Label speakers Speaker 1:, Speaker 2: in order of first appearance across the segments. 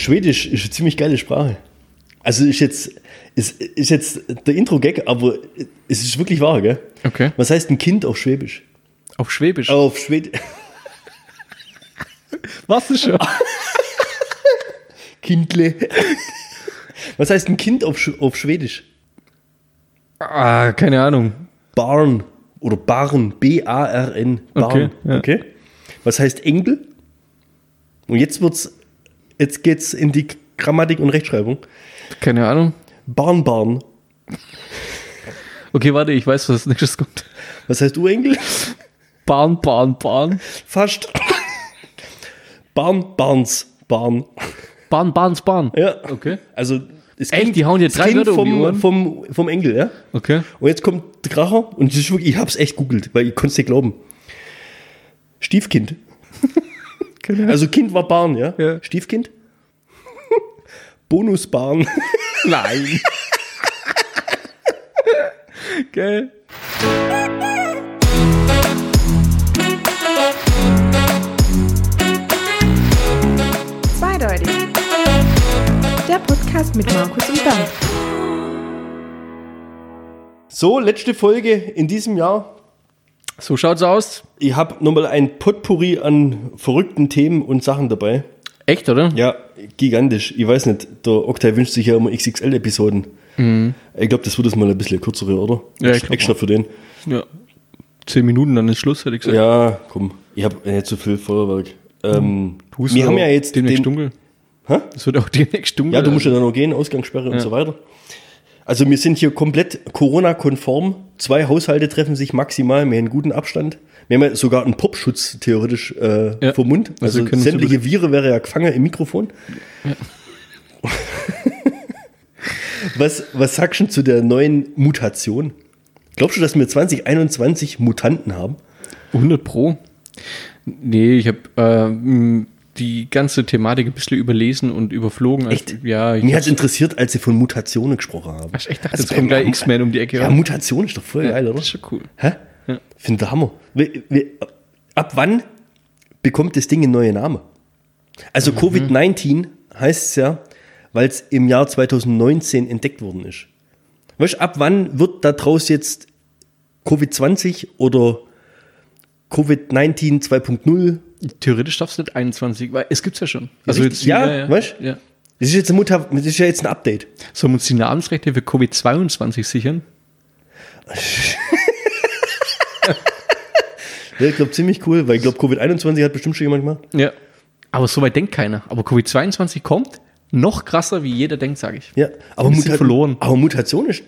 Speaker 1: Schwedisch ist eine ziemlich geile Sprache. Also ist jetzt, ist, ist jetzt der Intro-Gag, aber es ist wirklich wahr, gell?
Speaker 2: Okay.
Speaker 1: Was heißt ein Kind auf Schwäbisch?
Speaker 2: Auf Schwäbisch.
Speaker 1: Auf Schwedisch.
Speaker 2: Was ist schon?
Speaker 1: Kindle. Was heißt ein Kind auf, Sch- auf Schwedisch?
Speaker 2: Ah, keine Ahnung.
Speaker 1: Barn oder Barn, B-A-R-N, Barn.
Speaker 2: Okay,
Speaker 1: Okay,
Speaker 2: ja.
Speaker 1: Was heißt Engel? Und jetzt wird's, jetzt geht's in die Grammatik und Rechtschreibung.
Speaker 2: Keine Ahnung.
Speaker 1: Barnbarn.
Speaker 2: Okay, warte, ich weiß, was als nächstes kommt.
Speaker 1: Was heißt Urengel?
Speaker 2: Bahn, Bahn, Bahn.
Speaker 1: Fast. Barn, Barns, Barn.
Speaker 2: Bahn, Bahns, Bahn.
Speaker 1: Ja.
Speaker 2: Okay.
Speaker 1: Also, es
Speaker 2: Echt? Die hauen dir
Speaker 1: es
Speaker 2: drei
Speaker 1: klingt
Speaker 2: Wörter um die
Speaker 1: vom,
Speaker 2: Ohren?
Speaker 1: vom, vom Engel, ja?
Speaker 2: Okay.
Speaker 1: Und jetzt kommt der Kracher und das ist wirklich, ich hab's echt googelt, weil ich konnte es nicht glauben. Stiefkind.
Speaker 2: Keine
Speaker 1: Also Kind war Bahn, ja?
Speaker 2: Ja.
Speaker 1: Stiefkind? Bonusbahn.
Speaker 2: Nein. Geil.
Speaker 3: Zweideutig. Der Podcast mit Markus und Bernd.
Speaker 1: So, letzte Folge in diesem Jahr.
Speaker 2: So schaut's aus.
Speaker 1: Ich habe nochmal ein Potpourri an verrückten Themen und Sachen dabei.
Speaker 2: Echt, oder?
Speaker 1: Ja, gigantisch. Ich weiß nicht, der Oktay wünscht sich ja immer XXL-Episoden. Ich glaube, das wird jetzt mal ein bisschen kürzere, oder?
Speaker 2: Mhm. Ja, ich
Speaker 1: Ex-
Speaker 2: glaub
Speaker 1: Extra für den.
Speaker 2: Ja. Zehn Minuten, dann ist Schluss, hätte ich gesagt.
Speaker 1: Ja, komm. Ich habe nicht so viel Feuerwerk. Ähm,
Speaker 2: Hust
Speaker 1: wir
Speaker 2: aber
Speaker 1: haben ja jetzt
Speaker 2: demnächst
Speaker 1: den,
Speaker 2: dunkel.
Speaker 1: Hä?
Speaker 2: Es wird auch demnächst dunkel.
Speaker 1: Ja, du musst ja dann noch gehen, Ausgangssperre und so weiter. Also wir sind hier komplett Corona-konform. Zwei Haushalte treffen sich maximal, wir haben einen guten Abstand. Wir haben ja sogar einen Popschutz theoretisch äh,
Speaker 2: Ja.
Speaker 1: vom Mund.
Speaker 2: Also
Speaker 1: Also,
Speaker 2: wir können uns
Speaker 1: sämtliche Viren wäre ja gefangen im Mikrofon. was, was sagst du denn zu der neuen Mutation? Glaubst du, dass wir 2021 Mutanten haben?
Speaker 2: 100 Pro. Nee, ich habe ähm, die ganze Thematik ein bisschen überlesen und überflogen. Also, Ja, ich
Speaker 1: Mir hat es interessiert, als sie von Mutationen gesprochen haben.
Speaker 2: Ach, ich dachte, jetzt kommt gleich X-Men um die Ecke,
Speaker 1: Ja,
Speaker 2: ja.
Speaker 1: Mutation ist doch voll geil, oder?
Speaker 2: das ist schon cool.
Speaker 1: Hä?
Speaker 2: Ja.
Speaker 1: Finde der Hammer. Wir, wir, ab wann bekommt das Ding einen neuen Namen?
Speaker 2: Mhm.
Speaker 1: Also Covid-19 heißt es ja, weil es im Jahr 2019 entdeckt worden ist. Weißt du, ab wann wird daraus jetzt Covid-20 oder Covid-19 2.0?
Speaker 2: theoretisch darfst du nicht 21, weil es gibt's ja schon.
Speaker 1: Richtig, ja, weißt du?
Speaker 2: ja.
Speaker 1: Das ist jetzt ein, Muta das ist ja jetzt ein Update.
Speaker 2: Sollen wir uns die Namensrechte für Covid-22 sichern?
Speaker 1: Ja, Ich glaube, ziemlich cool, weil ich glaube, Covid-21 hat bestimmt schon jemand gemacht.
Speaker 2: Ja. Aber so weit denkt keiner. Aber Covid-22 kommt noch krasser, wie jeder denkt, sage ich.
Speaker 1: Ja, aber,
Speaker 2: Ein bisschen
Speaker 1: Muta
Speaker 2: verloren.
Speaker 1: aber Mutation ist,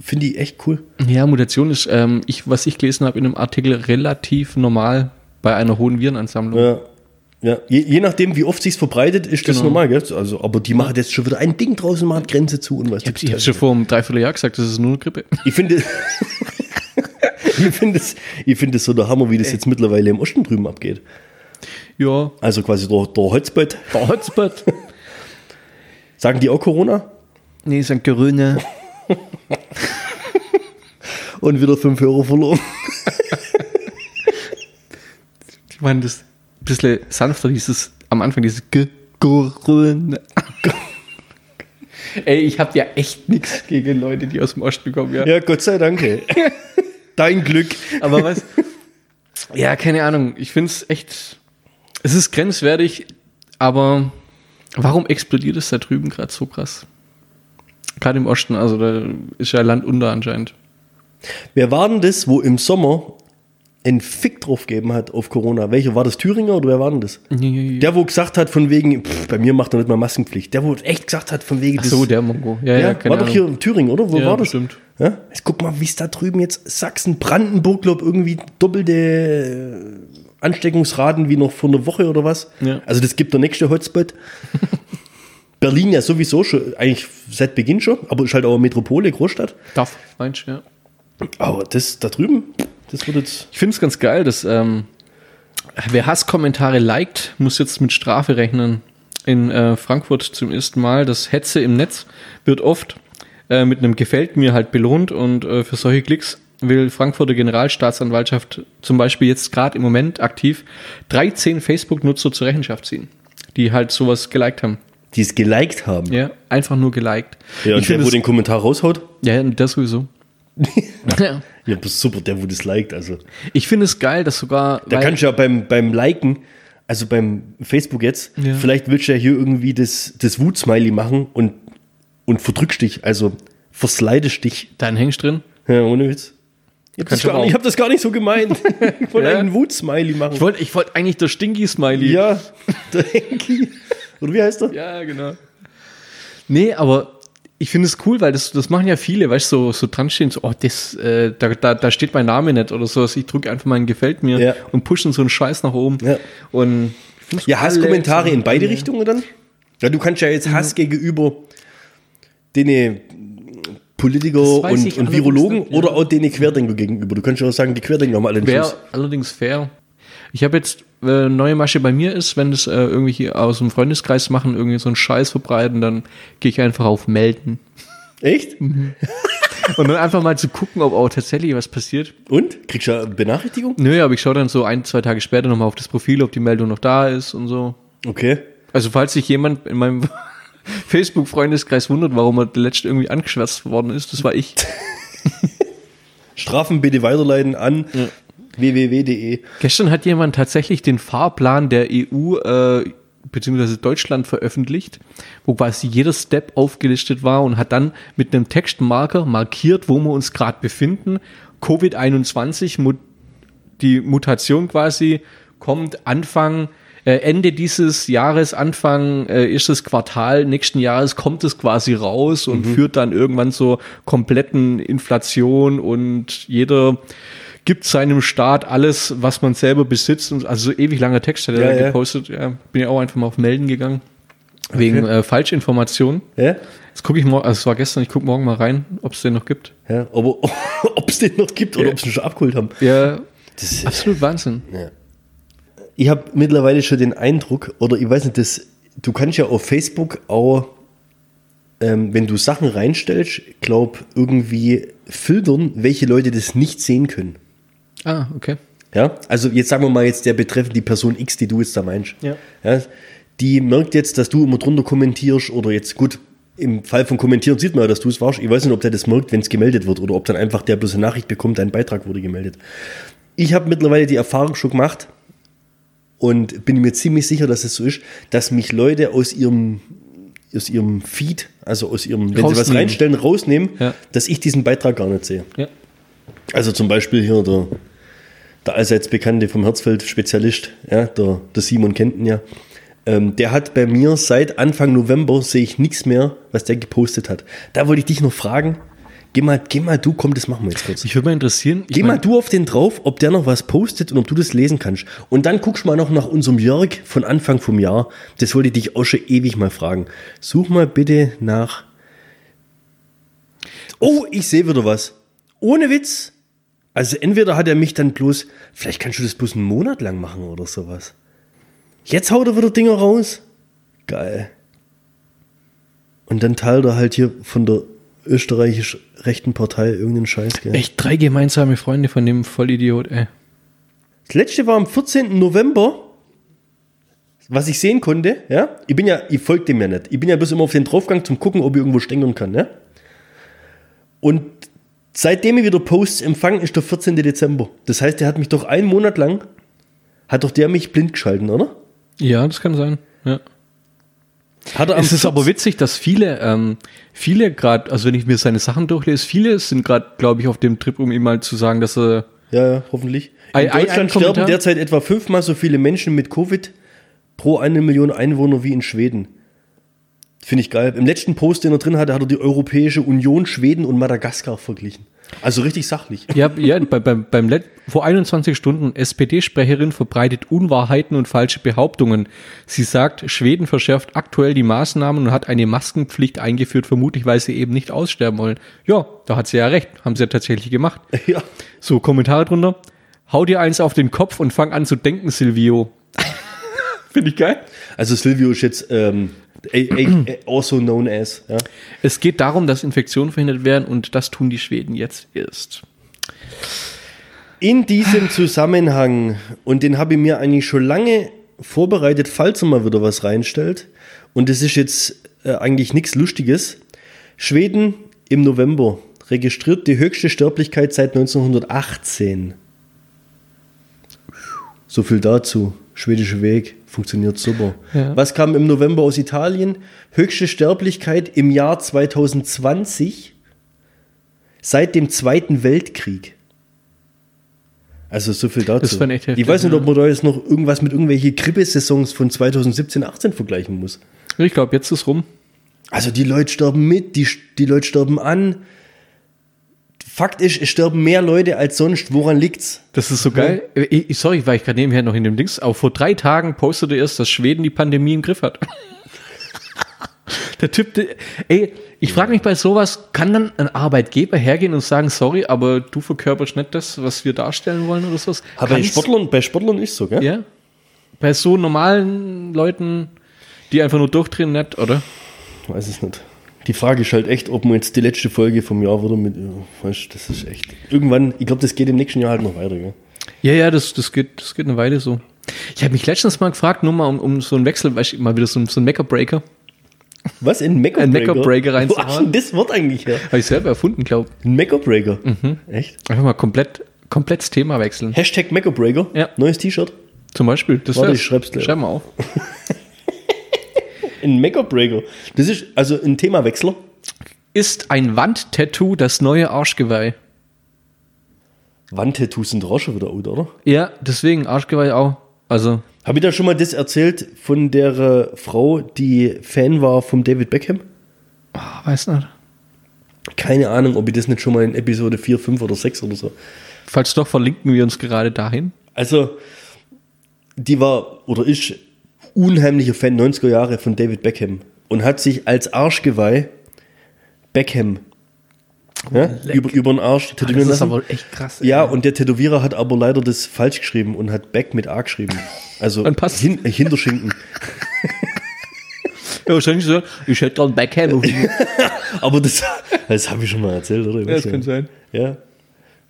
Speaker 1: finde ich echt cool.
Speaker 2: Ja, Mutation ist, ähm, ich, was ich gelesen habe in einem Artikel, relativ normal bei einer hohen Virenansammlung.
Speaker 1: Ja. Ja, je, je nachdem, wie oft sich's verbreitet, ist das
Speaker 2: Genau.
Speaker 1: normal, gell? Also, aber die machen jetzt schon wieder ein Ding draußen, machen Grenze zu und was
Speaker 2: Ich habe schon vor einem Dreivierteljahr gesagt, das ist nur eine Grippe.
Speaker 1: Ich finde, ich finde es, ich finde es so der Hammer, wie das jetzt mittlerweile im Osten drüben abgeht.
Speaker 2: Ja,
Speaker 1: Also quasi der, der Holzbett.
Speaker 2: der Hotspot.
Speaker 1: Sagen die auch Corona?
Speaker 2: nee, St. Geröne.
Speaker 1: Und wieder fünf Euro verloren.
Speaker 2: Ich meine, das ein bisschen sanfter, dieses am Anfang, dieses G Geröne. Ey, ich habe ja echt nichts gegen Leute, die aus dem Osten kommen, ja.
Speaker 1: Ja, Gott sei Dank. ey. Dein Glück.
Speaker 2: Aber was? ja, keine Ahnung. Ich finde es echt. Es ist grenzwertig, aber warum explodiert es da drüben gerade so krass? Gerade im Osten, also da ist ja Land unter anscheinend.
Speaker 1: Wer war denn das, wo im Sommer einen Fick drauf gegeben hat auf Corona? Welcher? War das Thüringer oder wer war denn das? Der, wo gesagt hat, von wegen, pff, bei mir macht er nicht mal Maskenpflicht. Der, wo echt gesagt hat, von wegen,
Speaker 2: Ach so, der Mongo. Ja, ja,
Speaker 1: ja,
Speaker 2: keine
Speaker 1: war doch
Speaker 2: Ahnung.
Speaker 1: hier in Thüringen, oder? Wo
Speaker 2: Ja,
Speaker 1: war das?
Speaker 2: bestimmt.
Speaker 1: Ja? Jetzt guck mal, wie es da drüben jetzt Sachsen, Brandenburg, glaub irgendwie doppelte äh, Ansteckungsraten wie noch vor einer Woche oder was.
Speaker 2: Ja.
Speaker 1: Also das gibt der nächste Hotspot. Berlin ja sowieso schon, eigentlich seit Beginn schon, aber ist halt auch eine Metropole, Großstadt.
Speaker 2: Darf, meinst du, ja.
Speaker 1: Aber Oh, das da drüben, das wird jetzt.
Speaker 2: Ich finde es ganz geil, dass ähm, wer Hasskommentare liked, muss jetzt mit Strafe rechnen. In äh, Frankfurt zum ersten Mal, das Hetze im Netz wird oft äh, mit einem Gefällt mir halt belohnt und äh, für solche Klicks will Frankfurter Generalstaatsanwaltschaft zum Beispiel jetzt gerade im Moment aktiv 13 Facebook-Nutzer zur Rechenschaft ziehen, die halt sowas geliked haben.
Speaker 1: die es geliked haben.
Speaker 2: Ja, einfach nur geliked.
Speaker 1: Ja,
Speaker 2: ich
Speaker 1: und der,
Speaker 2: finde
Speaker 1: wo
Speaker 2: es-
Speaker 1: den Kommentar raushaut,
Speaker 2: ja, das sowieso. ja.
Speaker 1: ja, das ist super, der, wo das liked. Also,
Speaker 2: Ich finde es geil, dass sogar.
Speaker 1: da
Speaker 2: weil-
Speaker 1: kannst du ja beim, beim Liken, also beim Facebook jetzt,
Speaker 2: Ja.
Speaker 1: vielleicht willst du ja hier irgendwie das, das Wut-Smiley machen und, und verdrückst dich, also verslidest dich.
Speaker 2: dann hängst du drin.
Speaker 1: Ja, ohne Witz. Ich hab, das
Speaker 2: Kannst du
Speaker 1: gar nicht,
Speaker 2: aber auch.
Speaker 1: ich hab das gar nicht so gemeint. Ich wollte
Speaker 2: Ja.
Speaker 1: einen Wut-Smiley machen.
Speaker 2: Ich wollte ich wollt eigentlich das Stinky-Smiley.
Speaker 1: ja, der Henki. Oder wie heißt er?
Speaker 2: Ja, genau. Nee, aber ich finde es cool, weil das, das machen ja viele, weißt du, so, so dran stehen, so, oh, das, äh, da, da, da steht mein Name nicht oder sowas. Ich drücke einfach meinen Gefällt mir
Speaker 1: Ja.
Speaker 2: und pushen so einen Scheiß nach oben.
Speaker 1: Ja.
Speaker 2: Und
Speaker 1: Ja, Hasskommentare in beide Richtungen dann? Ja, du kannst ja jetzt
Speaker 2: Mhm.
Speaker 1: Hass gegenüber den äh, Politiker
Speaker 2: Das weiß
Speaker 1: und,
Speaker 2: ich
Speaker 1: und
Speaker 2: allerdings
Speaker 1: Virologen
Speaker 2: nicht, ja.
Speaker 1: oder auch den Querdenker gegenüber. Du kannst ja auch sagen, die Querdenker haben alle den
Speaker 2: Fair,
Speaker 1: Schuss.
Speaker 2: allerdings fair. Ich habe jetzt äh, neue Masche bei mir ist, wenn das äh, irgendwie hier aus dem Freundeskreis machen, irgendwie so einen Scheiß verbreiten, dann gehe ich einfach auf melden.
Speaker 1: Echt?
Speaker 2: Mhm. Und dann einfach mal zu gucken, ob auch tatsächlich was passiert.
Speaker 1: Und? Kriegst du ja Benachrichtigung?
Speaker 2: Nö, aber ich schaue dann so ein, zwei Tage später nochmal auf das Profil, ob die Meldung noch da ist und so.
Speaker 1: Okay.
Speaker 2: Also falls sich jemand in meinem Facebook-Freundeskreis wundert, warum er letzt irgendwie angeschwärzt worden ist, das war ich.
Speaker 1: Strafen bitte weiterleiten an www.de.
Speaker 2: Gestern hat jemand tatsächlich den Fahrplan der EU äh, bzw. Deutschland veröffentlicht, wo quasi jeder Step aufgelistet war und hat dann mit einem Textmarker markiert, wo wir uns gerade befinden. Covid-21, Mut die Mutation quasi, kommt Anfang, äh, Ende dieses Jahres, Anfang äh, ist das Quartal nächsten Jahres, kommt es quasi raus und
Speaker 1: Mhm.
Speaker 2: führt dann irgendwann zur kompletten Inflation und jeder gibt seinem Staat alles, was man selber besitzt. Und also so ewig langer Text hat er
Speaker 1: Ja,
Speaker 2: da
Speaker 1: ja.
Speaker 2: gepostet. Ja, bin ja auch einfach mal auf Melden gegangen. Wegen äh, Falschinformationen.
Speaker 1: Ja?
Speaker 2: Jetzt gucke ich morgen, also es war gestern, ich gucke morgen mal rein, ob es den noch gibt.
Speaker 1: Ja, aber ob es den noch gibt oder ob sie ihn schon abgeholt haben.
Speaker 2: Ja,
Speaker 1: Das ist
Speaker 2: absolut Wahnsinn.
Speaker 1: ich habe mittlerweile schon den Eindruck, oder ich weiß nicht, das, du kannst ja auf Facebook auch, ähm, wenn du Sachen reinstellst, glaub, irgendwie filtern, welche Leute das nicht sehen können.
Speaker 2: Ah, okay.
Speaker 1: Ja, also jetzt sagen wir mal jetzt der betreffend die Person X, die du jetzt da meinst.
Speaker 2: Ja.
Speaker 1: ja. Die merkt jetzt, dass du immer drunter kommentierst oder jetzt gut, im Fall von Kommentieren sieht man ja, dass du es warst. Ich weiß nicht, ob der das merkt, wenn es gemeldet wird oder ob dann einfach der bloße Nachricht bekommt, dein Beitrag wurde gemeldet. Ich habe mittlerweile die Erfahrung schon gemacht und bin mir ziemlich sicher, dass es so ist, dass mich Leute aus ihrem aus ihrem Feed, also aus ihrem, wenn sie was
Speaker 2: Rausnehmen.
Speaker 1: reinstellen, rausnehmen,
Speaker 2: Ja.
Speaker 1: dass ich diesen Beitrag gar nicht sehe.
Speaker 2: Ja.
Speaker 1: Also zum Beispiel hier der, der allseits bekannte vom Herzfeld-Spezialist, ja, der, der Simon kennt ihn ja. Ähm, der hat bei mir seit Anfang November sehe ich nichts mehr, was der gepostet hat. Da wollte ich dich noch fragen. Geh mal, geh mal du, komm, das machen wir jetzt kurz.
Speaker 2: Ich würde mal interessieren. Ich
Speaker 1: Geh mal
Speaker 2: mein-
Speaker 1: du auf den drauf, ob der noch was postet und ob du das lesen kannst. Und dann guckst mal noch nach unserem Jörg von Anfang vom Jahr. Das wollte ich dich auch schon ewig mal fragen. Such mal bitte nach. Oh, ich sehe wieder was. Ohne Witz. Also entweder hat er mich dann bloß, vielleicht kannst du das bloß einen Monat lang machen oder sowas. Jetzt haut er wieder Dinger raus. Geil. Und dann teilt er halt hier von der österreichisch-rechten Partei irgendeinen Scheiß, gell?
Speaker 2: Echt drei gemeinsame Freunde von dem Vollidiot, ey.
Speaker 1: Das letzte war am 14. November, was ich sehen konnte, ja. Ich bin ja, ich folge dem ja nicht. Ich bin ja bis immer auf den Draufgang zum gucken, ob ich irgendwo stängern kann, ne? Und seitdem ich wieder Posts empfange, ist der 14. Dezember. Das heißt, der hat mich doch einen Monat lang, hat doch der mich blind geschalten, oder?
Speaker 2: Ja, das kann sein. Ja.
Speaker 1: Hat er am
Speaker 2: Es ist
Speaker 1: 14.
Speaker 2: aber witzig, dass viele, ähm, viele gerade, also wenn ich mir seine Sachen durchlese, viele sind gerade, glaube ich, auf dem Trip, um ihm mal zu sagen, dass er.
Speaker 1: Ja, ja, hoffentlich. In
Speaker 2: Ei, ei,
Speaker 1: Deutschland
Speaker 2: ein
Speaker 1: sterben
Speaker 2: Kommentar?
Speaker 1: derzeit etwa fünfmal so viele Menschen mit Covid pro eine Million Einwohner wie in Schweden. Finde ich geil. Im letzten Post, den er drin hatte, hat er die Europäische Union, Schweden und Madagaskar verglichen. Also richtig sachlich.
Speaker 2: Ja, ja bei, beim, beim Let vor 21 Stunden SPD-Sprecherin verbreitet Unwahrheiten und falsche Behauptungen. Sie sagt, Schweden verschärft aktuell die Maßnahmen und hat eine Maskenpflicht eingeführt, vermutlich weil sie eben nicht aussterben wollen. Ja, da hat sie ja recht, haben sie ja tatsächlich gemacht.
Speaker 1: Ja.
Speaker 2: So, Kommentare drunter. Hau dir eins auf den Kopf und fang an zu denken, Silvio. Finde ich geil.
Speaker 1: Also Silvio ist jetzt ähm, a- a- a- also known as. Ja.
Speaker 2: Es geht darum, dass Infektionen verhindert werden und das tun die Schweden jetzt erst.
Speaker 1: In diesem Zusammenhang, und den habe ich mir eigentlich schon lange vorbereitet, falls er mal wieder was reinstellt, und es ist jetzt äh, eigentlich nichts Lustiges. Schweden im November registriert die höchste Sterblichkeit seit 1918. So viel dazu. Schwedische Weg funktioniert super.
Speaker 2: Ja.
Speaker 1: Was kam im November aus Italien? Höchste Sterblichkeit im Jahr 2020 seit dem Zweiten Weltkrieg. Also so viel dazu.
Speaker 2: Das fand ich echt heftig,
Speaker 1: ich weiß nicht,
Speaker 2: ja.
Speaker 1: ob man da jetzt noch irgendwas mit irgendwelchen Grippesaisons von 2017, 18 vergleichen muss.
Speaker 2: Ich glaube, jetzt ist rum.
Speaker 1: Also die Leute sterben mit, die, die Leute sterben an. Fakt ist, es sterben mehr Leute als sonst. Woran liegt's?
Speaker 2: Das ist so geil. Ich, ich- Äh, sorry, weil ich gerade nebenher noch in dem Dings. Aber vor drei Tagen postete erst, dass Schweden die Pandemie im Griff hat. der Typ, der, ey, ich frage mich bei sowas, kann dann ein Arbeitgeber hergehen und sagen, sorry, aber du verkörperst nicht das, was wir darstellen wollen oder sowas?
Speaker 1: bei
Speaker 2: Kann's-
Speaker 1: Sportlern, bei Sportlern ist so, gell?
Speaker 2: Ja. Bei so normalen Leuten, die einfach nur durchdrehen, nicht, oder?
Speaker 1: Weiß es nicht. Die Frage ist halt echt, ob man jetzt die letzte Folge vom Jahr wurde mit. ja, Weißt, das ist echt. Irgendwann, ich glaube, das geht im nächsten Jahr halt noch weiter, gell?
Speaker 2: Ja, ja, das, das, geht, das geht eine Weile so. Ich habe mich letztens mal gefragt, nur mal um, um so einen Wechsel, weißt du, mal wieder so, so einen Mecker-Breaker.
Speaker 1: Was? In Mecca
Speaker 2: Ein Mecca Breaker
Speaker 1: Wo
Speaker 2: reinzuhauen?
Speaker 1: hast du denn das Wort eigentlich her?
Speaker 2: Habe ich selber erfunden, glaube
Speaker 1: Ein Mecca Breaker. Echt?
Speaker 2: Einfach mal komplett, komplett das Thema wechseln.
Speaker 1: Hashtag Mecca Breaker.
Speaker 2: Ja.
Speaker 1: Neues T-Shirt.
Speaker 2: Zum Beispiel. Das
Speaker 1: Warte,
Speaker 2: wär's.
Speaker 1: ich schreib's gleich.
Speaker 2: Schreib mal auf.
Speaker 1: Ein Mecca Breaker. Das ist also ein Themawechsler.
Speaker 2: Ist ein Wandtattoo das neue Arschgeweih?
Speaker 1: Wandtattoos sind auch schon wieder out, oder?
Speaker 2: Ja, deswegen Arschgeweih auch. Also,
Speaker 1: Habe ich da schon mal das erzählt von der äh, Frau, die Fan war von David Beckham?
Speaker 2: ah, weiß nicht.
Speaker 1: Keine Ahnung, ob ich das nicht schon mal in Episode 4, 5 oder 6 oder so.
Speaker 2: Falls doch, verlinken wir uns gerade dahin.
Speaker 1: Also, die war oder ist unheimlicher Fan 90er Jahre von David Beckham und hat sich als Arschgeweih Beckham ja, über, über den Arsch tätowieren lassen.
Speaker 2: echt krass.
Speaker 1: ja, und der Tätowierer hat aber leider das falsch geschrieben und hat Beck mit A geschrieben. Also
Speaker 2: Dann passt's.
Speaker 1: hin, äh, Hinterschinken.
Speaker 2: Ja, wahrscheinlich so. Ich hätte gern Beckham.
Speaker 1: Aber das, das habe ich schon mal erzählt, oder? Ich weiß
Speaker 2: das
Speaker 1: nicht.
Speaker 2: kann sein.
Speaker 1: Ja.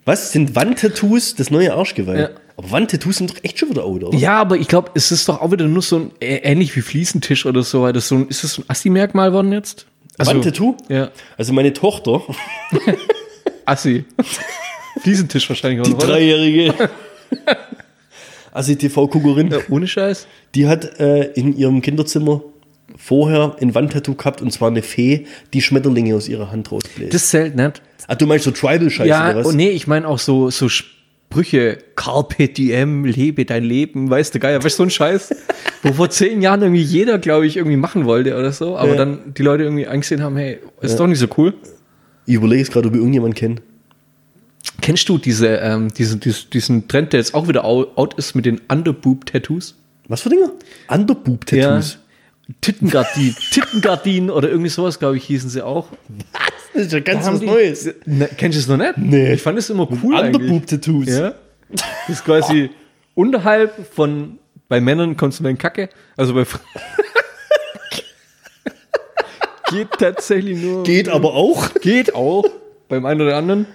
Speaker 1: Was sind Wandtattoos das neue Arschgeweih?
Speaker 2: Ja.
Speaker 1: Aber Wandtattoos sind doch echt schon wieder out, oder?
Speaker 2: Ja, aber ich glaube, es ist doch auch wieder nur so ein, äh, ähnlich wie Fliesentisch oder so. weil Das so ein, ist das so ein Assi-Merkmal worden jetzt?
Speaker 1: Wandtattoo?
Speaker 2: Ja.
Speaker 1: Also meine Tochter,
Speaker 2: Assi. Fliesentisch wahrscheinlich auch
Speaker 1: die
Speaker 2: noch, oder?
Speaker 1: dreijährige also TV-Kugerin,
Speaker 2: Ja, ohne Scheiß.
Speaker 1: die hat äh, in ihrem Kinderzimmer vorher ein Wandtattoo gehabt und zwar eine Fee, die Schmetterlinge aus ihrer Hand rausbläst.
Speaker 2: Das zählt nicht.
Speaker 1: Ach, du meinst so Tribal-Scheiße
Speaker 2: Ja,
Speaker 1: oder was?
Speaker 2: oh nee, ich meine auch so, so Sprüche, Carpe Diem, lebe dein Leben, weißt du, geil, weißt du, so ein Scheiß, wo vor zehn Jahren irgendwie jeder, glaube ich, irgendwie machen wollte oder so, aber
Speaker 1: Ja.
Speaker 2: dann die Leute irgendwie eingesehen haben, hey, ist doch nicht so cool.
Speaker 1: Ich überlege es gerade, ob ich irgendjemanden kenne.
Speaker 2: Kennst du diese, ähm, diesen, diesen, diesen Trend, der jetzt auch wieder au- out ist mit den Underboob-Tattoos?
Speaker 1: Was für Dinger? Underboob-Tattoos.
Speaker 2: Tittengardinen, Tittengardinen oder irgendwie sowas, glaube ich, hießen sie auch.
Speaker 1: Das ist ja ganz was
Speaker 2: die-
Speaker 1: Neues.
Speaker 2: Ne, kennst du es noch nicht?
Speaker 1: Nee.
Speaker 2: Ich fand es immer cool eigentlich.
Speaker 1: Underboob-Tattoos.
Speaker 2: Ja. Das ist quasi unterhalb von, bei Männern kommst du mir in Kacke, also bei Frauen. Geht tatsächlich nur.
Speaker 1: Geht aber auch.
Speaker 2: geht auch. Beim einen oder anderen.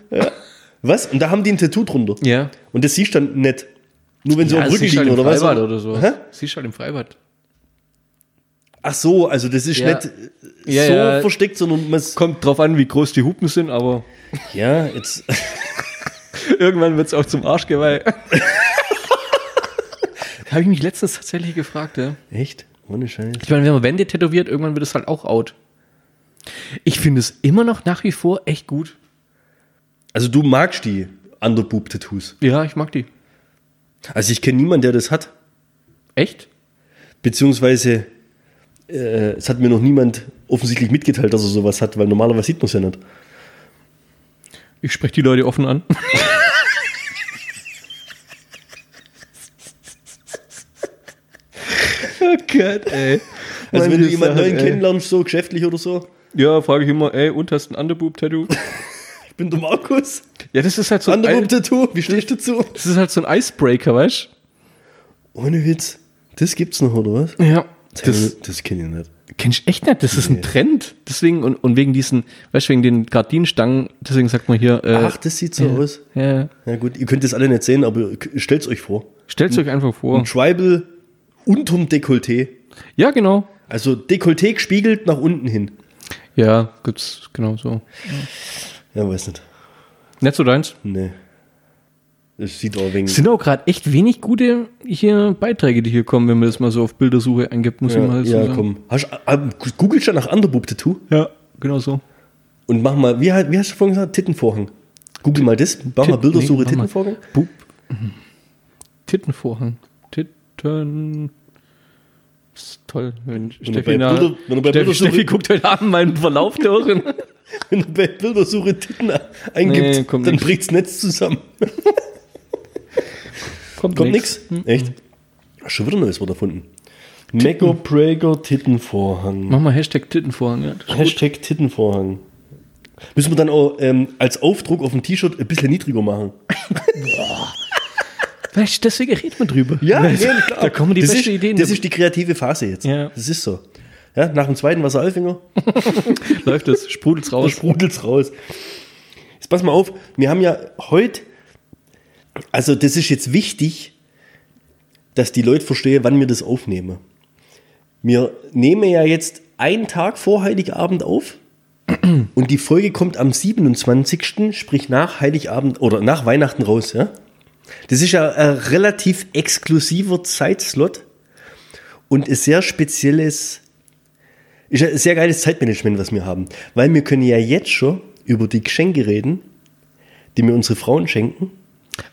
Speaker 1: Was? Und da haben die ein Tattoo drunter.
Speaker 2: Ja.
Speaker 1: Und das siehst du dann nicht. Nur wenn sie auf dem Rücken
Speaker 2: siehst du
Speaker 1: liegen
Speaker 2: halt
Speaker 1: oder
Speaker 2: im
Speaker 1: was?
Speaker 2: Freibad oder so.
Speaker 1: Hä?
Speaker 2: Siehst du halt im Freibad.
Speaker 1: Ach so, also das ist
Speaker 2: Ja.
Speaker 1: nicht
Speaker 2: Ja,
Speaker 1: so
Speaker 2: ja.
Speaker 1: versteckt, sondern man
Speaker 2: Kommt drauf an, wie groß die Hupen sind, aber
Speaker 1: Ja, jetzt.
Speaker 2: irgendwann wird es auch zum Arschgeweih. Habe ich mich letztens tatsächlich gefragt, ja.
Speaker 1: Echt? Ohne Scheiß.
Speaker 2: Ich meine, wenn man Wände tätowiert, irgendwann wird es halt auch out. Ich finde es immer noch nach wie vor echt gut.
Speaker 1: Also du magst die Underboob-Tattoos.
Speaker 2: Ja, ich mag die.
Speaker 1: Also ich kenne niemanden, der das hat.
Speaker 2: Echt?
Speaker 1: Beziehungsweise äh, es hat mir noch niemand offensichtlich mitgeteilt, dass er sowas hat, weil normalerweise sieht man es ja nicht.
Speaker 2: Ich spreche die Leute offen an. oh Gott, ey.
Speaker 1: Also wenn du jemanden neuen
Speaker 2: halt, ey.
Speaker 1: kennenlernst, so geschäftlich oder so,
Speaker 2: Ja, frage ich immer, ey, und hast ein Underboob-Tattoo?
Speaker 1: ich bin der Markus.
Speaker 2: ja, das ist halt so ein, Ei-
Speaker 1: Underboob-Tattoo, wie stehst du dazu?
Speaker 2: das ist halt so ein Icebreaker, weißt
Speaker 1: Ohne Witz. Das gibt's noch, oder was?
Speaker 2: du? Ja. Das
Speaker 1: Das, das kenne ich nicht.
Speaker 2: kennst du echt nicht, das ist ein Trend. Deswegen, und, und wegen diesen, weißt du, wegen den Gardinenstangen, deswegen sagt man hier, äh,
Speaker 1: Ach, das sieht so aus.
Speaker 2: ja,
Speaker 1: Ja gut, ihr könnt das alle nicht sehen, aber k- stellt's euch vor.
Speaker 2: stellt's euch einfach vor.
Speaker 1: Tribal unterm Dekolleté.
Speaker 2: Ja, genau.
Speaker 1: Also Dekolleté spiegelt nach unten hin.
Speaker 2: Ja, gibt's genau so.
Speaker 1: Ja, weiß nicht.
Speaker 2: Nicht so deins?
Speaker 1: Nee. Das sieht auch wegen.
Speaker 2: Es sind auch gerade echt wenig gute hier Beiträge, die hier kommen, wenn man das mal so auf Bildersuche eingibt, muss ich
Speaker 1: ja,
Speaker 2: mal so
Speaker 1: ja
Speaker 2: sagen.
Speaker 1: komm. Hast, äh, google schon nach Underboob-Tattoo
Speaker 2: Ja, genau so.
Speaker 1: und mach mal, wie, hat- wie hast du vorhin gesagt? Tittenvorhang. Google mal das, mach mal
Speaker 2: Tit-
Speaker 1: Bildersuche
Speaker 2: nee, mach mal.
Speaker 1: Tittenvorhang.
Speaker 2: Bub. Tittenvorhang. Titten. Ist toll. Wenn Steffi,
Speaker 1: bei
Speaker 2: nach,
Speaker 1: Bilder- wenn du bei
Speaker 2: Steffi,
Speaker 1: Bildersuche-
Speaker 2: Steffi guckt heute Abend meinen Verlauf durch. und-
Speaker 1: Wenn du bei Bildersuche Titten eingibst,
Speaker 2: Nee, kommt
Speaker 1: dann
Speaker 2: nix.
Speaker 1: bricht's Netz zusammen. Kommt nix? Hm, Echt? Ah, Schon wieder ein neues Wort erfunden. Mega Prager Tittenvorhang.
Speaker 2: Mach mal Hashtag Tittenvorhang. Ja.
Speaker 1: Hashtag Tittenvorhang. Müssen wir dann auch ähm, als Aufdruck auf dem T-Shirt ein bisschen niedriger machen.
Speaker 2: Weißt, du, deswegen reden wir drüber.
Speaker 1: nee, klar.
Speaker 2: da kommen die
Speaker 1: das
Speaker 2: besten
Speaker 1: ist,
Speaker 2: Ideen.
Speaker 1: Das ist die kreative Phase jetzt.
Speaker 2: Ja.
Speaker 1: Das ist so. Ja, nach dem zweiten Wasser Alfinger,
Speaker 2: läuft das, sprudelt's
Speaker 1: da
Speaker 2: raus.
Speaker 1: sprudelt's raus. Jetzt pass mal auf, wir haben ja heute, also das ist jetzt wichtig, dass die Leute verstehen, wann wir das aufnehmen. Wir nehmen ja jetzt einen Tag vor Heiligabend auf und die Folge kommt am 27., sprich nach Heiligabend oder nach Weihnachten raus. Ja? Das ist ja ein relativ exklusiver Zeitslot und ein sehr spezielles, ist ja ein sehr geiles Zeitmanagement, was wir haben. Weil wir können ja jetzt schon über die Geschenke reden, die mir unsere Frauen schenken.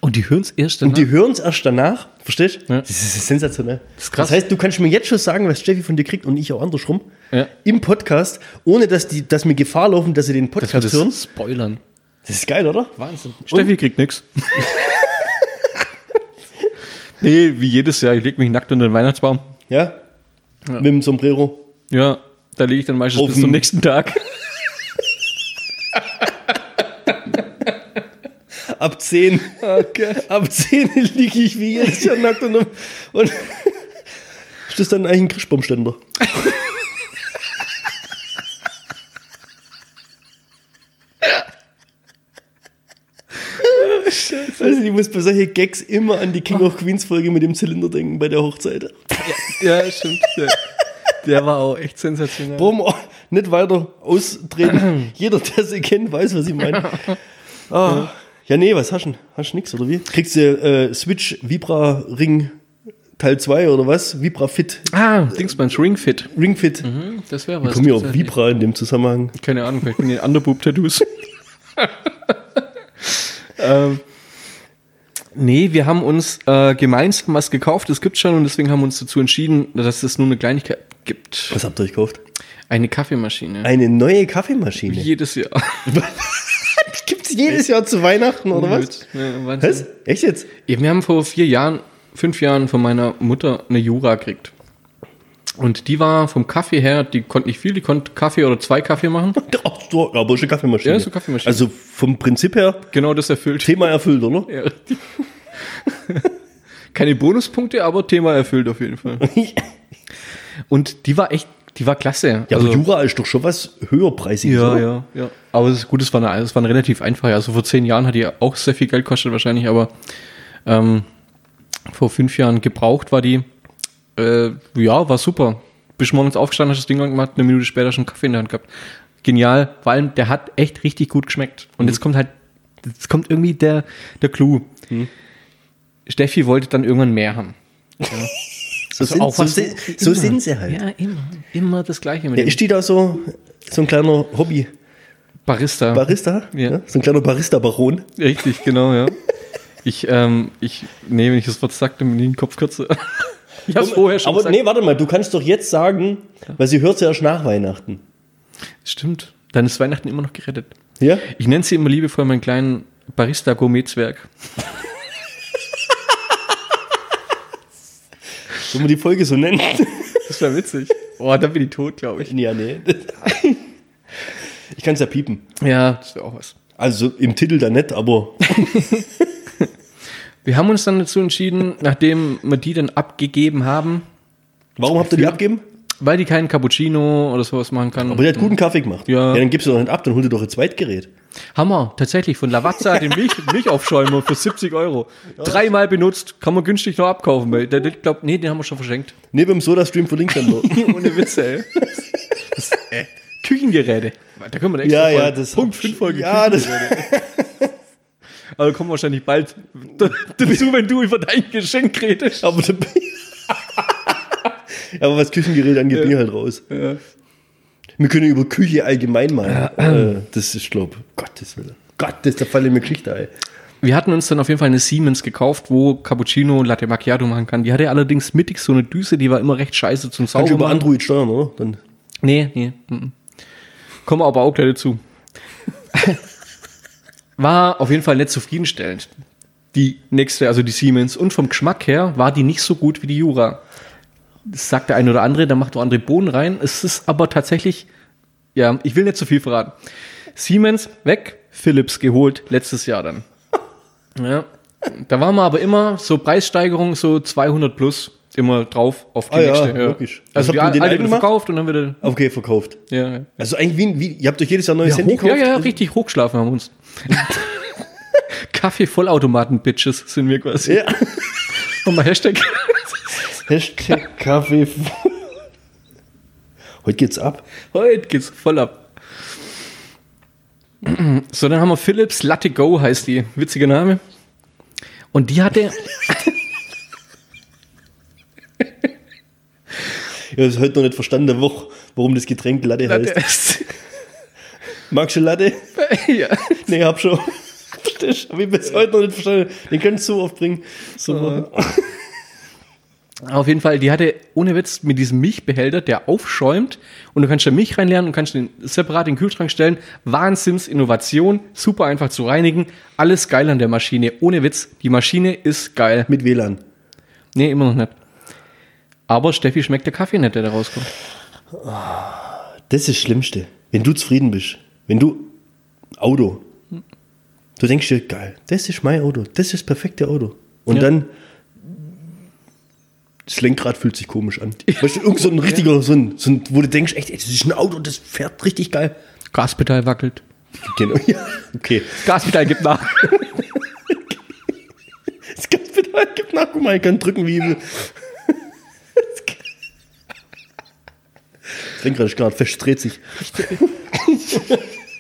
Speaker 2: Und die hören's erst
Speaker 1: Und
Speaker 2: danach.
Speaker 1: die hören es erst danach, verstehst du?
Speaker 2: Ja.
Speaker 1: Das ist sensationell. Das,
Speaker 2: ist krass.
Speaker 1: heißt, du kannst mir jetzt schon sagen, was Steffi von dir kriegt und ich auch andersrum
Speaker 2: Ja.
Speaker 1: im Podcast, ohne dass, die, dass mir Gefahr laufen, dass sie den
Speaker 2: dass wir
Speaker 1: Podcast
Speaker 2: das
Speaker 1: hören.
Speaker 2: spoilern.
Speaker 1: Das ist geil, oder?
Speaker 2: Wahnsinn. Steffi kriegt nix. nee, wie jedes Jahr. Ich leg mich nackt unter den Weihnachtsbaum.
Speaker 1: Ja? Mit dem Sombrero.
Speaker 2: Ja, da lege ich dann meistens
Speaker 1: Auf
Speaker 2: bis zum
Speaker 1: den-
Speaker 2: nächsten Tag.
Speaker 1: Ab 10. Ab 10 liege ich wie jetzt schon nackt und, und ist das dann eigentlich ein Christbaumständer? Also ich muss bei solchen Gags immer an die King of Queens Folge mit dem Zylinder denken bei der Hochzeit.
Speaker 2: Ja, stimmt. Der, der war auch echt sensationell.
Speaker 1: Warum auch oh, nicht weiter austreten? Jeder, der sie kennt, weiß, was ich meine. Ah. Ja, nee, was hast du denn? Hast du nix, oder wie? Kriegst du äh, Switch Vibra Ring Teil 2 oder was? Vibra Fit,
Speaker 2: Ah, Dingsband, Ringfit.
Speaker 1: Ring Fit.
Speaker 2: Mhm. Hm, Das wäre
Speaker 1: Ich komme ja auf Vibra in dem Zusammenhang.
Speaker 2: Keine Ahnung, vielleicht bin ich Underboob-Tattoos. ähm, nee, wir haben uns äh, gemeinsam was gekauft. Es gibt schon und deswegen haben wir uns dazu entschieden, dass es nur eine Kleinigkeit gibt.
Speaker 1: Was habt ihr euch gekauft?
Speaker 2: Eine Kaffeemaschine.
Speaker 1: Eine neue Kaffeemaschine.
Speaker 2: Jedes Jahr.
Speaker 1: Die gibt's jedes Jahr zu Weihnachten, oder was?
Speaker 2: Ja, Wahnsinn.
Speaker 1: Was? Echt jetzt?
Speaker 2: Ja, wir haben vor vier Jahren, fünf Jahren von meiner Mutter eine Jura gekriegt. Und die war vom Kaffee her, die konnte nicht viel, die konnte Kaffee oder zwei Kaffee machen.
Speaker 1: Ach, so, aber ist eine Kaffeemaschine.
Speaker 2: Ja, ist eine Kaffeemaschine.
Speaker 1: Also vom Prinzip her,
Speaker 2: Genau das erfüllt.
Speaker 1: Thema erfüllt, oder?
Speaker 2: Ja, richtig. Keine Bonuspunkte, aber Thema erfüllt auf jeden Fall. Und die war echt, die war klasse.
Speaker 1: Ja,
Speaker 2: Also-
Speaker 1: aber Jura ist doch schon was höherpreisiges.
Speaker 2: Ja,
Speaker 1: oder?
Speaker 2: ja, ja. Aber es ist gut, es war, eine, es war eine relativ einfache. Also vor zehn Jahren hat die auch sehr viel Geld gekostet wahrscheinlich, aber ähm, vor fünf Jahren gebraucht war die. Äh, ja, war super. Bist morgens aufgestanden, hast das Ding gemacht, eine Minute später schon Kaffee in der Hand gehabt. Genial, vor allem der hat echt richtig gut geschmeckt. Und jetzt kommt halt, jetzt kommt irgendwie der, der Clou. Steffi wollte dann irgendwann mehr haben.
Speaker 1: So, sind,
Speaker 2: auch
Speaker 1: so,
Speaker 2: was-
Speaker 1: sind, so sind sie halt.
Speaker 2: Ja, immer. Immer das Gleiche mit
Speaker 1: Ja,
Speaker 2: dem
Speaker 1: ist die da so, so ein kleiner Hobby-Barista?
Speaker 2: Barista. Ja.
Speaker 1: So ein kleiner Barista-Baron?
Speaker 2: Richtig, genau, ja. Ich, ähm, ich, nee, wenn ich das Wort sage, dann bin ich den Kopf kürzer. Ich hab's vorher schon
Speaker 1: Aber
Speaker 2: gesagt.
Speaker 1: nee, warte mal, du kannst doch jetzt sagen, weil sie hört sie erst nach Weihnachten.
Speaker 2: Stimmt. Dann ist Weihnachten immer noch gerettet.
Speaker 1: Ja?
Speaker 2: Ich nenne sie immer liebevoll meinen kleinen Barista-Gourmet-Zwerg.
Speaker 1: Wenn man die Folge so nennt.
Speaker 2: Das wäre witzig. Boah, dann bin ich tot, glaube ich.
Speaker 1: ja, nee. Ich kann es ja piepen.
Speaker 2: Ja, das wäre auch was.
Speaker 1: Also im Titel da nicht, aber
Speaker 2: Wir haben uns dann dazu entschieden, nachdem wir die dann abgegeben haben,
Speaker 1: warum habt ihr die abgegeben?
Speaker 2: Weil die keinen Cappuccino oder sowas machen kann.
Speaker 1: Aber der hat guten Kaffee gemacht.
Speaker 2: Ja.
Speaker 1: dann gibst du doch nicht ab, dann hol dir doch ein Zweitgerät.
Speaker 2: Hammer, tatsächlich, von Lavazza den Milch, Milchaufschäumer für 70 Euro. Dreimal benutzt, kann man günstig noch abkaufen. Weil der, der glaubt, nee, den haben wir schon verschenkt.
Speaker 1: Nee, beim Soda-Stream verlinkt dann nur.
Speaker 2: Ohne Witze, ey. Das- äh, Küchengeräte. Da können wir
Speaker 1: ja,
Speaker 2: extra
Speaker 1: ja,
Speaker 2: Folge-
Speaker 1: das.
Speaker 2: Punkt 5 Folge.
Speaker 1: Ja, das.
Speaker 2: Aber Also kommen wahrscheinlich bald d- dazu, wenn du über dein Geschenk redest.
Speaker 1: Aber, da- aber was Küchengerät angeht, bin ich halt raus. Wir können über Küche allgemein mal. Äh, das ist, glaub, Gottes Willen. Gottes, da fallen mir Geschichte ein.
Speaker 2: Wir hatten uns dann auf jeden Fall eine Siemens gekauft, wo Cappuccino Latte Macchiato machen kann. Die hatte allerdings mittig so eine Düse, die war immer recht scheiße zum Saugen.
Speaker 1: Kannst du über Android steuern, oder? Dann
Speaker 2: Nee, nee. mhm. Kommen wir aber auch gleich dazu. War auf jeden Fall nicht zufriedenstellend. Die nächste, also die Siemens. Und vom Geschmack her war die nicht so gut wie die Jura. Das sagt der eine oder andere, da macht auch andere Bohnen rein. Es ist aber tatsächlich, ja, ich will nicht zu viel verraten. Siemens weg, Philips geholt, letztes Jahr dann. Ja. Da waren wir aber immer so Preissteigerung, so 200 plus, immer drauf auf die
Speaker 1: Ah ja,
Speaker 2: nächste.
Speaker 1: logisch. Was habt
Speaker 2: Also die
Speaker 1: ihr mit den
Speaker 2: alte
Speaker 1: alten
Speaker 2: wieder
Speaker 1: gemacht?
Speaker 2: verkauft und dann wieder
Speaker 1: okay, verkauft.
Speaker 2: ja, ja.
Speaker 1: Also eigentlich wie, ein- wie ihr habt euch jedes Jahr ein neues Handy
Speaker 2: hoch, ja,
Speaker 1: gekauft.
Speaker 2: ja, richtig hochschlafen haben wir uns. Kaffee-Vollautomaten-Bitches sind wir quasi.
Speaker 1: Ja.
Speaker 2: Nochmal Hashtag.
Speaker 1: Hashtag Kaffee. Heute geht's ab.
Speaker 2: Heute geht's voll ab. So, dann haben wir Philips Latte Go heißt die. Witziger Name. Und die hatte,
Speaker 1: Ich habe es heute noch nicht verstanden, wo, warum das Getränk Latte heißt. Magst du Latte?
Speaker 2: ja.
Speaker 1: Nee, hab schon. Verstehst du? Hab ich bis heute noch nicht verstanden. Den kannst du so oft bringen. So.
Speaker 2: Auf jeden Fall, die hatte ohne Witz mit diesem Milchbehälter, der aufschäumt und du kannst da Milch reinlernen und kannst den separat in den Kühlschrank stellen. Wahnsinns Innovation, super einfach zu reinigen, alles geil an der Maschine. Ohne Witz, die Maschine ist geil.
Speaker 1: Mit WLAN.
Speaker 2: Nee, immer noch nicht. Aber Steffi schmeckt der Kaffee nicht, der da rauskommt.
Speaker 1: Das ist das Schlimmste. Wenn du zufrieden bist, wenn du Auto, du denkst dir, geil, das ist mein Auto, das ist das perfekte Auto. Und
Speaker 2: Ja.
Speaker 1: dann das Lenkrad fühlt sich komisch an. Weißt du, irgend so ein richtiger, so ein, so ein, wo du denkst, echt, ey, das ist ein Auto, das fährt richtig geil.
Speaker 2: Gaspedal wackelt.
Speaker 1: Genau. Ja, okay.
Speaker 2: Gaspedal gibt nach.
Speaker 1: Das Gaspedal gibt nach, guck mal, ich kann drücken wie. Das Lenkrad ist gerade fest, dreht sich.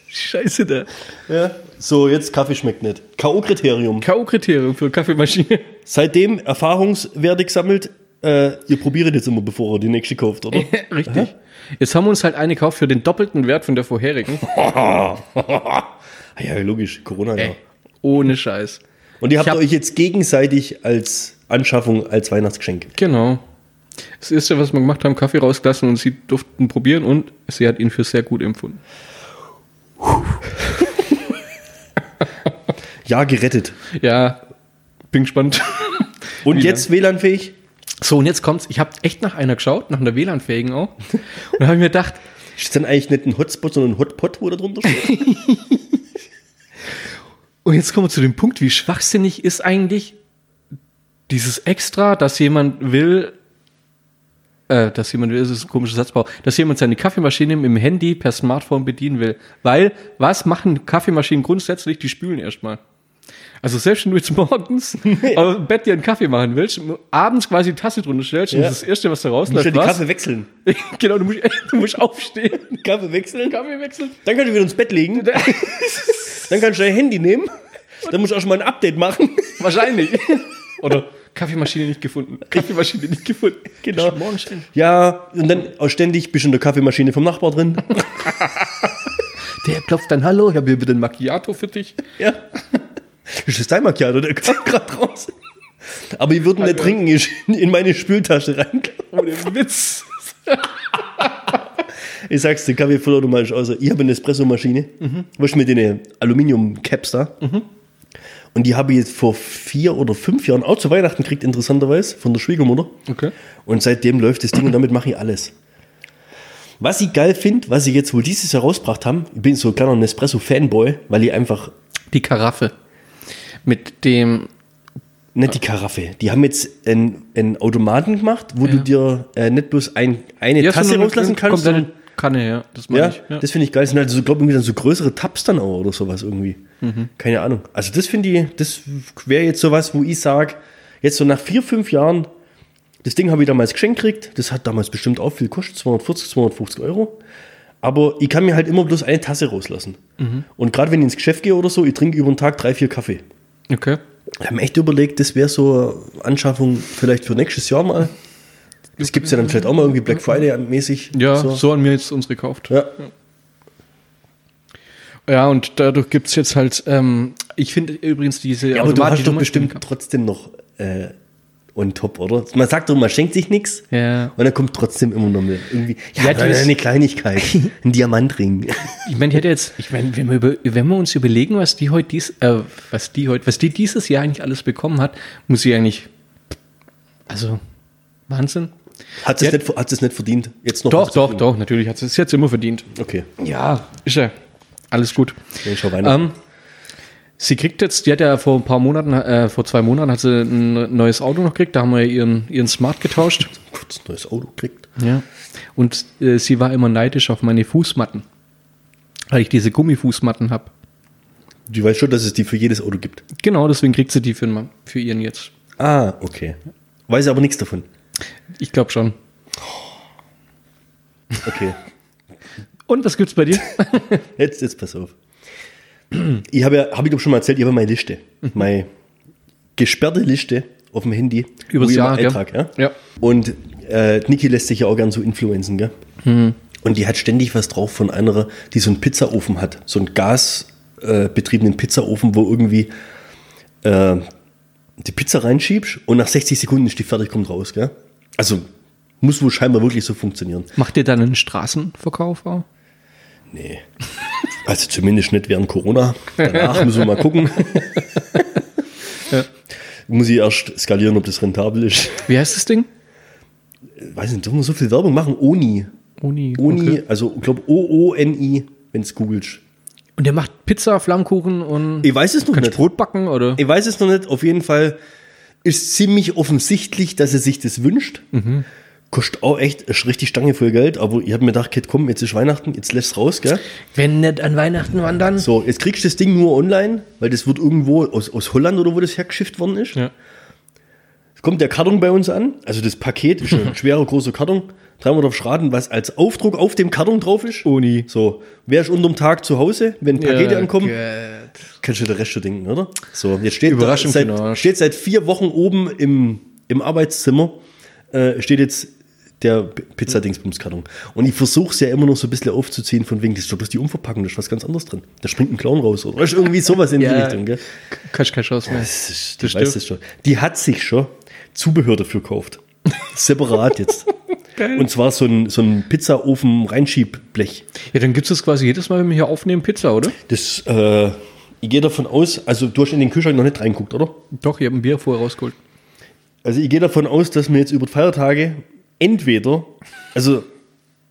Speaker 2: Scheiße da.
Speaker 1: Ja. So, jetzt Kaffee schmeckt nicht. K.O.-Kriterium.
Speaker 2: K.O.-Kriterium für Kaffeemaschine.
Speaker 1: Seitdem Erfahrungswerte gesammelt, äh, ihr probiert jetzt immer, bevor ihr die nächste kauft, oder?
Speaker 2: Richtig. Jetzt haben wir uns halt eine gekauft für den doppelten Wert von der vorherigen.
Speaker 1: Ah. ja, logisch, Corona, ja.
Speaker 2: Ey, ohne Scheiß.
Speaker 1: Und ihr habt
Speaker 2: Äh, Ich hab-
Speaker 1: euch jetzt gegenseitig als Anschaffung, als Weihnachtsgeschenk.
Speaker 2: Genau. Das erste, was wir gemacht haben, Kaffee rausgelassen und sie durften probieren und sie hat ihn für sehr gut empfunden.
Speaker 1: Ja, gerettet.
Speaker 2: Ja, bin gespannt.
Speaker 1: Und
Speaker 2: Wie ne?
Speaker 1: jetzt WLAN-fähig?
Speaker 2: So, und jetzt kommt's. Ich habe echt nach einer geschaut, nach einer WLAN-fähigen auch. Und habe mir gedacht,
Speaker 1: Ist dann eigentlich nicht ein Hotspot, sondern ein Hotpot, wo da drunter steht?
Speaker 2: und jetzt kommen wir zu dem Punkt, wie schwachsinnig ist eigentlich dieses Extra, dass jemand will, äh, dass jemand will, das ist ein komischer Satzbau, dass jemand seine Kaffeemaschine im Handy per Smartphone bedienen will. Weil, was machen Kaffeemaschinen grundsätzlich? Die spülen erstmal. Also selbst wenn du jetzt morgens auf dem Bett dir einen Kaffee machen willst, abends quasi die Tasse drunter stellst und
Speaker 1: Ja.
Speaker 2: das ist das Erste, was da
Speaker 1: Du musst ja
Speaker 2: rausläuft,
Speaker 1: die
Speaker 2: was?
Speaker 1: Kaffee wechseln.
Speaker 2: genau, du musst, du musst aufstehen,
Speaker 1: Kaffee wechseln?
Speaker 2: Kaffee wechseln.
Speaker 1: Dann kannst du wieder ins Bett legen. Dann kannst du dein Handy nehmen. Dann musst du auch schon mal ein Update machen.
Speaker 2: Wahrscheinlich. Oder Kaffeemaschine nicht gefunden. Kaffeemaschine nicht gefunden.
Speaker 1: Genau.
Speaker 2: Morgen schön.
Speaker 1: Ja, und dann auch ständig bist du in der Kaffeemaschine vom Nachbar drin.
Speaker 2: Der klopft dann, hallo, ich habe hier bitte ein Macchiato für dich.
Speaker 1: Ja. Das ist dein Macchiato, der kam gerade raus. Aber ich würde ihn nicht
Speaker 2: Danke.
Speaker 1: trinken, ich in meine Spültasche rein.
Speaker 2: Ohne Oh, Witz.
Speaker 1: Ich sag's dir, Kaffee vollautomatisch außer. Ich habe eine Espressomaschine, mhm. weißt du, mit den Aluminium-Caps da. Und die habe ich jetzt vor vier oder fünf Jahren auch zu Weihnachten gekriegt, interessanterweise, von der Schwiegermutter.
Speaker 2: Okay.
Speaker 1: Und seitdem läuft das Ding und damit mache ich alles. Was ich geil finde, was sie jetzt wohl dieses Jahr rausgebracht haben, ich bin so ein kleiner Nespresso-Fanboy, weil ich einfach
Speaker 2: Die Karaffe. Mit dem
Speaker 1: Nicht die Karaffe. Die haben jetzt einen, einen Automaten gemacht, wo du dir äh, nicht bloß ein, eine
Speaker 2: Ja,
Speaker 1: Tasse
Speaker 2: sondern
Speaker 1: rauslassen kannst.
Speaker 2: Kommt
Speaker 1: sondern-
Speaker 2: eine Kanne, ja. Das meine
Speaker 1: Ja,
Speaker 2: ich. Ja.
Speaker 1: das finde ich geil. Das sind halt so, glaube irgendwie dann so größere Tabs dann auch oder sowas irgendwie.
Speaker 2: Mhm.
Speaker 1: Keine Ahnung. Also das finde ich, das wäre jetzt sowas, wo ich sage, jetzt so nach vier, fünf Jahren, das Ding habe ich damals geschenkt gekriegt. Das hat damals bestimmt auch viel gekostet, 240, 250 Euro. Aber ich kann mir halt immer bloß eine Tasse rauslassen.
Speaker 2: Mhm.
Speaker 1: Und gerade wenn ich ins Geschäft gehe oder so, ich trinke über den Tag drei, vier Kaffee.
Speaker 2: Okay.
Speaker 1: Wir haben echt überlegt, das wäre so eine Anschaffung vielleicht für nächstes Jahr mal. Das gibt es ja dann vielleicht auch mal irgendwie Black Friday mäßig.
Speaker 2: Ja, so. haben wir jetzt uns gekauft.
Speaker 1: Ja.
Speaker 2: Ja, und dadurch gibt es jetzt halt, ähm, ich finde übrigens diese
Speaker 1: Ja, aber du hast
Speaker 2: automatische
Speaker 1: doch
Speaker 2: Nummer-
Speaker 1: bestimmt trotzdem noch äh, on top, oder? Man sagt doch, man schenkt sich nichts.
Speaker 2: Ja.
Speaker 1: Und dann kommt trotzdem immer noch mehr. Irgendwie, ja,
Speaker 2: Ja,
Speaker 1: dann
Speaker 2: das-
Speaker 1: eine Kleinigkeit. ein Diamantring.
Speaker 2: Ich meine, ich hätte jetzt, ich meine, wenn wir, über, wenn wir uns überlegen, was die heute dies, äh, was die heute, was die dieses Jahr eigentlich alles bekommen hat, muss sie eigentlich, also Wahnsinn.
Speaker 1: Hat sie
Speaker 2: Ja.
Speaker 1: es nicht, ver- hat sie es nicht verdient? Jetzt noch
Speaker 2: Doch,
Speaker 1: was zu
Speaker 2: doch,
Speaker 1: tun?
Speaker 2: doch, natürlich hat sie es jetzt immer verdient.
Speaker 1: Okay.
Speaker 2: Ja, ist ja alles gut.
Speaker 1: Nee, schau Weihnachten.
Speaker 2: Ähm, sie kriegt jetzt, die hat ja vor ein paar Monaten, äh, vor zwei Monaten hat sie ein neues Auto noch gekriegt, da haben wir ihren, ihren Smart getauscht.
Speaker 1: Kurz ein neues Auto kriegt.
Speaker 2: Ja. Und äh, sie war immer neidisch auf meine Fußmatten, weil ich diese Gummifußmatten habe.
Speaker 1: Du weißt schon, dass es die für jedes Auto gibt.
Speaker 2: Genau, deswegen kriegt sie die für, den Mann- für ihren jetzt.
Speaker 1: Ah, okay. Weiß aber nichts davon.
Speaker 2: Ich glaube schon.
Speaker 1: Okay.
Speaker 2: Und was gibt's bei dir?
Speaker 1: Jetzt, jetzt pass auf. Ich habe ja, habe ich doch schon mal erzählt, ich habe meine Liste. Meine gesperrte Liste auf dem Handy.
Speaker 2: Übers
Speaker 1: wo ich
Speaker 2: Jahr,
Speaker 1: immer
Speaker 2: gell?
Speaker 1: eintrag, ja?
Speaker 2: Ja.
Speaker 1: Und äh, Niki lässt sich ja auch gern so influenzen, gell?
Speaker 2: Mhm.
Speaker 1: Und die hat ständig was drauf von einer, die so einen Pizzaofen hat. So einen gasbetriebenen äh, betriebenen Pizzaofen, wo irgendwie äh, die Pizza reinschiebst und nach 60 Sekunden ist die fertig, kommt raus, gell? Also muss wohl scheinbar wirklich so funktionieren.
Speaker 2: Macht ihr dann einen Straßenverkauf auch?
Speaker 1: Nee. Also zumindest nicht während Corona. Danach müssen wir mal gucken. Muss ich erst skalieren, ob das rentabel ist.
Speaker 2: Wie heißt das Ding?
Speaker 1: Weiß nicht, dürfen wir so viel Werbung machen? Oni.
Speaker 2: Uni.
Speaker 1: Oni,
Speaker 2: Okay.
Speaker 1: also ich glaube O-O-N-I, wenn es googelst.
Speaker 2: Und der macht Pizza, Flammkuchen und
Speaker 1: Ich weiß es noch
Speaker 2: kannst
Speaker 1: nicht.
Speaker 2: Brot backen ne? oder?
Speaker 1: Ich weiß es noch nicht. Auf jeden Fall ist ziemlich offensichtlich, dass er sich das wünscht.
Speaker 2: Mhm.
Speaker 1: Kostet auch echt ist richtig Stange voll Geld. Aber ich habe mir gedacht, Kid, komm, jetzt ist Weihnachten, jetzt lässt raus, gell?
Speaker 2: Wenn nicht an Weihnachten, wann dann?
Speaker 1: So, jetzt kriegst du das Ding nur online, weil das wird irgendwo aus, aus Holland oder wo das hergeschifft worden ist.
Speaker 2: Ja.
Speaker 1: Es Kommt der Karton bei uns an, also das Paket ist ein schwerer, großer Karton, 300 Schraden, was als Aufdruck auf dem Karton drauf ist.
Speaker 2: Uni.
Speaker 1: So, wer ist unterm Tag zu Hause, wenn Pakete ankommen,
Speaker 2: Gott.
Speaker 1: kannst du den Rest schon denken, oder? So, jetzt steht,
Speaker 2: Überraschung
Speaker 1: seit,
Speaker 2: für den Arsch.
Speaker 1: steht seit vier Wochen oben im, im Arbeitszimmer, äh, steht jetzt der P- Pizzadingsbumskarton. Und ich versuche es ja immer noch so ein bisschen aufzuziehen, von wegen, das ist doch bloß die Umverpackung, da ist was ganz anderes drin. Da springt ein Clown raus oder weißt du, irgendwie sowas in die
Speaker 2: Ja.
Speaker 1: Richtung, gell?
Speaker 2: Kannst keine Chance mehr.
Speaker 1: Das ist,
Speaker 2: Das
Speaker 1: die weiß
Speaker 2: stimmt.
Speaker 1: das schon. Die hat sich schon Zubehör dafür gekauft. Separat jetzt. Und zwar so ein, so ein Pizzaofen Reinschiebblech.
Speaker 2: Ja, dann gibt's das quasi jedes Mal, wenn wir hier aufnehmen, Pizza, oder?
Speaker 1: Das, äh, ich gehe davon aus, also du hast in den Kühlschrank noch nicht reinguckt, oder?
Speaker 2: Doch, ich habe ein Bier vorher rausgeholt.
Speaker 1: Also ich gehe davon aus, dass wir jetzt über die Feiertage entweder, also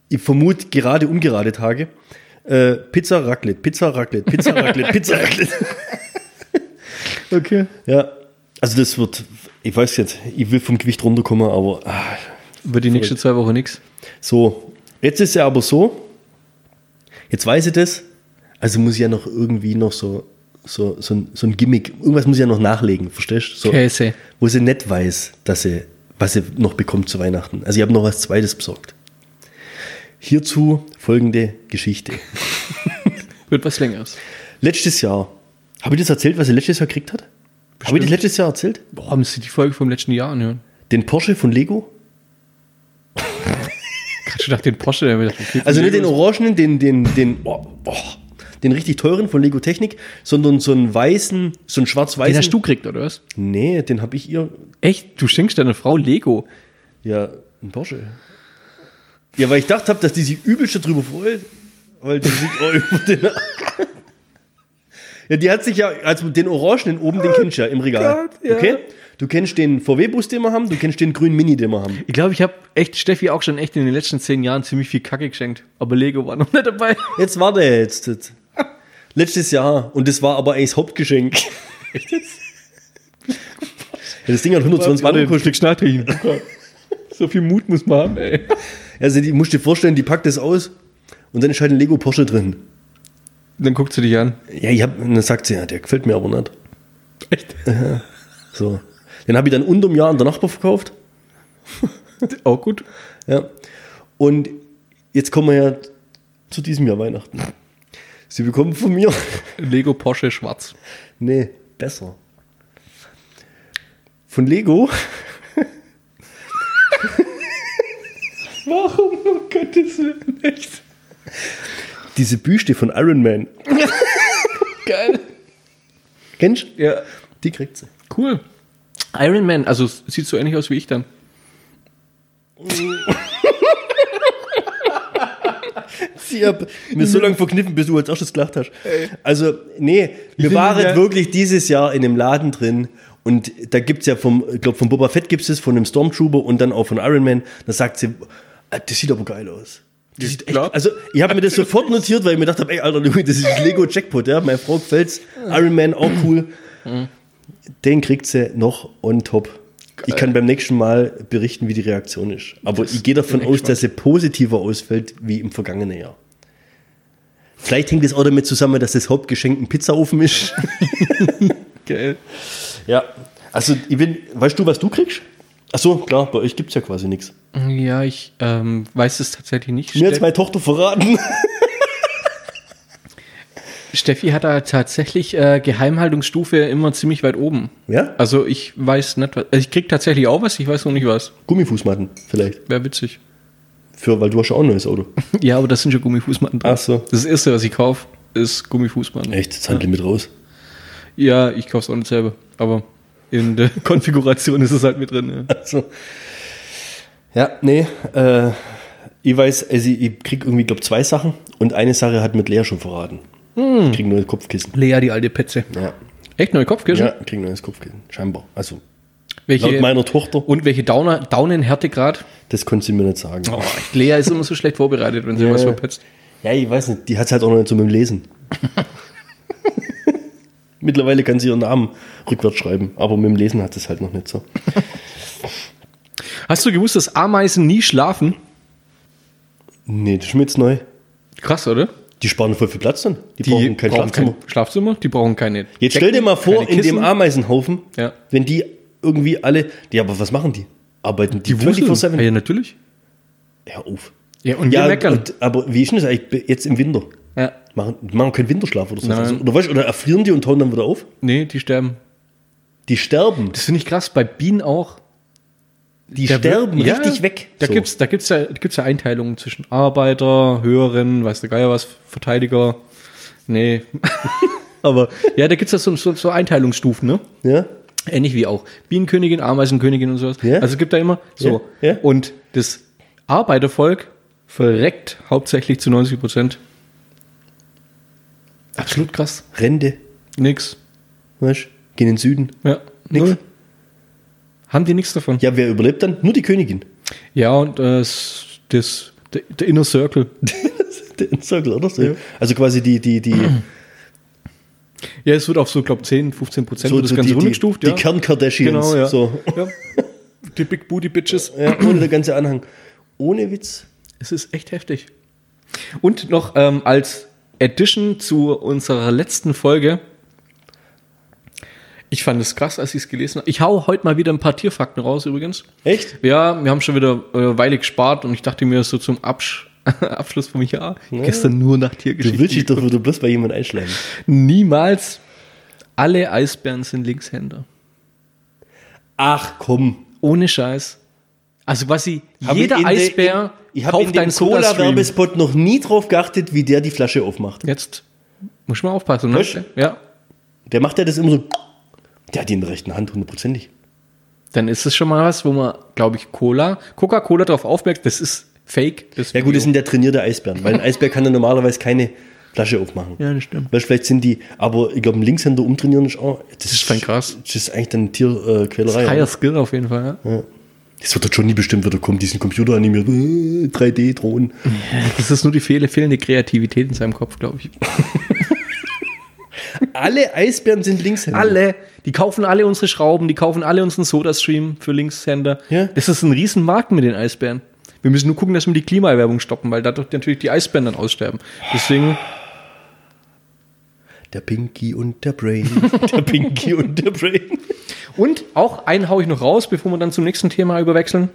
Speaker 1: ich vermute gerade ungerade Tage, äh, Pizza Raclette, Pizza Raclette, Pizza Raclette, Pizza Raclette.
Speaker 2: Okay.
Speaker 1: Ja, also das wird, ich weiß jetzt, ich will vom Gewicht runterkommen, aber ah,
Speaker 2: Über die nächsten zwei Wochen nix.
Speaker 1: so. Jetzt ist ja aber so, jetzt weiß ich das, also muss ich ja noch irgendwie noch so, so, so, ein, so ein Gimmick, irgendwas muss ich ja noch nachlegen, verstehst du? So,
Speaker 2: Käse.
Speaker 1: wo sie nicht weiß, dass sie, was sie noch bekommt zu Weihnachten. Also ich habe noch was Zweites besorgt. Hierzu folgende Geschichte.
Speaker 2: Wird was Längeres.
Speaker 1: Letztes Jahr, habe ich das erzählt, was sie letztes Jahr gekriegt hat? Habe ich das letztes Jahr erzählt?
Speaker 2: Boah, müsst ihr die Folge vom letzten Jahr anhören.
Speaker 1: Den Porsche von Lego?
Speaker 2: Gerade schon nach den Porsche, der mir das
Speaker 1: Also nicht den orangenen, den, den, den, oh, oh, den richtig teuren von Lego Technik, sondern so einen weißen, so einen schwarz-weißen.
Speaker 2: Den hast du kriegt, oder was?
Speaker 1: Nee, den habe ich ihr.
Speaker 2: Echt? Du schenkst deiner Frau Lego.
Speaker 1: Ja, ein Porsche. Ja, weil ich dachte habe, dass die sich übelst darüber freut, weil die sich auch über den. ja, die hat sich ja, also den orangenen oben, den kennst du ja im Regal.
Speaker 2: Oh Gott, ja.
Speaker 1: Okay? Du kennst den VW-Bus, den wir haben, du kennst den grünen Mini, den wir haben.
Speaker 2: Ich glaube, ich habe echt Steffi auch schon echt in den letzten zehn Jahren ziemlich viel Kacke geschenkt. Aber Lego war noch nicht dabei.
Speaker 1: Jetzt warte jetzt. jetzt. Letztes Jahr. Und das war aber eigentlich das Hauptgeschenk. Wenn das Ding hat 120 Euro
Speaker 2: ein
Speaker 1: kostet.
Speaker 2: Stück Schnattriechen. So viel Mut muss man haben, ey.
Speaker 1: Also die musst du dir vorstellen, die packt das aus und dann ist halt ein Lego Porsche drin.
Speaker 2: Dann guckt sie dich an.
Speaker 1: Ja, ich hab, und dann sagt sie, ja, der gefällt mir aber nicht.
Speaker 2: Echt?
Speaker 1: So. Den habe ich dann unterm Jahr an der Nachbar verkauft.
Speaker 2: Auch gut.
Speaker 1: Ja. Und jetzt kommen wir ja zu diesem Jahr Weihnachten. Sie bekommen von mir.
Speaker 2: Lego Porsche schwarz.
Speaker 1: Nee, besser. Von Lego.
Speaker 2: Warum, um Gottes Willen, echt?
Speaker 1: Diese Büste von Iron Man.
Speaker 2: Geil.
Speaker 1: Kennst du?
Speaker 2: Ja.
Speaker 1: Die kriegt sie.
Speaker 2: Cool. Iron Man, also es sieht so ähnlich aus wie ich dann.
Speaker 1: Sie hab mir so lange verkniffen, bis du als erstes gelacht hast. Also, nee, wir
Speaker 2: bin
Speaker 1: waren
Speaker 2: ja-
Speaker 1: wirklich dieses Jahr in dem Laden drin und da gibt's ja vom, ich glaube, von Boba Fett gibt's es, von dem Stormtrooper und dann auch von Iron Man. Da sagt sie, "Ah, das sieht aber geil aus. Das sieht echt,
Speaker 2: glaub-
Speaker 1: also, ich habe mir das sofort notiert, weil ich mir gedacht habe, ey, Alter, Louis, das ist Lego Jackpot, ja. Meine Frau gefällt's, Iron Man auch cool. Den kriegt sie noch on top. Ich kann beim nächsten Mal berichten, wie die Reaktion ist. Aber ich gehe davon
Speaker 2: bin
Speaker 1: aus,
Speaker 2: ich
Speaker 1: dass sie positiver ausfällt wie im vergangenen Jahr. Vielleicht hängt es auch damit zusammen, dass das Hauptgeschenk ein Pizzaofen ist.
Speaker 2: Geil.
Speaker 1: Ja. Also, ich bin, weißt du, was du kriegst? Ach so, klar, bei euch gibt es ja quasi nichts.
Speaker 2: Ja, ich ähm, weiß es tatsächlich nicht.
Speaker 1: Mir hat's
Speaker 2: Ste-
Speaker 1: meine Tochter verraten.
Speaker 2: Steffi hat da tatsächlich äh, Geheimhaltungsstufe immer ziemlich weit oben.
Speaker 1: Ja?
Speaker 2: Also ich weiß nicht was. Also ich krieg tatsächlich auch was, ich weiß noch nicht was.
Speaker 1: Gummifußmatten vielleicht.
Speaker 2: Wäre witzig.
Speaker 1: Für, weil du hast ja auch ein neues Auto.
Speaker 2: Ja, aber das sind schon Gummifußmatten drin.
Speaker 1: Ach so.
Speaker 2: Das erste, was ich kaufe, ist Gummifußmatten.
Speaker 1: Echt, das handelt mit raus.
Speaker 2: Ja, ich kaufe es auch nicht selber. Aber in der Konfiguration ist es halt mit drin. Ja.
Speaker 1: Also, ja, nee, äh, ich weiß, also ich krieg irgendwie, glaube zwei Sachen und eine Sache hat mit Lea schon verraten. Ich krieg ein neues Kopfkissen.
Speaker 2: Lea, die alte Petze.
Speaker 1: Ja,
Speaker 2: Echt neue Kopfkissen?
Speaker 1: ja ich krieg ein neues Kopfkissen, scheinbar. Also,
Speaker 2: Welche,
Speaker 1: laut meiner Tochter,
Speaker 2: und welche Downer, Daunenhärtegrad?
Speaker 1: das konnte sie mir nicht sagen.
Speaker 2: Oh, echt, Lea ist immer so schlecht vorbereitet, wenn sie
Speaker 1: Ja.
Speaker 2: was verpetzt.
Speaker 1: Ja, ich weiß nicht, die hat es halt auch noch nicht so mit dem Lesen. Mittlerweile kann sie ihren Namen rückwärts schreiben, aber mit dem Lesen hat es halt noch nicht so.
Speaker 2: Hast du gewusst, dass Ameisen nie schlafen?
Speaker 1: Nee, das ist mir jetzt neu.
Speaker 2: Krass, oder?
Speaker 1: Die sparen voll viel Platz dann. Die, brauchen kein Schlafzimmer.
Speaker 2: kein Schlafzimmer, die brauchen keine.
Speaker 1: Jetzt stell dir mal vor,
Speaker 2: keine
Speaker 1: in dem
Speaker 2: Kissen.
Speaker 1: Ameisenhaufen,
Speaker 2: Ja.
Speaker 1: wenn die irgendwie alle. Ja, aber was machen die? Arbeiten die,
Speaker 2: Die Wurzeln.
Speaker 1: 24/7?
Speaker 2: Ja, natürlich.
Speaker 1: Hör auf.
Speaker 2: Ja, und wir
Speaker 1: Ja,
Speaker 2: meckern.
Speaker 1: und, aber wie ist denn das eigentlich jetzt im Winter?
Speaker 2: ja.
Speaker 1: Machen, die machen keinen Winterschlaf oder so.
Speaker 2: Nein.
Speaker 1: Also, oder, weißt, du, oder erfrieren die und tauen dann wieder auf?
Speaker 2: Nee, die sterben.
Speaker 1: Die sterben.
Speaker 2: Das finde ich krass, bei Bienen auch.
Speaker 1: Die
Speaker 2: Der
Speaker 1: sterben
Speaker 2: wird- ja,
Speaker 1: richtig weg.
Speaker 2: Da
Speaker 1: So.
Speaker 2: gibt's, da gibt's ja, da gibt's ja Einteilungen zwischen Arbeiter, Höheren, weiß der Geier was, Verteidiger. Nee. Aber ja, da gibt's ja so, so, so Einteilungsstufen, ne?
Speaker 1: Ja?
Speaker 2: Ähnlich wie auch Bienenkönigin, Ameisenkönigin und sowas.
Speaker 1: Ja.
Speaker 2: Also es gibt da immer so.
Speaker 1: Ja, ja.
Speaker 2: Und das Arbeitervolk verreckt hauptsächlich zu 90 Prozent. Absolut krass.
Speaker 1: Rente.
Speaker 2: Nix.
Speaker 1: Weißt du? Gehen in den Süden.
Speaker 2: Ja.
Speaker 1: Nix.
Speaker 2: Null. Haben die nichts davon?
Speaker 1: Ja, wer überlebt dann? Nur die Königin.
Speaker 2: Ja, und äh, s- das, der, der Inner Circle.
Speaker 1: Der Circle, oder so. Also quasi die, die, die,
Speaker 2: Ja, es wird auf so, glaube 10, 15 Prozent wird das Ganze
Speaker 1: die, die,
Speaker 2: runtergestuft.
Speaker 1: die
Speaker 2: ja.
Speaker 1: Kern-Kardashians.
Speaker 2: Genau, ja.
Speaker 1: So.
Speaker 2: ja. Die Big Booty Bitches.
Speaker 1: Ja, ohne der ganze Anhang. Ohne Witz.
Speaker 2: Es ist echt heftig. Und noch ähm, als Addition zu unserer letzten Folge. Ich fand es krass, als ich es gelesen habe. Ich hau heute mal wieder ein paar Tierfakten raus übrigens.
Speaker 1: Echt?
Speaker 2: Ja, wir haben schon wieder äh, Weile gespart und ich dachte mir so zum Absch Abschluss vom Jahr. Gestern nur nach
Speaker 1: Du willst dich
Speaker 2: Tiergeschichten.
Speaker 1: doch wieder bloß bei jemand einschleimen.
Speaker 2: Niemals. Alle Eisbären sind Linkshänder.
Speaker 1: Ach komm.
Speaker 2: Ohne Scheiß. Also was sie,
Speaker 1: Hab
Speaker 2: jeder
Speaker 1: ich in der-
Speaker 2: Eisbär
Speaker 1: Ich habe in dem
Speaker 2: Stream.
Speaker 1: Cola-Werbespot noch nie drauf geachtet, wie der die Flasche aufmacht.
Speaker 2: Jetzt muss man aufpassen, ne?
Speaker 1: Weißt
Speaker 2: Ja.
Speaker 1: Der macht ja das immer so. Der hat die in der rechten Hand, hundertprozentig.
Speaker 2: Dann ist es schon mal was, wo man, glaube ich, Cola, Coca-Cola drauf aufmerkt, das ist fake. Das
Speaker 1: Ja gut, das sind ja trainierte Eisbären, weil ein Eisbär kann ja normalerweise keine Flasche aufmachen.
Speaker 2: Ja, das stimmt.
Speaker 1: Weil vielleicht sind die, aber ich glaube, ein Linkshänder umtrainieren ist auch. Das, ist
Speaker 2: fein krass.
Speaker 1: Das ist eigentlich dann Tierquälerei. Äh, Quälerei,
Speaker 2: Higher
Speaker 1: oder?
Speaker 2: Skill auf jeden Fall, ja.
Speaker 1: das wird der Johnny bestimmt wieder kommen, diesen Computer animiert. äh, 3D-Drohnen.
Speaker 2: Das ist nur die fehl fehlende Kreativität in seinem Kopf, glaube ich.
Speaker 1: Alle Eisbären sind Linkshänder.
Speaker 2: Alle, die kaufen alle unsere Schrauben, die kaufen alle unseren Soda-Stream für Linkshänder.
Speaker 1: Ja.
Speaker 2: Das ist ein Riesenmarkt mit den Eisbären. Wir müssen nur gucken, dass wir die Klimaerwerbung stoppen, weil dadurch natürlich die Eisbären dann aussterben. Deswegen,
Speaker 1: Der Pinky und der Brain. Der Pinky und der Brain.
Speaker 2: und auch einen hau ich noch raus, bevor wir dann zum nächsten Thema überwechseln.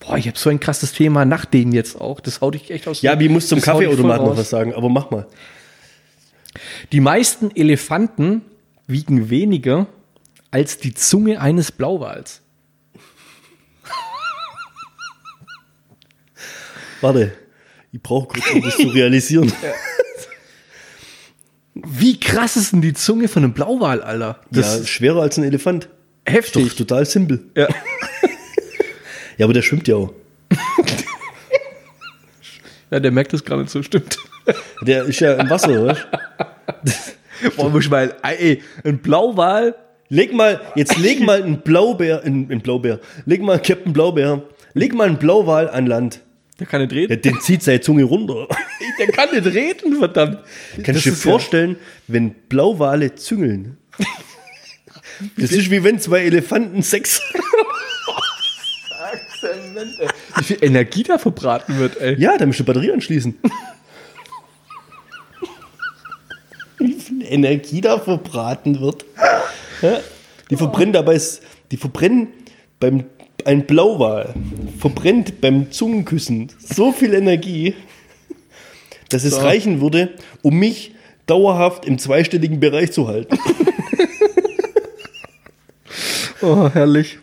Speaker 2: Boah, ich habe so ein krasses Thema nach denen jetzt auch. Das haut dich echt aus.
Speaker 1: Ja, wie muss zum
Speaker 2: das haut dich voll
Speaker 1: Kaffeeautomaten noch
Speaker 2: raus.
Speaker 1: was sagen, aber mach mal.
Speaker 2: Die meisten Elefanten wiegen weniger als die Zunge eines Blauwals.
Speaker 1: Warte. Ich brauche kurz, um das zu realisieren.
Speaker 2: Wie krass ist denn die Zunge von einem Blauwal, Alter?
Speaker 1: Das
Speaker 2: Das
Speaker 1: ist schwerer als ein Elefant. Ist doch
Speaker 2: heftig.
Speaker 1: total simpel.
Speaker 2: Ja.
Speaker 1: Ja, aber der schwimmt ja auch.
Speaker 2: ja, der merkt das gerade nicht so, stimmt.
Speaker 1: Der ist ja im Wasser, weißt du?
Speaker 2: Boah, muss ich mal, ey, ein Blauwal.
Speaker 1: Leg mal, jetzt leg mal einen Blaubeer, einen, einen Blaubeer, leg mal Captain Blaubeer, leg mal einen Blauwal an Land.
Speaker 2: Der kann nicht
Speaker 1: Ja,
Speaker 2: reden.
Speaker 1: den zieht seine Zunge runter.
Speaker 2: Der kann nicht reden, verdammt.
Speaker 1: Kannst du dir vorstellen, wenn Blauwale züngeln? Das ist wie wenn zwei Elefanten Sex.
Speaker 2: wie viel Energie da verbraten wird, ey.
Speaker 1: Ja, da musst du die Batterie anschließen. Wie viel Energie da verbraten wird. Ja? Die verbrennen dabei, s- die verbrennen beim, ein Blauwal verbrennt beim Zungenküssen so viel Energie, dass es reichen würde, um mich dauerhaft im zweistelligen Bereich zu halten.
Speaker 2: Oh, herrlich.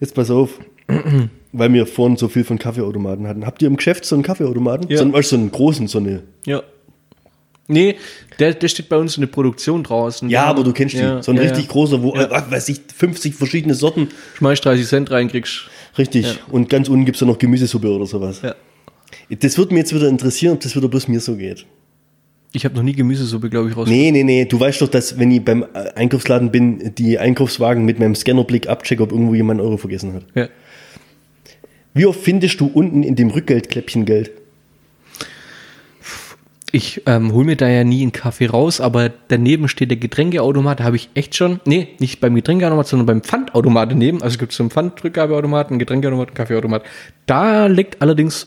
Speaker 1: Jetzt pass auf, weil wir vorhin so viel von Kaffeeautomaten hatten. Habt ihr im Geschäft so einen Kaffeeautomaten?
Speaker 2: Ja.
Speaker 1: So, einen, weißt du, so einen großen, so eine
Speaker 2: Ja. Nee, der, der steht bei uns in der Produktion draußen.
Speaker 1: Ja, aber du kennst die.
Speaker 2: Ja,
Speaker 1: so ein
Speaker 2: ja,
Speaker 1: richtig
Speaker 2: ja.
Speaker 1: großer, wo, äh, was weiß ich, 50 verschiedene Sorten.
Speaker 2: Schmeiß 30 Cent rein, kriegst.
Speaker 1: Richtig. Und ganz unten gibt's dann noch Gemüsesuppe oder sowas.
Speaker 2: Ja.
Speaker 1: Das würde mir jetzt wieder interessieren, ob das wieder bloß mir so geht.
Speaker 2: Ich habe noch nie Gemüsesuppe, glaube ich, raus.
Speaker 1: Nee, nee, nee. Du weißt doch, dass, wenn ich beim äh, Einkaufsladen bin, die Einkaufswagen mit meinem Scannerblick abchecke, ob irgendwo jemand einen Euro vergessen hat.
Speaker 2: Ja.
Speaker 1: Wie oft findest du unten in dem Rückgeldkläppchen Geld?
Speaker 2: Ich ähm, hole mir da ja nie einen Kaffee raus, aber daneben steht der Getränkeautomat, da habe ich echt schon, nee, nicht beim Getränkeautomat, sondern beim Pfandautomat daneben. Also es gibt so einen Pfandrückgabeautomat, einen Getränkeautomat, einen Kaffeeautomat. Da liegt allerdings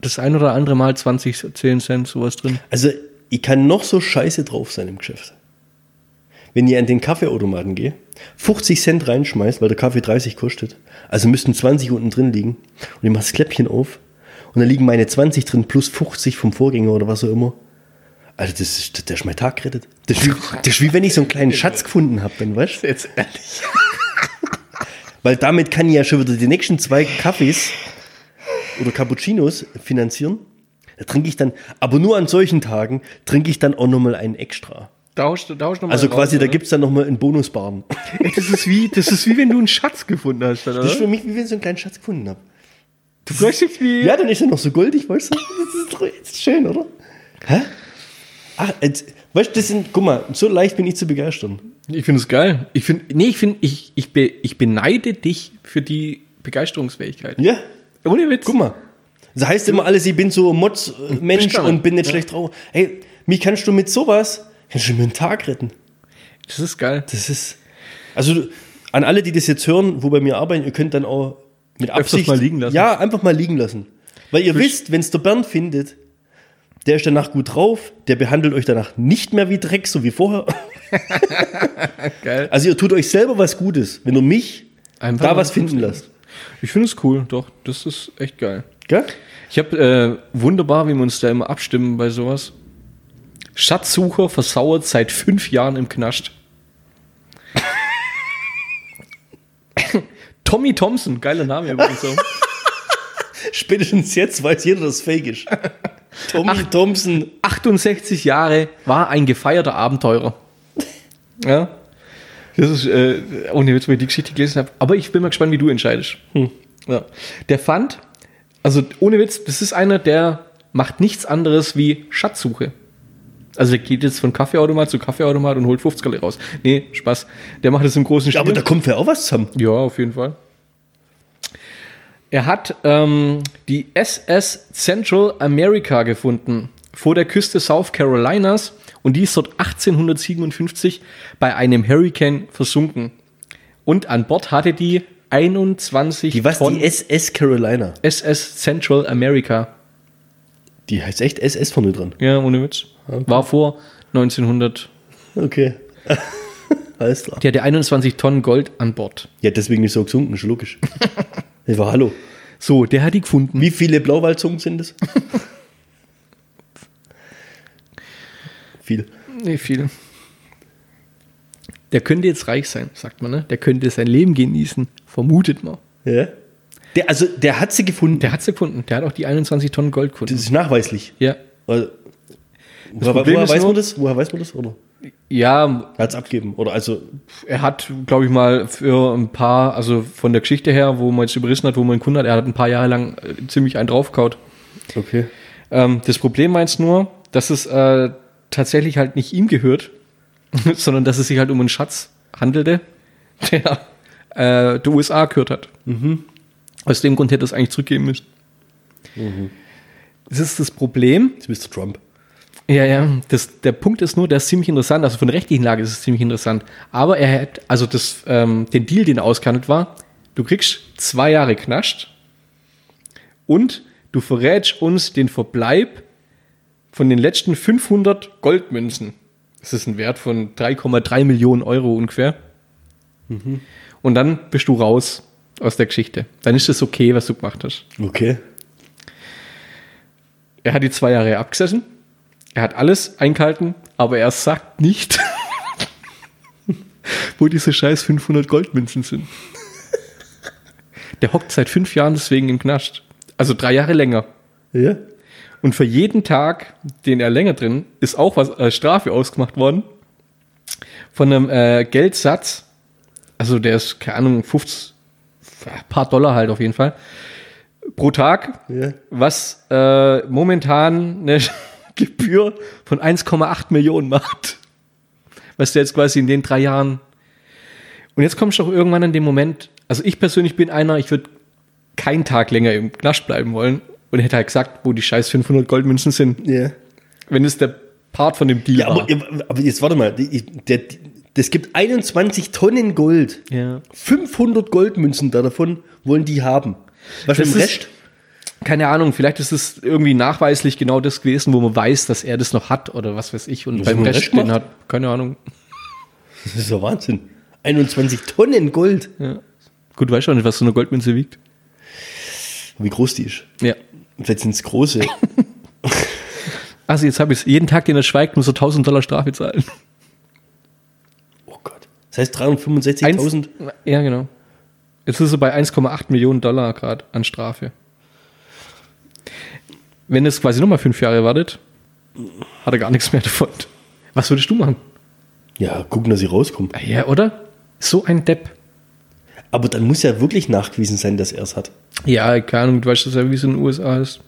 Speaker 2: das ein oder andere Mal 20, 10 Cent sowas drin.
Speaker 1: Also, ich kann noch so scheiße drauf sein im Geschäft. Wenn ihr an den Kaffeeautomaten geht, 50 Cent reinschmeißt, weil der Kaffee 30 kostet, also müssten 20 unten drin liegen, und ihr macht das Kläppchen auf, und da liegen meine 20 drin plus 50 vom Vorgänger oder was auch immer. Also, das ist, das, das ist mein Tag gerettet. Das ist, wie, das ist wie wenn ich so einen kleinen Schatz gefunden habe, dann weißt du?
Speaker 2: Jetzt ehrlich.
Speaker 1: Weil damit kann ich ja schon wieder die nächsten zwei Kaffees oder Cappuccinos finanzieren. Da trinke ich dann, aber nur an solchen Tagen trinke ich dann auch nochmal einen extra.
Speaker 2: Da haust du, da haust du noch mal
Speaker 1: Also
Speaker 2: raus,
Speaker 1: quasi, da
Speaker 2: oder?
Speaker 1: gibt es dann nochmal einen Bonusbaren.
Speaker 2: Das ist, wie, das ist wie wenn du einen Schatz gefunden hast, oder?
Speaker 1: Das ist für mich, wie wenn ich so einen kleinen Schatz gefunden habe.
Speaker 2: du sagst jetzt wie.
Speaker 1: Ja, dann ist er noch so goldig, weißt du? Das ist, doch jetzt schön, oder? Hä? Ach, jetzt, weißt du, das sind, guck mal, so leicht bin ich zu begeistern.
Speaker 2: Ich finde es geil. Ich finde, nee, ich finde, ich, ich, be, ich beneide dich für die Begeisterungsfähigkeit.
Speaker 1: Ja,
Speaker 2: Ohne Witz.
Speaker 1: guck mal. Das heißt immer alles, ich bin so Mods-Mensch
Speaker 2: Bist du.
Speaker 1: und bin nicht
Speaker 2: Ja.
Speaker 1: schlecht drauf. Hey, mich kannst du mit sowas, kannst du mir einen Tag retten.
Speaker 2: Das ist geil.
Speaker 1: Das ist. Also an alle, die das jetzt hören, wo bei mir arbeiten, ihr könnt dann auch mit
Speaker 2: Öfters
Speaker 1: Absicht.
Speaker 2: mal liegen lassen.
Speaker 1: Ja, einfach mal liegen lassen. Weil ihr wisst, wenn es der Bernd findet, der ist danach gut drauf, der behandelt euch danach nicht mehr wie Dreck, so wie vorher.
Speaker 2: Geil.
Speaker 1: Also ihr tut euch selber was Gutes, wenn ihr mich
Speaker 2: Einfach
Speaker 1: da
Speaker 2: mal
Speaker 1: was finden lasst.
Speaker 2: Ich finde es cool, doch. Das ist echt geil.
Speaker 1: Gell?
Speaker 2: Ich habe äh, wunderbar, wie wir uns da immer abstimmen bei sowas. Schatzsucher versauert seit fünf Jahren im Knast. Tommy Thompson, geiler Name übrigens. auch.
Speaker 1: Spätestens jetzt weiß jeder, dass es fake ist. Tommy Thompson.
Speaker 2: 68 Jahre war ein gefeierter Abenteurer. Ja. Das ist, äh, ohne Witz, wenn ich die Geschichte gelesen habe. Aber ich bin mal gespannt, wie du entscheidest. Ja. Der fand, also ohne Witz, das ist einer, der macht nichts anderes wie Schatzsuche. Also der geht jetzt von Kaffeeautomat zu Kaffeeautomat und holt 50 raus. Nee, Spaß. Der macht das im großen Stil.
Speaker 1: Ja, aber da kommt ja auch was zusammen.
Speaker 2: Ja, auf jeden Fall. Er hat ähm, die SS Central America gefunden, vor der Küste South Carolinas Und die ist dort 1857 bei einem Hurricane versunken. Und an Bord hatte die 21
Speaker 1: Die was? Die SS Carolina.
Speaker 2: SS Central America.
Speaker 1: Die heißt echt SS vorne dran.
Speaker 2: Ja, ohne Witz. War vor 1900.
Speaker 1: Okay. Alles klar.
Speaker 2: Die hatte 21 Tonnen Gold an Bord.
Speaker 1: Ja, deswegen ist so gesunken, ist logisch. Ich war hallo.
Speaker 2: So, der hat die gefunden.
Speaker 1: Wie viele Blauwalzungen sind es? Viel.
Speaker 2: Nee, viel. Der könnte jetzt reich sein, sagt man, ne? Der könnte sein Leben genießen, vermutet man.
Speaker 1: Ja. Der, also, der hat sie gefunden.
Speaker 2: Der hat sie gefunden. Der hat auch die 21 Tonnen Gold gefunden.
Speaker 1: Das ist nachweislich.
Speaker 2: ja.
Speaker 1: Also, woher,
Speaker 2: Problem
Speaker 1: woher
Speaker 2: ist
Speaker 1: weiß
Speaker 2: nur-
Speaker 1: man das? Woher weiß man das? Oder
Speaker 2: Ja,
Speaker 1: hat es abgeben? Oder also,
Speaker 2: er hat, glaube ich mal, für ein paar, also von der Geschichte her, wo man jetzt überrissen hat, wo man einen Kunden hat, er hat ein paar Jahre lang äh, ziemlich einen draufgehaut.
Speaker 1: okay.
Speaker 2: Ähm, das Problem war jetzt nur, dass es äh, tatsächlich halt nicht ihm gehört, sondern dass es sich halt um einen Schatz handelte, der äh, der USA gehört hat. Aus dem Grund hätte er es eigentlich zurückgeben müssen. Das ist das Problem.
Speaker 1: Das ist Mr. Trump.
Speaker 2: Ja, ja. Das, der Punkt ist nur, der ist ziemlich interessant. Also von der rechtlichen Lage ist es ziemlich interessant. Aber er hat, also das, ähm, den Deal, den er ausgehandelt war, du kriegst zwei Jahre knascht und du verrätst uns den Verbleib von den letzten 500 Goldmünzen. Das ist ein Wert von 3,3 Millionen Euro ungefähr. Und dann bist du raus aus der Geschichte. Dann ist es okay, was du gemacht hast.
Speaker 1: Okay.
Speaker 2: Er hat die zwei Jahre abgesessen. Er hat alles eingehalten, aber er sagt nicht, wo diese scheiß 500 Goldmünzen sind. Der hockt seit fünf Jahren deswegen im Knast. Also drei Jahre länger.
Speaker 1: Ja.
Speaker 2: Und für jeden Tag, den er länger drin, ist auch was äh, Strafe ausgemacht worden. Von einem äh, Geldsatz, also der ist, keine Ahnung, 50, paar Dollar halt auf jeden Fall, pro Tag
Speaker 1: Ja.
Speaker 2: was äh, momentan eine Gebühr von 1,8 Millionen macht. Was der jetzt quasi in den drei Jahren. Und jetzt kommst du auch irgendwann in dem Moment, also ich persönlich bin einer, ich würde keinen Tag länger im Knast bleiben wollen und hätte halt gesagt, wo die scheiß 500 Goldmünzen sind,
Speaker 1: Ja.
Speaker 2: wenn es der Part von dem Deal
Speaker 1: Ja,
Speaker 2: war.
Speaker 1: aber, aber jetzt warte mal. Die- die- Der, das gibt 21 Tonnen Gold.
Speaker 2: Ja.
Speaker 1: 500 Goldmünzen da davon wollen die haben. Was mit
Speaker 2: Das
Speaker 1: dem
Speaker 2: ist-
Speaker 1: Rest?
Speaker 2: Keine Ahnung, vielleicht ist es irgendwie nachweislich genau das gewesen, wo man weiß, dass er das noch hat oder was weiß ich und
Speaker 1: Was
Speaker 2: beim
Speaker 1: man
Speaker 2: Rest
Speaker 1: recht macht.
Speaker 2: stehen hat. Keine Ahnung.
Speaker 1: Das ist ja Wahnsinn. 21 Tonnen Gold.
Speaker 2: Ja. Gut, weißt du auch nicht, was so eine Goldmünze wiegt.
Speaker 1: Wie groß die ist.
Speaker 2: Ja.
Speaker 1: Vielleicht sind es große.
Speaker 2: Also jetzt habe ich es. Jeden Tag, den er schweigt, muss er 1000 Dollar Strafe zahlen.
Speaker 1: Oh Gott. Das heißt 365.000.
Speaker 2: Ja, genau. Jetzt ist er bei 1,8 Millionen Dollar gerade an Strafe. Wenn es quasi nochmal fünf Jahre wartet, hat er gar nichts mehr davon. Was würdest du machen?
Speaker 1: Ja, gucken, dass sie rauskommen.
Speaker 2: Ja, oder? So ein Depp.
Speaker 1: Aber dann muss ja wirklich nachgewiesen sein, dass er es hat.
Speaker 2: Ja, keine Ahnung, du weißt das ja, wie es in den USA ist.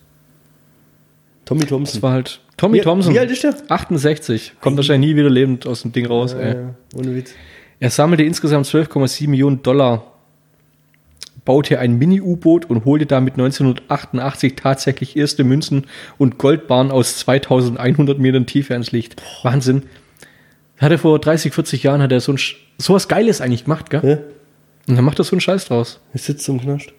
Speaker 1: Tommy
Speaker 2: Das
Speaker 1: Thompson.
Speaker 2: war halt Tommy
Speaker 1: Wie-
Speaker 2: Thompson.
Speaker 1: wie alt ist der?
Speaker 2: 68. Kommt wahrscheinlich nie wieder lebend aus dem Ding raus. ey.
Speaker 1: ohne Witz.
Speaker 2: Er sammelte insgesamt 12,7 Millionen Dollar, baute ein Mini-U-Boot und holte damit 1988 tatsächlich erste Münzen und Goldbarren aus 2100 Metern Tiefe ans Licht. Wahnsinn. Hat er vor 30, 40 Jahren hat er so ein Sch so was Geiles eigentlich gemacht, gell?
Speaker 1: Ja,
Speaker 2: Und dann macht er so einen Scheiß draus.
Speaker 1: er sitzt zum Knast.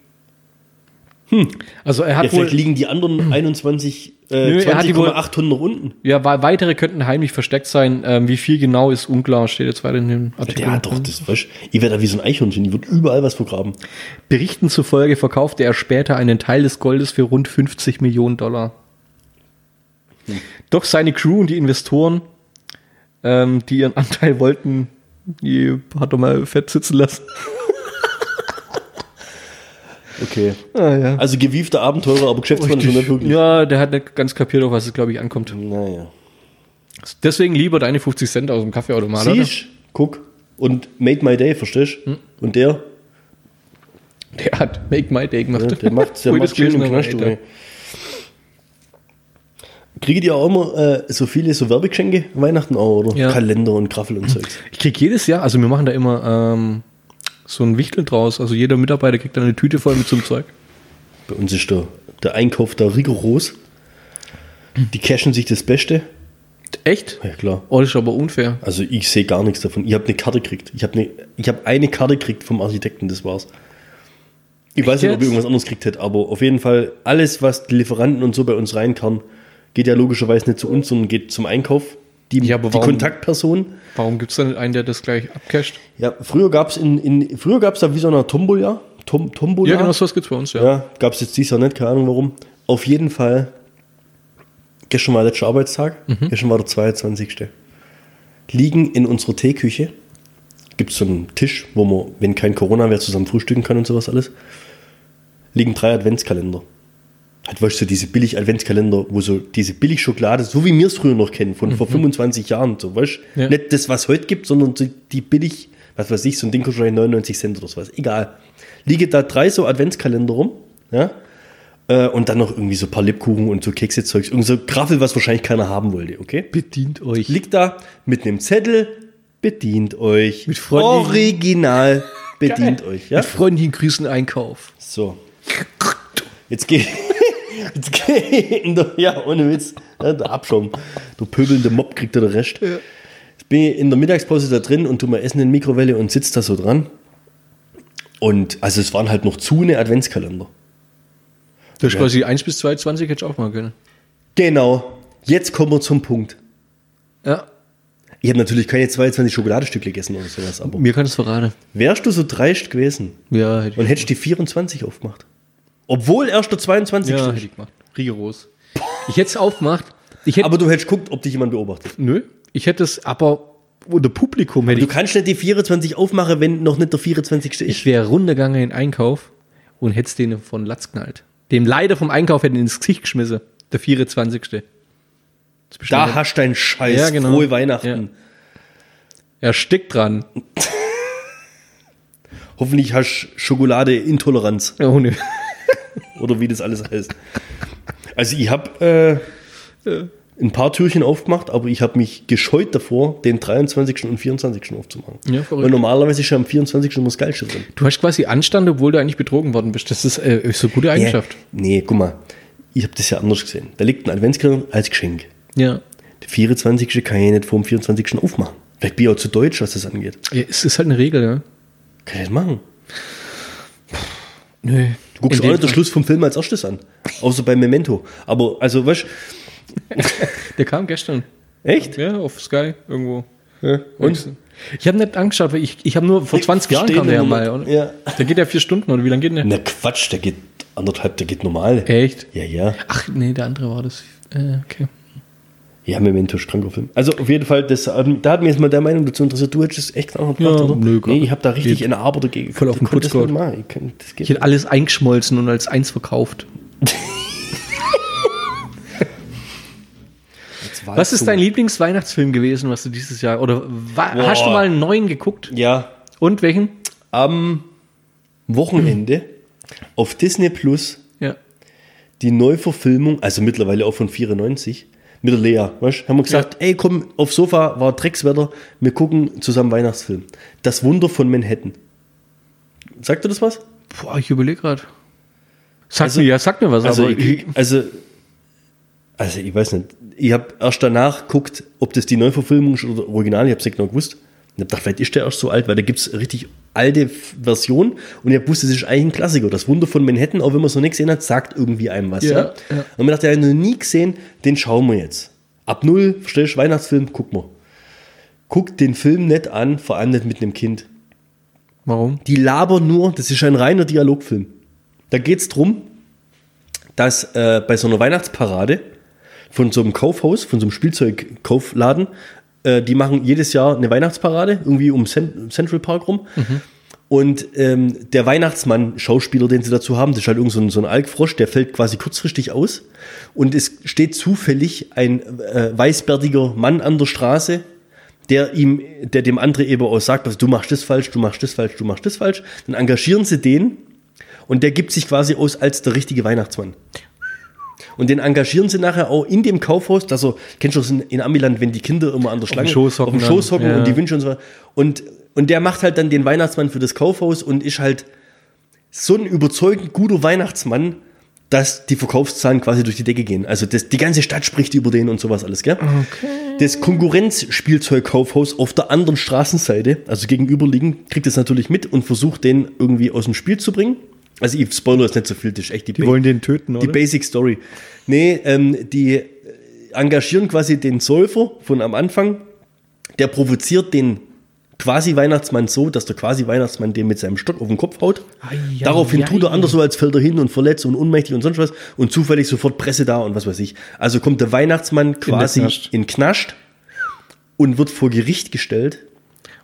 Speaker 2: Also er
Speaker 1: Ja,
Speaker 2: hat
Speaker 1: vielleicht
Speaker 2: wohl,
Speaker 1: liegen die anderen 21,
Speaker 2: Nö,
Speaker 1: äh,
Speaker 2: er hat die wohl-
Speaker 1: 20,8 Tonnen nach unten.
Speaker 2: ja, wa- weitere könnten heimlich versteckt sein. Ähm, wie viel genau ist unklar, steht jetzt weiter in dem Artikel.
Speaker 1: Der hat doch das frisch. Ich werde da wie so ein Eichhörnchen. Die wird überall was vergraben.
Speaker 2: Berichten zufolge verkaufte er später einen Teil des Goldes für rund 50 Millionen Dollar. Doch seine Crew und die Investoren, ähm, die ihren Anteil wollten, die hat er mal fett sitzen lassen.
Speaker 1: Okay.
Speaker 2: Ah, ja.
Speaker 1: Also gewiefter Abenteurer, aber Geschäftsmann ist er nicht wirklich.
Speaker 2: ja, der hat nicht ganz kapiert, auf was es, glaube ich, ankommt.
Speaker 1: Naja.
Speaker 2: Deswegen lieber deine 50 Cent aus dem Kaffeeautomat. oder?
Speaker 1: Siehst, guck. Und made my day, verstehst?
Speaker 2: Hm.
Speaker 1: Und der,
Speaker 2: Der hat Make My Day
Speaker 1: ja,
Speaker 2: gemacht.
Speaker 1: der macht's, der
Speaker 2: Wo ich
Speaker 1: macht's
Speaker 2: das
Speaker 1: schön im
Speaker 2: gelesen habe,
Speaker 1: Knast.
Speaker 2: ey,
Speaker 1: ey. Kriegt ihr auch immer äh, so viele so Werbegeschenke Weihnachten auch, oder?
Speaker 2: Ja.
Speaker 1: Kalender und Graffel und Zeugs.
Speaker 2: Ich krieg jedes Jahr, also wir machen da immer ähm, so ein Wichtel draus. Also jeder Mitarbeiter kriegt da eine Tüte voll mit so einem Zeug.
Speaker 1: Bei uns ist der, der Einkauf da rigoros. Die cashen sich das Beste.
Speaker 2: Echt?
Speaker 1: Ja, klar.
Speaker 2: Oh, das ist aber unfair.
Speaker 1: Also ich sehe gar nichts davon. Ich habe eine Karte gekriegt. Ich habe eine, ich habe eine Karte gekriegt vom Architekten, das war's. Ich weiß nicht, ob
Speaker 2: jetzt?
Speaker 1: ich irgendwas anderes gekriegt hätte, aber auf jeden Fall alles, was die Lieferanten und so bei uns reinkam, geht ja logischerweise nicht zu uns, sondern geht zum Einkauf. Die,
Speaker 2: Ja, aber
Speaker 1: die
Speaker 2: warum-
Speaker 1: Kontaktperson.
Speaker 2: Warum gibt es da nicht einen, der das gleich abcasht?
Speaker 1: Ja, früher gab's in, in früher gab's da wie so eine Tombola. Tom, Tombola.
Speaker 2: Ja, genau sowas gibt es bei uns, ja.
Speaker 1: Ja, gab es jetzt dies Jahr nicht, keine Ahnung warum. Auf jeden Fall, gestern war der letzte Arbeitstag,
Speaker 2: Mhm.
Speaker 1: gestern war der 22. Liegen in unserer Teeküche, gibt es so einen Tisch, wo man, wenn kein Corona wäre, zusammen frühstücken kann und sowas alles, liegen drei Adventskalender. Halt, weißt du, diese Billig-Adventskalender, wo so diese Billig-Schokolade, so wie wir es früher noch kennen, von vor 25 Jahren, so, weißt du?
Speaker 2: Ja.
Speaker 1: Nicht das, was heute gibt, sondern so die Billig, was weiß ich, so ein Ding kostet wahrscheinlich 99 Cent oder sowas, egal. Liege da drei so Adventskalender rum, ja? Äh, Und dann noch irgendwie so ein paar Lebkuchen und so Kekse-Zeugs. Irgend so Graffel, was wahrscheinlich keiner haben wollte, okay?
Speaker 2: Bedient euch.
Speaker 1: Liegt da mit einem Zettel, bedient euch.
Speaker 2: Mit freundlichen-
Speaker 1: Original, bedient euch, ja?
Speaker 2: Mit freundlichen Grüßen Einkauf.
Speaker 1: So. Jetzt geh. Jetzt geh. in der- Ja, ohne Witz. Ja, der Abschaum. Du pöbelnde Mob kriegt da der Rest. Jetzt bin ich in der Mittagspause da drin und tu mal Essen in die Mikrowelle und sitz da so dran. Und also es waren halt noch zu eine Adventskalender.
Speaker 2: Du hast quasi 1 bis 22 hätte ich auch mal können.
Speaker 1: Genau. Jetzt kommen wir zum Punkt.
Speaker 2: Ja.
Speaker 1: Ich habe natürlich keine 22 Schokoladestücke gegessen oder sowas, aber
Speaker 2: Mir kann es verraten.
Speaker 1: wärst du so dreist gewesen
Speaker 2: Ja, hätte
Speaker 1: und
Speaker 2: ich,
Speaker 1: hättest die 24 aufgemacht. Obwohl erst der 22.
Speaker 2: ja,
Speaker 1: steht.
Speaker 2: hätte ich gemacht. Rigoros. Ich hätte es aufgemacht. Ich hätte,
Speaker 1: Aber du hättest guckt, ob dich jemand beobachtet.
Speaker 2: nö, ich hätte es, aber unter Publikum hätte
Speaker 1: Du
Speaker 2: ich
Speaker 1: kannst nicht die 24 aufmachen, wenn noch nicht der 24.
Speaker 2: Ich
Speaker 1: ist.
Speaker 2: wäre runtergegangen in den Einkauf und hätte den von Latz knallt. Dem leider vom Einkauf hätte ich ins Gesicht geschmissen. Der 24. Das ist bestimmt
Speaker 1: Da
Speaker 2: nicht-
Speaker 1: hast du einen Scheiß.
Speaker 2: Ja, genau.
Speaker 1: Frohe Weihnachten.
Speaker 2: er steckt dran.
Speaker 1: Hoffentlich hast du Schokolade-Intoleranz
Speaker 2: Ja, Ohne.
Speaker 1: oder wie das alles heißt. Also ich habe äh, ein paar Türchen aufgemacht, aber ich habe mich gescheut davor, den 23. und 24. aufzumachen.
Speaker 2: Ja, verrückt.
Speaker 1: Weil normalerweise ist ja am 24. immer das Geilste drin.
Speaker 2: Du hast quasi Anstand, obwohl du eigentlich betrogen worden bist. Das ist äh, so eine gute Eigenschaft.
Speaker 1: Ja, nee, guck mal. Ich habe das ja anders gesehen. Da liegt ein Adventskalender als Geschenk.
Speaker 2: Ja.
Speaker 1: Der 24. kann ich nicht vor dem 24. aufmachen. Vielleicht bin ich auch zu deutsch, was das angeht.
Speaker 2: ja. Es ist halt eine Regel, ja.
Speaker 1: Kann ich das machen?
Speaker 2: Nö.
Speaker 1: Du guckst auch
Speaker 2: In dem
Speaker 1: nicht den
Speaker 2: Fall.
Speaker 1: Schluss vom Film als erstes an. Außer bei Memento. Aber, also, weißt
Speaker 2: Der kam gestern.
Speaker 1: echt?
Speaker 2: Ja, auf Sky irgendwo.
Speaker 1: Und?
Speaker 2: Ich habe nicht angeschaut, weil ich, ich habe nur vor 20 Jahren
Speaker 1: verstehe
Speaker 2: kam der ja
Speaker 1: den
Speaker 2: mal.
Speaker 1: Moment.
Speaker 2: Oder?
Speaker 1: Ja.
Speaker 2: Der geht ja vier Stunden, oder wie lange geht der?
Speaker 1: Na Quatsch, der geht anderthalb, der geht normal.
Speaker 2: Echt?
Speaker 1: Ja, ja.
Speaker 2: Ach, nee, der andere war das. Äh, okay.
Speaker 1: Ja, Memento ist kranker Film. Also, auf jeden Fall, das, ähm, da hat mich jetzt mal deine Meinung dazu interessiert. Du hättest es echt anders gemacht,
Speaker 2: Ja,
Speaker 1: oder?
Speaker 2: nö, gar
Speaker 1: nee,
Speaker 2: nicht.
Speaker 1: ich habe da richtig
Speaker 2: Geht.
Speaker 1: in Arbor dagegen.
Speaker 2: Voll auf
Speaker 1: Ich
Speaker 2: den
Speaker 1: konnte das
Speaker 2: Putz
Speaker 1: nicht machen. Ich kann- das geht
Speaker 2: Ich hätte alles eingeschmolzen und als eins verkauft.
Speaker 1: nicht. Wahl
Speaker 2: Was
Speaker 1: zu.
Speaker 2: ist dein Lieblingsweihnachtsfilm gewesen, was du dieses Jahr oder wa-
Speaker 1: Boah.
Speaker 2: hast du mal einen neuen geguckt?
Speaker 1: Ja,
Speaker 2: Und welchen?
Speaker 1: am Wochenende auf Disney Plus
Speaker 2: Ja.
Speaker 1: die Neuverfilmung, also mittlerweile auch von 94, mit der Lea, weißt, haben wir gesagt, ey komm, aufs Sofa war Dreckswetter, wir gucken zusammen Weihnachtsfilm. Das Wunder von Manhattan. Sagt dir das was?
Speaker 2: Boah, ich überlege gerade. Sag mir, ja, sag mir was,
Speaker 1: Also,
Speaker 2: aber
Speaker 1: ich, also, also ich weiß nicht. Ich habe erst danach geguckt, ob das die Neuverfilmung ist oder Original. Ich habe es nicht genau gewusst. Ich habe gedacht, vielleicht ist der erst so alt, weil da gibt es richtig alte F- Version und ich wusste, das ist eigentlich ein Klassiker. Das Wunder von Manhattan, auch wenn man es noch nicht gesehen hat, sagt irgendwie einem was.
Speaker 2: Ja,
Speaker 1: Ja,
Speaker 2: ja.
Speaker 1: Und mir dachte, ja, noch nie gesehen, den schauen wir jetzt. Ab null, verstehst du, Weihnachtsfilm, guck mal. Guckt den Film nicht an, vor allem nicht mit einem Kind
Speaker 2: warum?
Speaker 1: die labern nur, das ist ein reiner Dialogfilm. Da geht's drum, dass äh, bei so einer Weihnachtsparade von so einem Kaufhaus, von so einem Spielzeugkaufladen, äh, die machen jedes Jahr eine Weihnachtsparade, irgendwie um Cen- Central Park rum. Und ähm, der Weihnachtsmann, Schauspieler, den sie dazu haben, das ist halt irgend so ein, so ein Alkfrosch, der fällt quasi kurzfristig aus. Und es steht zufällig ein äh, weißbärtiger Mann an der Straße, der ihm, der dem anderen eben auch sagt, was du machst das falsch, du machst das falsch, du machst das falsch. Dann engagieren sie den und der gibt sich quasi aus als der richtige Weihnachtsmann. Und den engagieren sie nachher auch in dem Kaufhaus, dass er, kennst du das in, in Amiland, wenn die Kinder immer an der Schlange
Speaker 2: Schoß hocken
Speaker 1: auf dem Schoß
Speaker 2: dann,
Speaker 1: hocken
Speaker 2: ja.
Speaker 1: und die Wünsche und so weiter. Und, und der macht halt dann den Weihnachtsmann für das Kaufhaus und ist halt so ein überzeugend guter Weihnachtsmann, dass die Verkaufszahlen quasi durch die Decke gehen. Also das, die ganze Stadt spricht über den und sowas alles, gell? Okay. Das Konkurrenzspielzeugkaufhaus auf der anderen Straßenseite, also gegenüberliegend, kriegt das natürlich mit und versucht, den irgendwie aus dem Spiel zu bringen. Also ich spoiler jetzt nicht so viel, das ist echt die,
Speaker 4: Die
Speaker 1: Ba-
Speaker 4: wollen den töten,
Speaker 1: die
Speaker 4: oder?
Speaker 1: Basic Story. Nee, ähm, die äh, engagieren quasi den Säufer von am Anfang, der provoziert den quasi Weihnachtsmann so, dass der quasi Weihnachtsmann dem mit seinem Stock auf den Kopf haut. Daraufhin tut er anders so, als fällt er hin und verletzt und ohnmächtig und sonst was und zufällig sofort Presse da und was weiß ich. Also kommt der Weihnachtsmann quasi
Speaker 2: Knast.
Speaker 1: in Knast und wird vor Gericht gestellt.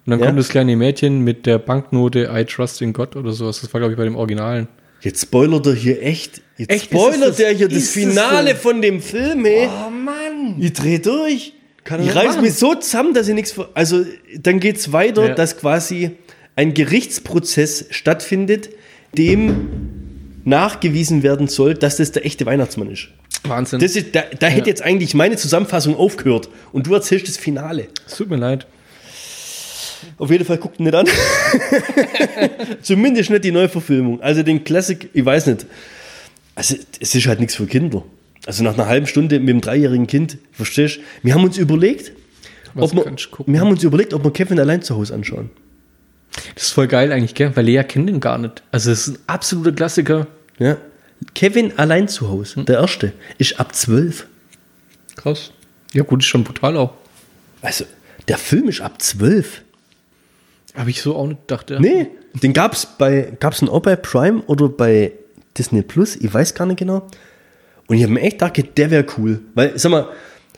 Speaker 2: Und dann
Speaker 1: Ja.
Speaker 2: kommt das kleine Mädchen mit der Banknote I trust in God oder sowas. Das war, glaube ich, bei dem Originalen.
Speaker 1: Jetzt spoilert er hier echt. Jetzt
Speaker 4: Echt? Ist es
Speaker 1: spoilert
Speaker 4: das-
Speaker 1: er hier das
Speaker 4: ist es
Speaker 1: Finale
Speaker 4: so?
Speaker 1: von dem Film, ey.
Speaker 4: Oh Mann!
Speaker 1: Ich dreh durch.
Speaker 4: Kann er
Speaker 1: ich
Speaker 4: nicht
Speaker 1: reiß
Speaker 4: machen.
Speaker 1: mich so zusammen, dass ich nichts. ver- Also, dann geht's weiter,
Speaker 2: Ja.
Speaker 1: dass quasi ein Gerichtsprozess stattfindet, dem nachgewiesen werden soll, dass das der echte Weihnachtsmann ist.
Speaker 2: Wahnsinn.
Speaker 1: Das ist da da hätte jetzt eigentlich meine Zusammenfassung aufgehört und du erzählst das Finale.
Speaker 2: Es tut mir leid.
Speaker 1: Auf jeden Fall guckt ihn nicht an. Zumindest nicht die Neuverfilmung. Also den Classic, ich weiß nicht. Also es ist halt nichts für Kinder. Also nach einer halben Stunde mit einem dreijährigen Kind, verstehst du? Wir haben uns überlegt,
Speaker 2: Was
Speaker 1: ob wir,
Speaker 2: kannst du gucken?
Speaker 1: wir haben uns überlegt, ob wir Kevin allein zu Hause anschauen.
Speaker 2: Das ist voll geil eigentlich, gell? Weil Lea kennt den gar nicht. Also, es ist ein absoluter Klassiker.
Speaker 1: Ja. Kevin allein zu Hause, der erste, ist ab zwölf.
Speaker 2: Krass. Ja, gut, ist schon brutal auch.
Speaker 1: Also der Film ist ab zwölf.
Speaker 2: Habe ich so auch nicht gedacht. Ja.
Speaker 1: Nee, den gab's bei, gab's ihn auch bei Prime oder bei Disney Plus, ich weiß gar nicht genau. Und ich habe mir echt gedacht, der wäre cool. Weil, sag mal,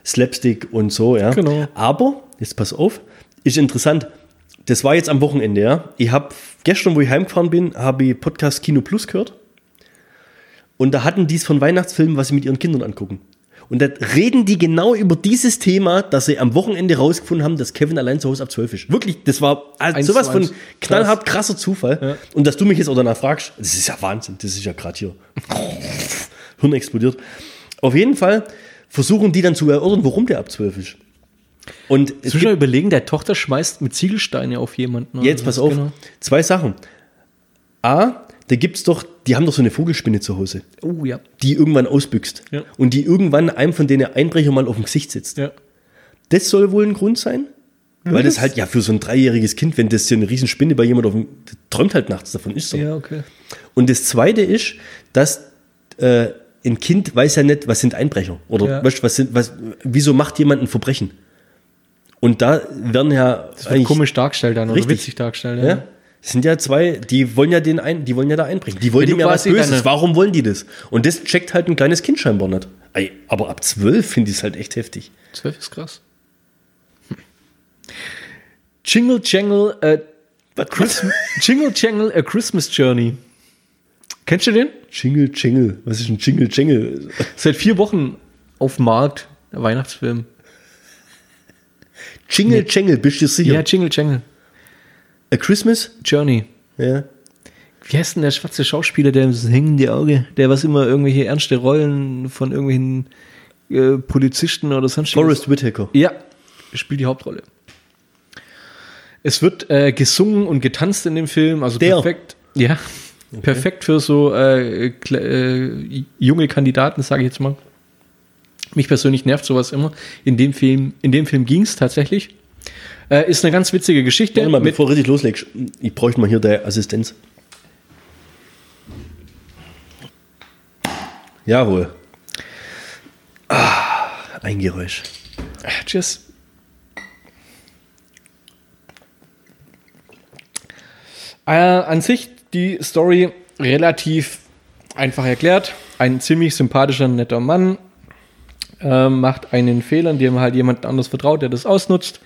Speaker 1: Slapstick und so, ja.
Speaker 2: Genau.
Speaker 1: Aber, jetzt pass auf, ist interessant. Das war jetzt am Wochenende, ja. Ich habe gestern, wo ich heimgefahren bin, habe ich Podcast Kino Plus gehört. Und da hatten die es von Weihnachtsfilmen, was sie mit ihren Kindern angucken. Und da reden die genau über dieses Thema, dass sie am Wochenende rausgefunden haben, dass Kevin allein zu Hause ab 12 ist. Wirklich, das war also
Speaker 2: Eins
Speaker 1: sowas
Speaker 2: zu
Speaker 1: von
Speaker 2: eins.
Speaker 1: knallhart krasser Zufall.
Speaker 2: Ja.
Speaker 1: Und dass du mich jetzt auch danach fragst, das ist ja Wahnsinn, das ist ja gerade hier. Hirn explodiert. Auf jeden Fall versuchen die dann zu erörtern, warum der ab 12 ist. Und es
Speaker 2: Jetzt muss ich mal überlegen, der Tochter schmeißt mit Ziegelsteine auf jemanden. oder
Speaker 1: Jetzt pass
Speaker 2: sowas,
Speaker 1: auf,
Speaker 2: genau.
Speaker 1: zwei Sachen. A, da gibt's doch, die haben doch so eine Vogelspinne zu Hause,
Speaker 2: Oh ja.
Speaker 1: die irgendwann ausbüchst
Speaker 2: Ja.
Speaker 1: und die irgendwann einem von denen Einbrecher mal auf dem Gesicht sitzt.
Speaker 2: ja.
Speaker 1: Das soll wohl ein Grund sein, weil das halt ja für so ein dreijähriges Kind, wenn das hier eine Riesenspinne bei jemand auf dem, das träumt halt nachts davon, ist so.
Speaker 2: Ja, okay.
Speaker 1: Und das Zweite ist, dass äh, ein Kind weiß ja nicht, was sind Einbrecher oder
Speaker 2: Ja.
Speaker 1: weißt, was sind, was, wieso macht jemand ein Verbrechen? Und da werden ja
Speaker 2: Das wird komisch dargestellt dann, oder
Speaker 1: Richtig.
Speaker 2: witzig dargestellt.
Speaker 1: ja. Das sind ja zwei, die wollen ja den ein, die wollen ja da einbrechen. Die wollen
Speaker 2: Wenn
Speaker 1: dem
Speaker 2: du
Speaker 1: ja was
Speaker 2: quasi
Speaker 1: Böses.
Speaker 2: deine-
Speaker 1: Warum wollen die das? Und das checkt halt ein kleines Kind scheinbar nicht. Ey, aber ab zwölf finde ich es halt echt heftig.
Speaker 2: Zwölf ist krass. Hm. Jingle Jangle, äh, Christmas, Jingle Jangle, A Christmas Journey. Kennst du den?
Speaker 1: Jingle, Jingle. Was ist ein Jingle, Jingle?
Speaker 2: Seit vier Wochen auf dem Markt, der Weihnachtsfilm.
Speaker 1: Jingle, Jingle, bist du sicher?
Speaker 2: Ja, Jingle Jangle,
Speaker 1: A Christmas?
Speaker 2: Journey.
Speaker 1: Ja.
Speaker 2: Wie heißt denn der schwarze Schauspieler, der das hängende Auge, der was immer irgendwelche ernste Rollen von irgendwelchen äh, Polizisten oder sonst
Speaker 1: Forrest Whitaker.
Speaker 2: Ja, spielt die Hauptrolle. Es wird äh, gesungen und getanzt in dem Film, also
Speaker 1: Der.
Speaker 2: perfekt. Ja, perfekt für so äh, kle- äh, junge Kandidaten, sage ich jetzt mal. Mich persönlich nervt sowas immer. In dem Film, in dem Film ging es tatsächlich. Äh, ist eine ganz witzige Geschichte.
Speaker 1: Warte mal,
Speaker 2: mit-
Speaker 1: bevor du richtig loslegst, ich bräuchte mal hier deine Assistenz. Jawohl. Ah, ein Geräusch.
Speaker 2: Ah, Cheers. Äh, an sich die Story relativ einfach erklärt. Ein ziemlich sympathischer, netter Mann äh, macht einen Fehler, indem er halt jemand anders vertraut, der das ausnutzt.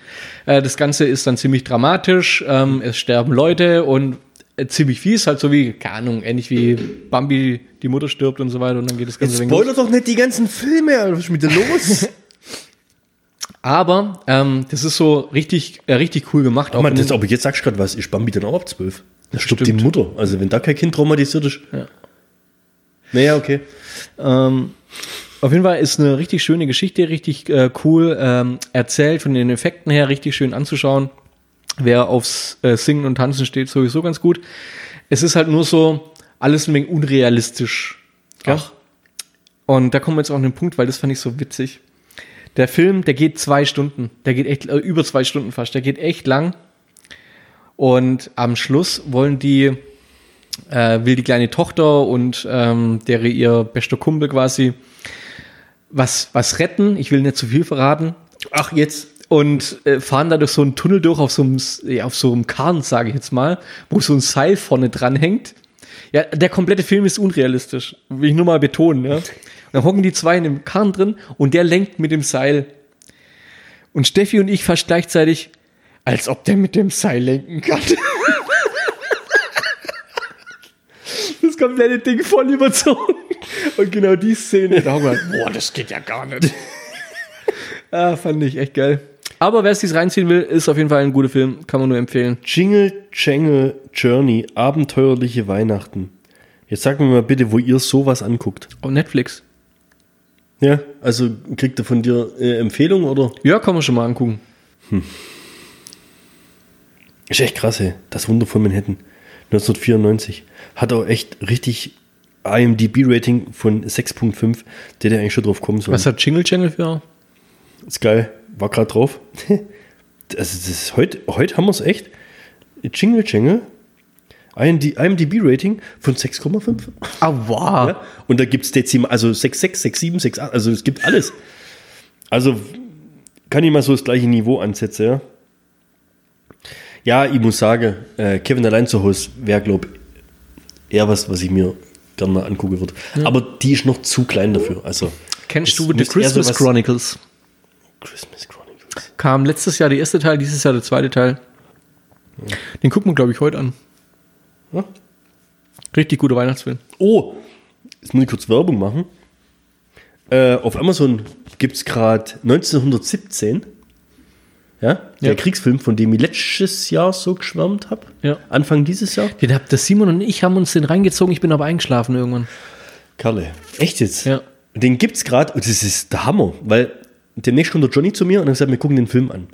Speaker 2: Äh, das Ganze ist dann ziemlich dramatisch. Ähm, es sterben Leute und äh, ziemlich fies, halt so wie, keine Ahnung, ähnlich wie Bambi, die Mutter stirbt und so weiter und dann geht das Ganze wenig-
Speaker 1: doch nicht die ganzen Filme, Alter. was ist mit dir los?
Speaker 2: Aber ähm, das ist so richtig, äh, richtig cool gemacht.
Speaker 1: Oh Mann,
Speaker 2: in
Speaker 1: das,
Speaker 2: den-
Speaker 1: aber jetzt sagst du gerade was, ist Bambi dann auch ab 12? Da stirbt die
Speaker 2: stimmt.
Speaker 1: Mutter. Also wenn da kein Kind traumatisiert ist.
Speaker 2: Ja.
Speaker 1: Naja, okay.
Speaker 2: Ähm, auf jeden Fall ist eine richtig schöne Geschichte, richtig äh, cool ähm, erzählt, von den Effekten her richtig schön anzuschauen. Wer aufs äh, Singen und Tanzen steht, sowieso ganz gut. Es ist halt nur so alles ein wenig unrealistisch. Ach. Und da kommen wir jetzt auch an den Punkt, weil das fand ich so witzig. Der Film, der geht zwei Stunden. Der geht echt äh, über zwei Stunden fast. Der geht echt lang. Und am Schluss wollen die, äh, will die kleine Tochter und ähm, der ihr bester Kumpel quasi was, was retten. Ich will nicht zu viel verraten.
Speaker 1: Ach, jetzt.
Speaker 2: Und äh, fahren da durch so einen Tunnel durch auf so einem, S- ja, auf so einem Karren, sage ich jetzt mal, wo so ein Seil vorne dran hängt. Ja, der komplette Film ist unrealistisch. Will ich nur mal betonen. Ja. Und dann hocken die zwei in dem Karren drin und der lenkt mit dem Seil. Und Steffi und ich fast gleichzeitig, als ob der mit dem Seil lenken kann. das komplette Ding voll überzogen. Und genau die Szene, da haben wir halt, boah, das geht ja gar nicht. ah, fand ich echt geil. Aber wer es sich reinziehen will, ist auf jeden Fall ein guter Film. Kann man nur empfehlen.
Speaker 1: Jingle Jangle Journey, abenteuerliche Weihnachten. Jetzt sag mir mal bitte, wo ihr sowas anguckt.
Speaker 2: Auf Netflix.
Speaker 1: Ja, also kriegt er von dir äh, Empfehlung oder?
Speaker 2: Ja, kann man schon mal angucken.
Speaker 1: Ist echt krass, ey. Das Wunder von Manhattan. 1994. Hat auch echt richtig IMDb-Rating von 6.5. Der hätte eigentlich schon drauf kommen sollen.
Speaker 2: Was hat Jingle Channel für?
Speaker 1: Ist geil. War gerade drauf. also, das ist heute, heute haben wir es echt. Jingle Jangle. IMDb-Rating von 6,5.
Speaker 2: Ah, wow.
Speaker 1: Ja? Und da gibt es Dezimal, also 6,6, 6,7, 6,8, also es gibt alles. Also kann ich mal so das gleiche Niveau ansetzen, ja. Ja, ich muss sagen, äh, Kevin allein zu Hause wäre, glaube ich, eher was, was ich mir gerne mal angucken würde. Aber die ist noch zu klein dafür. Also,
Speaker 2: Kennst
Speaker 1: das
Speaker 2: du The
Speaker 1: muss eher
Speaker 2: Christmas
Speaker 1: sowas-
Speaker 2: Chronicles?
Speaker 1: Christmas Chronicles.
Speaker 2: Kam letztes Jahr der erste Teil, dieses Jahr der zweite Teil. Den gucken wir, glaube ich, heute an.
Speaker 1: Ja.
Speaker 2: Richtig guter Weihnachtsfilm.
Speaker 1: Oh, jetzt muss ich kurz Werbung machen. Äh, auf Amazon gibt es gerade 1917, ja, der
Speaker 2: Ja.
Speaker 1: Kriegsfilm, von dem ich letztes Jahr so geschwärmt habe.
Speaker 2: Ja.
Speaker 1: Anfang dieses Jahr.
Speaker 2: Den habt das Simon und ich haben uns den reingezogen, ich bin aber eingeschlafen irgendwann.
Speaker 1: Karle, echt jetzt?
Speaker 2: Ja.
Speaker 1: Den gibt's gerade und das ist der Hammer, weil demnächst kommt der Johnny zu mir und hat gesagt, wir gucken den Film an.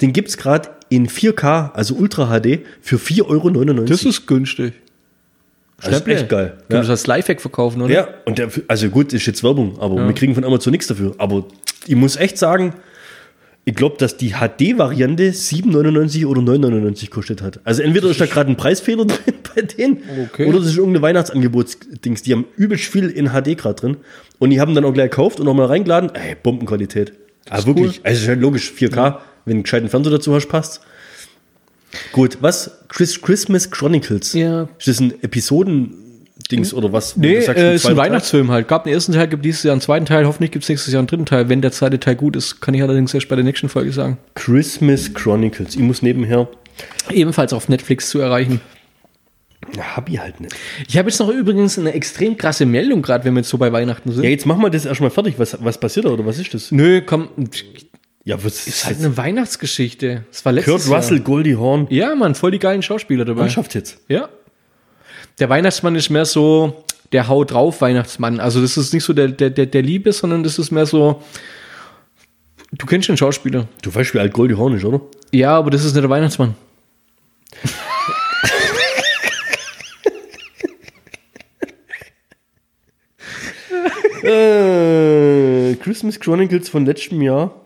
Speaker 1: Den gibt's gerade in 4K, also Ultra HD, für 4,99 Euro.
Speaker 2: ist günstig.
Speaker 1: Das ist echt geil.
Speaker 2: Können ja.
Speaker 1: Ja.
Speaker 2: das als Lifehack verkaufen, oder?
Speaker 1: Ja, und der, also gut, ist jetzt Werbung, aber wir kriegen von Amazon nichts dafür. Aber ich muss echt sagen, ich glaube, dass die HD-Variante 7,99 oder 9,99 kostet hat. Also entweder ist da gerade ein Preisfehler drin bei denen
Speaker 2: Okay.
Speaker 1: oder das ist irgendeine Weihnachtsangebotsdings. Die haben übelst viel in HD gerade drin und die haben dann auch gleich gekauft und nochmal reingeladen. Ey, Bombenqualität. Ah, wirklich. Also ist halt logisch, 4K, wenn du einen gescheiten Fernseher dazu hast, passt. Gut, was? Chris Christmas Chronicles.
Speaker 2: Ja. Hm?
Speaker 1: Ist das ein Episoden-Dings oder was?
Speaker 2: Nee,
Speaker 1: Du sagst,
Speaker 2: äh, ist ein
Speaker 1: zweiten Teil?
Speaker 2: Weihnachtsfilm halt. Gab einen ersten Teil, gibt dieses Jahr einen zweiten Teil. Hoffentlich gibt es nächstes Jahr einen dritten Teil. Wenn der zweite Teil gut ist, kann ich allerdings erst bei der nächsten Folge sagen.
Speaker 1: Christmas Chronicles. Ich muss nebenher.
Speaker 2: Ebenfalls auf Netflix zu erreichen.
Speaker 1: Ja, hab ich halt nicht.
Speaker 2: Ich habe jetzt noch übrigens eine extrem krasse Meldung, gerade wenn wir jetzt so bei Weihnachten sind.
Speaker 1: Ja, jetzt machen wir das erstmal fertig. Was, was passiert da oder was ist das?
Speaker 2: Nö, komm,
Speaker 1: Ja, was ist
Speaker 2: ist halt eine Weihnachtsgeschichte. Das war letztes
Speaker 1: Kurt Russell, Goldie Horn.
Speaker 2: Jahr. Ja, Mann, voll die geilen Schauspieler dabei.
Speaker 1: Man schafft jetzt.
Speaker 2: Ja. Der Weihnachtsmann ist mehr so der Hau drauf Weihnachtsmann. Also das ist nicht so der, der, der, der Liebe, sondern das ist mehr so. Du kennst den Schauspieler.
Speaker 1: Du weißt, wie alt Goldie Horn ist, oder?
Speaker 2: Ja, aber das ist nicht der Weihnachtsmann.
Speaker 1: Äh, Christmas Chronicles von letztem Jahr.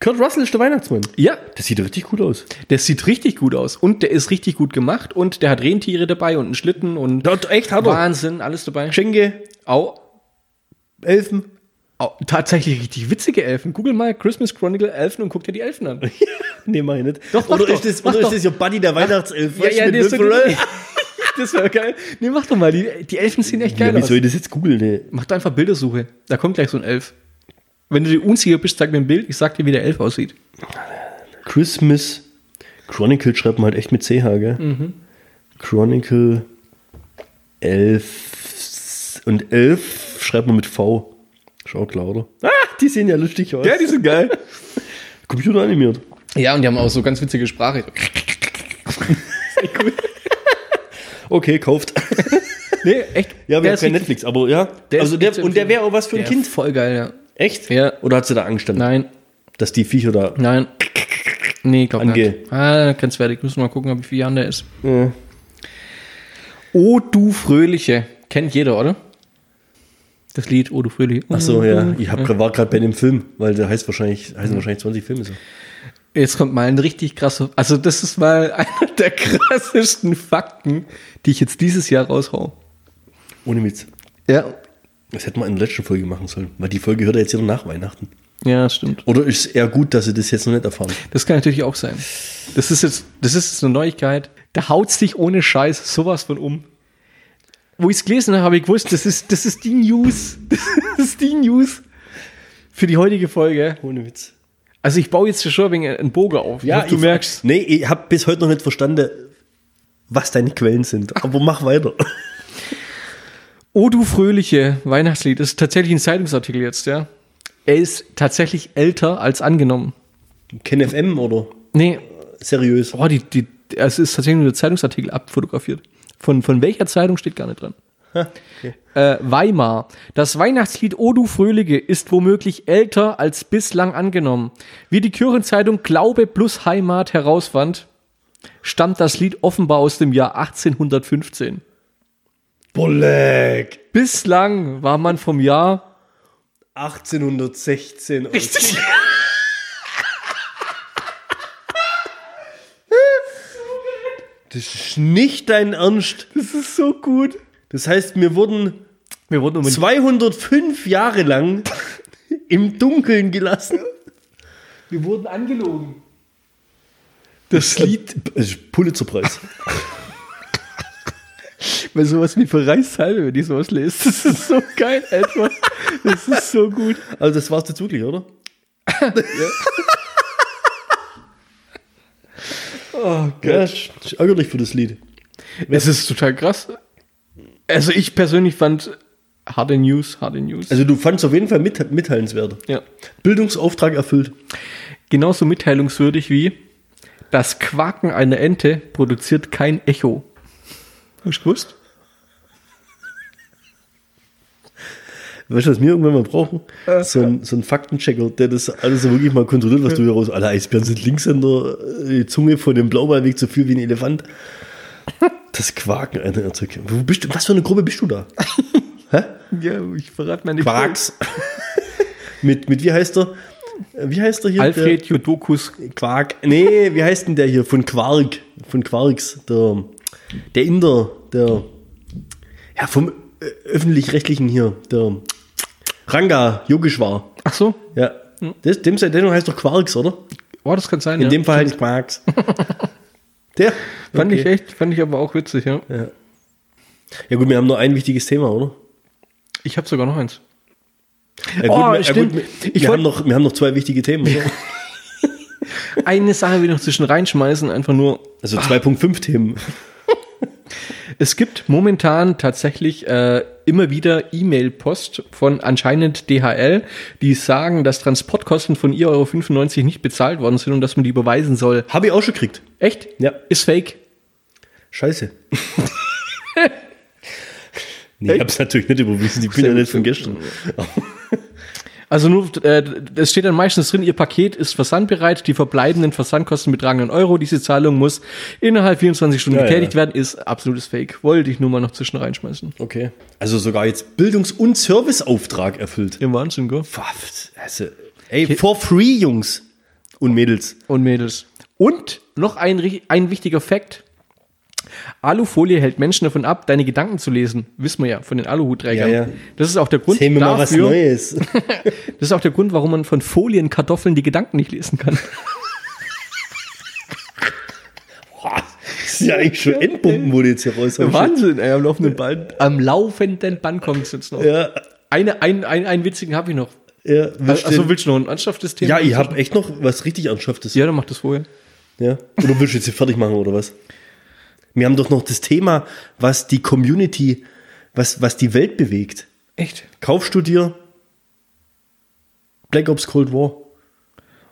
Speaker 1: Kurt Russell ist der Weihnachtsmann.
Speaker 2: Ja,
Speaker 1: Das sieht richtig cool aus.
Speaker 2: der sieht richtig gut aus. Und der ist richtig gut gemacht. Und der hat Rentiere dabei und einen Schlitten und
Speaker 1: Dort echt hat er.
Speaker 2: Wahnsinn, alles dabei.
Speaker 1: Schenke,
Speaker 2: Au,
Speaker 1: Elfen.
Speaker 2: au, tatsächlich richtig witzige Elfen. Google mal Christmas Chronicle Elfen und guck dir die Elfen an.
Speaker 1: nee, mach ich nicht.
Speaker 2: Doch, mach
Speaker 1: oder
Speaker 2: doch,
Speaker 1: ist das,
Speaker 2: mach
Speaker 1: oder ist
Speaker 2: doch.
Speaker 1: das your Buddy der Weihnachtself? weißt du,
Speaker 2: nee, ist
Speaker 1: mit
Speaker 2: so
Speaker 1: Will Ferrell?
Speaker 2: gut. das wäre geil. Nee, mach doch mal. Die, die Elfen sehen echt geil
Speaker 1: ja, wie
Speaker 2: aus.
Speaker 1: soll ich das jetzt googeln? ey?
Speaker 2: Macht einfach Bildersuche. Da kommt gleich so ein Elf. Wenn du dir unsicher bist, zeig mir ein Bild. Ich sag dir, wie der Elf aussieht.
Speaker 1: Christmas Chronicle schreibt man halt echt mit CH, gell?
Speaker 2: Mhm.
Speaker 1: Chronicle 11 und 11 schreibt man mit V. Schaut klar, oder? Ah, die sehen ja lustig aus.
Speaker 2: sind geil.
Speaker 1: Computer animiert.
Speaker 2: Ja, und die haben auch so ganz witzige Sprache.
Speaker 1: Okay, kauft.
Speaker 2: Nee, echt.
Speaker 1: Ja, wir
Speaker 2: Der
Speaker 1: haben
Speaker 2: ist
Speaker 1: kein
Speaker 2: richtig-
Speaker 1: Netflix, aber ja.
Speaker 2: der
Speaker 1: also
Speaker 2: ist
Speaker 1: der,
Speaker 2: echt zu
Speaker 1: und der
Speaker 2: empfehlen.
Speaker 1: wäre auch was für ein
Speaker 2: Der
Speaker 1: Kind.
Speaker 2: Voll geil, ja.
Speaker 1: Echt?
Speaker 2: Ja.
Speaker 1: Oder hat sie da Angst damit,
Speaker 2: Nein,
Speaker 1: dass die Viecher da.
Speaker 2: nein. Nee, glaub
Speaker 1: Ange-
Speaker 2: nicht. Ah, grenzwertig. Müssen wir mal gucken, wie viel Jahren der ist.
Speaker 1: Ja.
Speaker 2: Oh, du Fröhliche. Kennt jeder, oder? Das Lied Odo Fröhlich.
Speaker 1: Ach so, ja.
Speaker 2: Mhm.
Speaker 1: Ich hab, war gerade bei dem Film, weil der heißt wahrscheinlich, heißen wahrscheinlich 20 Filme so.
Speaker 2: Jetzt kommt mal ein richtig krasser. Also, das ist mal einer der krassesten Fakten, die ich jetzt dieses Jahr raushau.
Speaker 1: Ohne Witz.
Speaker 2: Ja.
Speaker 1: Das hätten wir in der letzten Folge machen sollen, weil die Folge hört ja jetzt wieder nach Weihnachten.
Speaker 2: Ja, stimmt.
Speaker 1: Oder ist es eher gut, dass sie das jetzt noch nicht erfahren?
Speaker 2: Das kann natürlich auch sein. Das ist jetzt, das ist jetzt eine Neuigkeit. Da haut sich ohne Scheiß sowas von um. Wo ich es gelesen habe, habe ich gewusst, das ist, das ist die News. Das ist die News für die heutige Folge.
Speaker 1: Ohne Witz.
Speaker 2: Also ich baue jetzt für Schörbing einen Bogen auf. ne,
Speaker 1: Ja,
Speaker 2: du
Speaker 1: ich,
Speaker 2: merkst.
Speaker 1: Nee, ich habe bis heute noch nicht verstanden, was deine Quellen sind. Aber mach weiter.
Speaker 2: O du fröhliche Weihnachtslied ist tatsächlich ein Zeitungsartikel jetzt, ja. Er ist tatsächlich älter als angenommen.
Speaker 1: KenFM oder
Speaker 2: Nee,
Speaker 1: seriös?
Speaker 2: boah, die, die, es ist tatsächlich nur der Zeitungsartikel abfotografiert. Von, von welcher Zeitung steht gar nicht dran. Äh, Weimar. Das Weihnachtslied O du Fröhliche ist womöglich älter als bislang angenommen. Wie die Kirchenzeitung Glaube plus Heimat herausfand, stammt das Lied offenbar aus dem Jahr 1815.
Speaker 1: Bolleck!
Speaker 2: Bislang war man vom Jahr
Speaker 1: 1816.
Speaker 2: Richtig.
Speaker 1: Das ist nicht dein Ernst.
Speaker 2: Das ist so gut.
Speaker 1: Das heißt, mir wurden
Speaker 2: Wir wurden um
Speaker 1: 205 Jahre lang im Dunkeln gelassen.
Speaker 2: Wir wurden angelogen. Das Lied,
Speaker 1: Es ist Pulitzerpreis.
Speaker 2: weil sowas wie verreißt halbe, wenn ich sowas lese. Das ist so geil, Edward. Das ist so gut.
Speaker 1: Also das war's jetzt wirklich, oder?
Speaker 2: Oh
Speaker 1: Ja, das ist ärgerlich für das Lied.
Speaker 2: Es ist total krass. Also ich persönlich fand harte News, harte News.
Speaker 1: Also du fandst auf jeden Fall mit, mitteilenswert.
Speaker 2: ja.
Speaker 1: Bildungsauftrag erfüllt.
Speaker 2: Genauso mitteilungswürdig wie das Quaken einer Ente produziert kein Echo. Hast du gewusst?
Speaker 1: Weißt du, was wir irgendwann mal brauchen?
Speaker 2: Äh.
Speaker 1: So ein, so ein Faktenchecker, der das alles so wirklich mal kontrolliert, was du hier raus. Alle Eisbären sind links an der äh, Zunge von dem Blaubeerweg so viel wie ein Elefant. Das Quaken einer Erzeugung. Wo bist du? Was für eine Gruppe bist du da?
Speaker 2: Ja, ich verrate meine
Speaker 1: Quarks. mit, mit, wie heißt der? Äh, Wie heißt der hier?
Speaker 2: Alfred Jodokus
Speaker 1: Der Quark. Nee, wie heißt denn der hier? Von Quark. Von Quarks. Der, der Inder. Der. Ja, vom äh, Öffentlich-Rechtlichen hier. Der Ranga Yogeshwar.
Speaker 2: Ach so.
Speaker 1: Ja. Das, dem Sendung heißt doch Quarks, oder?
Speaker 2: Oh, das kann sein.
Speaker 1: In
Speaker 2: ja.
Speaker 1: dem Fall heißt es Quarks. Der.
Speaker 2: fand ich
Speaker 1: Okay.
Speaker 2: echt, fand ich aber auch witzig, ja.
Speaker 1: Ja, gut, wir haben nur ein wichtiges Thema, oder?
Speaker 2: Ich habe sogar noch eins.
Speaker 1: Ja, gut,
Speaker 2: Oh,
Speaker 1: wir,
Speaker 2: stimmt.
Speaker 1: Ja, gut, wir,
Speaker 2: Ich
Speaker 1: wir,
Speaker 2: wollt-
Speaker 1: haben noch, wir haben noch zwei wichtige Themen, oder?
Speaker 2: Eine Sache will ich noch zwischen reinschmeißen, einfach nur.
Speaker 1: Also 2.5 Themen.
Speaker 2: Es gibt momentan tatsächlich äh, immer wieder E-Mail-Post von anscheinend DHL, die sagen, dass Transportkosten von 4,95 Euro nicht bezahlt worden sind und dass man die überweisen soll.
Speaker 1: Habe ich auch schon gekriegt.
Speaker 2: Echt?
Speaker 1: Ja.
Speaker 2: Ist fake.
Speaker 1: Scheiße. nee, ich hab's natürlich nicht überwiesen, die bin ja nicht von gestern.
Speaker 2: Also nur, äh, es steht dann meistens drin, Ihr Paket ist versandbereit, die verbleibenden Versandkosten betragen einen Euro, diese Zahlung muss innerhalb 24 Stunden
Speaker 1: Ja, ja.
Speaker 2: getätigt werden, ist absolutes Fake. Wollte ich nur mal noch zwischen reinschmeißen.
Speaker 1: Okay. Also sogar jetzt Bildungs- und Serviceauftrag erfüllt.
Speaker 2: Im Wahnsinn, gell?
Speaker 1: Pfaff, Also, ey, for free, Jungs und Mädels.
Speaker 2: und Mädels. Und noch ein, ri- ein wichtiger Fakt. Alufolie hält Menschen davon ab, deine Gedanken zu lesen. Wissen wir ja von den Aluhutträgern.
Speaker 1: Ja, ja.
Speaker 2: Das ist auch der Grund
Speaker 1: Sehen wir mal was Neues.
Speaker 2: Das ist auch der Grund, warum man von Folienkartoffeln die Gedanken nicht lesen kann.
Speaker 1: Oh, Boah, das ist ja eigentlich schon Endbomben, wo die jetzt hier raus
Speaker 2: Wahnsinn, ey, am laufenden Band. Am laufenden Band kommt es jetzt noch.
Speaker 1: Ja,
Speaker 2: Eine, ein, ein, einen witzigen habe ich noch.
Speaker 1: ja, willst du
Speaker 2: Also
Speaker 1: den-
Speaker 2: willst du noch ein ernsthaftes Thema?
Speaker 1: ja, ich hab echt noch was richtig Ernsthaftes.
Speaker 2: Ja, dann mach das vorher.
Speaker 1: Ja. Oder willst du jetzt hier fertig machen oder was? Wir haben doch noch das Thema, was die Community, was, was die Welt bewegt.
Speaker 2: Echt?
Speaker 1: Kaufst du dir Black Ops Cold War?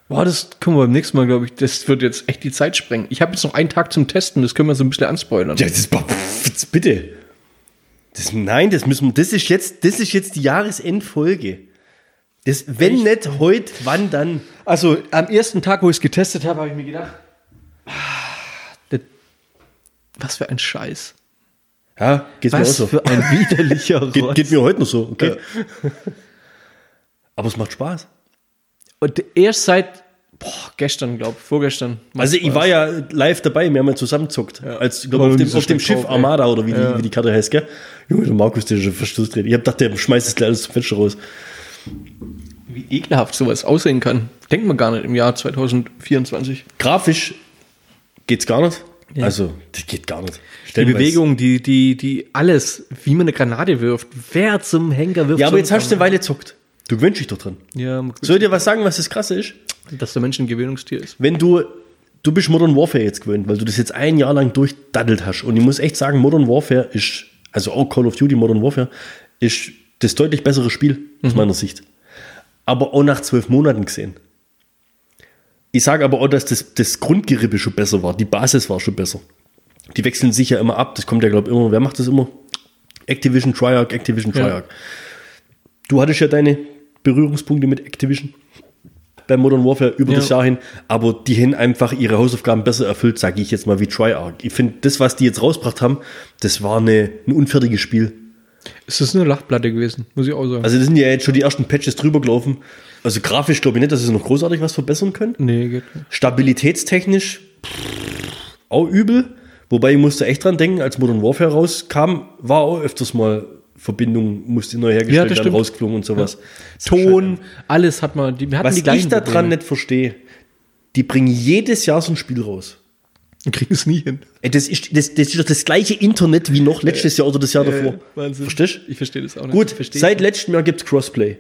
Speaker 2: Boah, das können wir beim nächsten Mal, glaube ich, das wird jetzt echt die Zeit sprengen. Ich habe jetzt noch einen Tag zum Testen, das können wir so ein bisschen anspoilern.
Speaker 1: Ja, das ist, pff, jetzt bitte. Das, nein, das müssen wir- das ist jetzt, das ist jetzt die Jahresendfolge. Das, wenn nicht heute, wann dann?
Speaker 2: Also am ersten Tag, wo ich es getestet habe, habe ich mir gedacht, ah, das, was für ein Scheiß.
Speaker 1: Ja, geht's mir auch
Speaker 2: Was
Speaker 1: so.
Speaker 2: für ein widerlicher Rotz.
Speaker 1: Geht, geht mir heute noch so, okay. Aber es macht Spaß.
Speaker 2: Und erst seit boah, gestern, glaube ich, vorgestern.
Speaker 1: Also ich war ja live dabei, wir haben ja zusammenzockt. Als, ich glaub,
Speaker 2: War
Speaker 1: auf
Speaker 2: noch
Speaker 1: dem,
Speaker 2: nie so
Speaker 1: auf dem
Speaker 2: schlimm
Speaker 1: Schiff
Speaker 2: drauf, ey.
Speaker 1: Armada oder wie, die, wie die Karte heißt, gell? Junge, der Markus, der ist schon Verstoß drin. Ich hab gedacht, der schmeißt das gleich alles zum Fenster raus.
Speaker 2: Wie ekelhaft sowas aussehen kann. Denkt man gar nicht im Jahr 2024.
Speaker 1: Grafisch geht's gar nicht. Also, das geht gar nicht.
Speaker 2: Die
Speaker 1: Stellenweise-
Speaker 2: Bewegung, die, die, die alles, wie man eine Granate wirft. Wer zum Henker wirft
Speaker 1: Ja, aber
Speaker 2: so
Speaker 1: jetzt
Speaker 2: eine
Speaker 1: hast du eine Weile zockt. Du gewöhnst dich doch dran.
Speaker 2: Granate? Ja,
Speaker 1: Soll ich dir was sagen, was das krasse ist?
Speaker 2: dass der Mensch ein Gewöhnungstier ist.
Speaker 1: wenn du, du bist Modern Warfare jetzt gewöhnt, weil du das jetzt ein Jahr lang durchdaddelt hast. Und ich muss echt sagen, Modern Warfare ist, also auch Call of Duty Modern Warfare, ist das deutlich bessere Spiel aus meiner Sicht. Aber auch nach zwölf Monaten gesehen. Ich sage aber auch, dass das, das Grundgerippe schon besser war. Die Basis war schon besser. Die wechseln sich ja immer ab. Das kommt ja, glaube ich, immer. Wer macht das immer? Activision Treyarch, Activision
Speaker 2: Ja.
Speaker 1: Treyarch. Du hattest ja deine Berührungspunkte mit Activision bei Modern Warfare über
Speaker 2: Ja.
Speaker 1: das Jahr hin, aber die hin einfach ihre Hausaufgaben besser erfüllt, sage ich jetzt mal wie Treyarch. Ich finde, das, was die jetzt rausgebracht haben, das war eine, ein unfertiges Spiel.
Speaker 2: Es ist eine Lachplatte gewesen, muss ich auch sagen.
Speaker 1: Also, das sind ja jetzt schon die ersten Patches drüber gelaufen. Also, grafisch glaube ich nicht, dass sie noch großartig was verbessern können.
Speaker 2: nee, geht nicht.
Speaker 1: Stabilitätstechnisch pff, auch übel. Wobei ich musste echt dran denken, als Modern Warfare rauskam, war auch öfters mal Verbindung, musste neu
Speaker 2: Ja,
Speaker 1: hergestellt
Speaker 2: das
Speaker 1: werden,
Speaker 2: stimmt.
Speaker 1: rausgeflogen und sowas.
Speaker 2: Ton, alles hat man, die, wir hatten
Speaker 1: Was
Speaker 2: die gleichen
Speaker 1: ich daran
Speaker 2: Probleme.
Speaker 1: nicht verstehe, die bringen jedes Jahr so ein Spiel raus.
Speaker 2: Und kriegen es nie hin.
Speaker 1: Ey, Das ist, das, das ist doch das gleiche Internet wie noch letztes Jahr oder das Jahr davor.
Speaker 2: Wahnsinn.
Speaker 1: Verstehst du?
Speaker 2: Ich verstehe das auch nicht.
Speaker 1: Gut,
Speaker 2: Ich verstehe
Speaker 1: seit letztem Jahr gibt es Crossplay.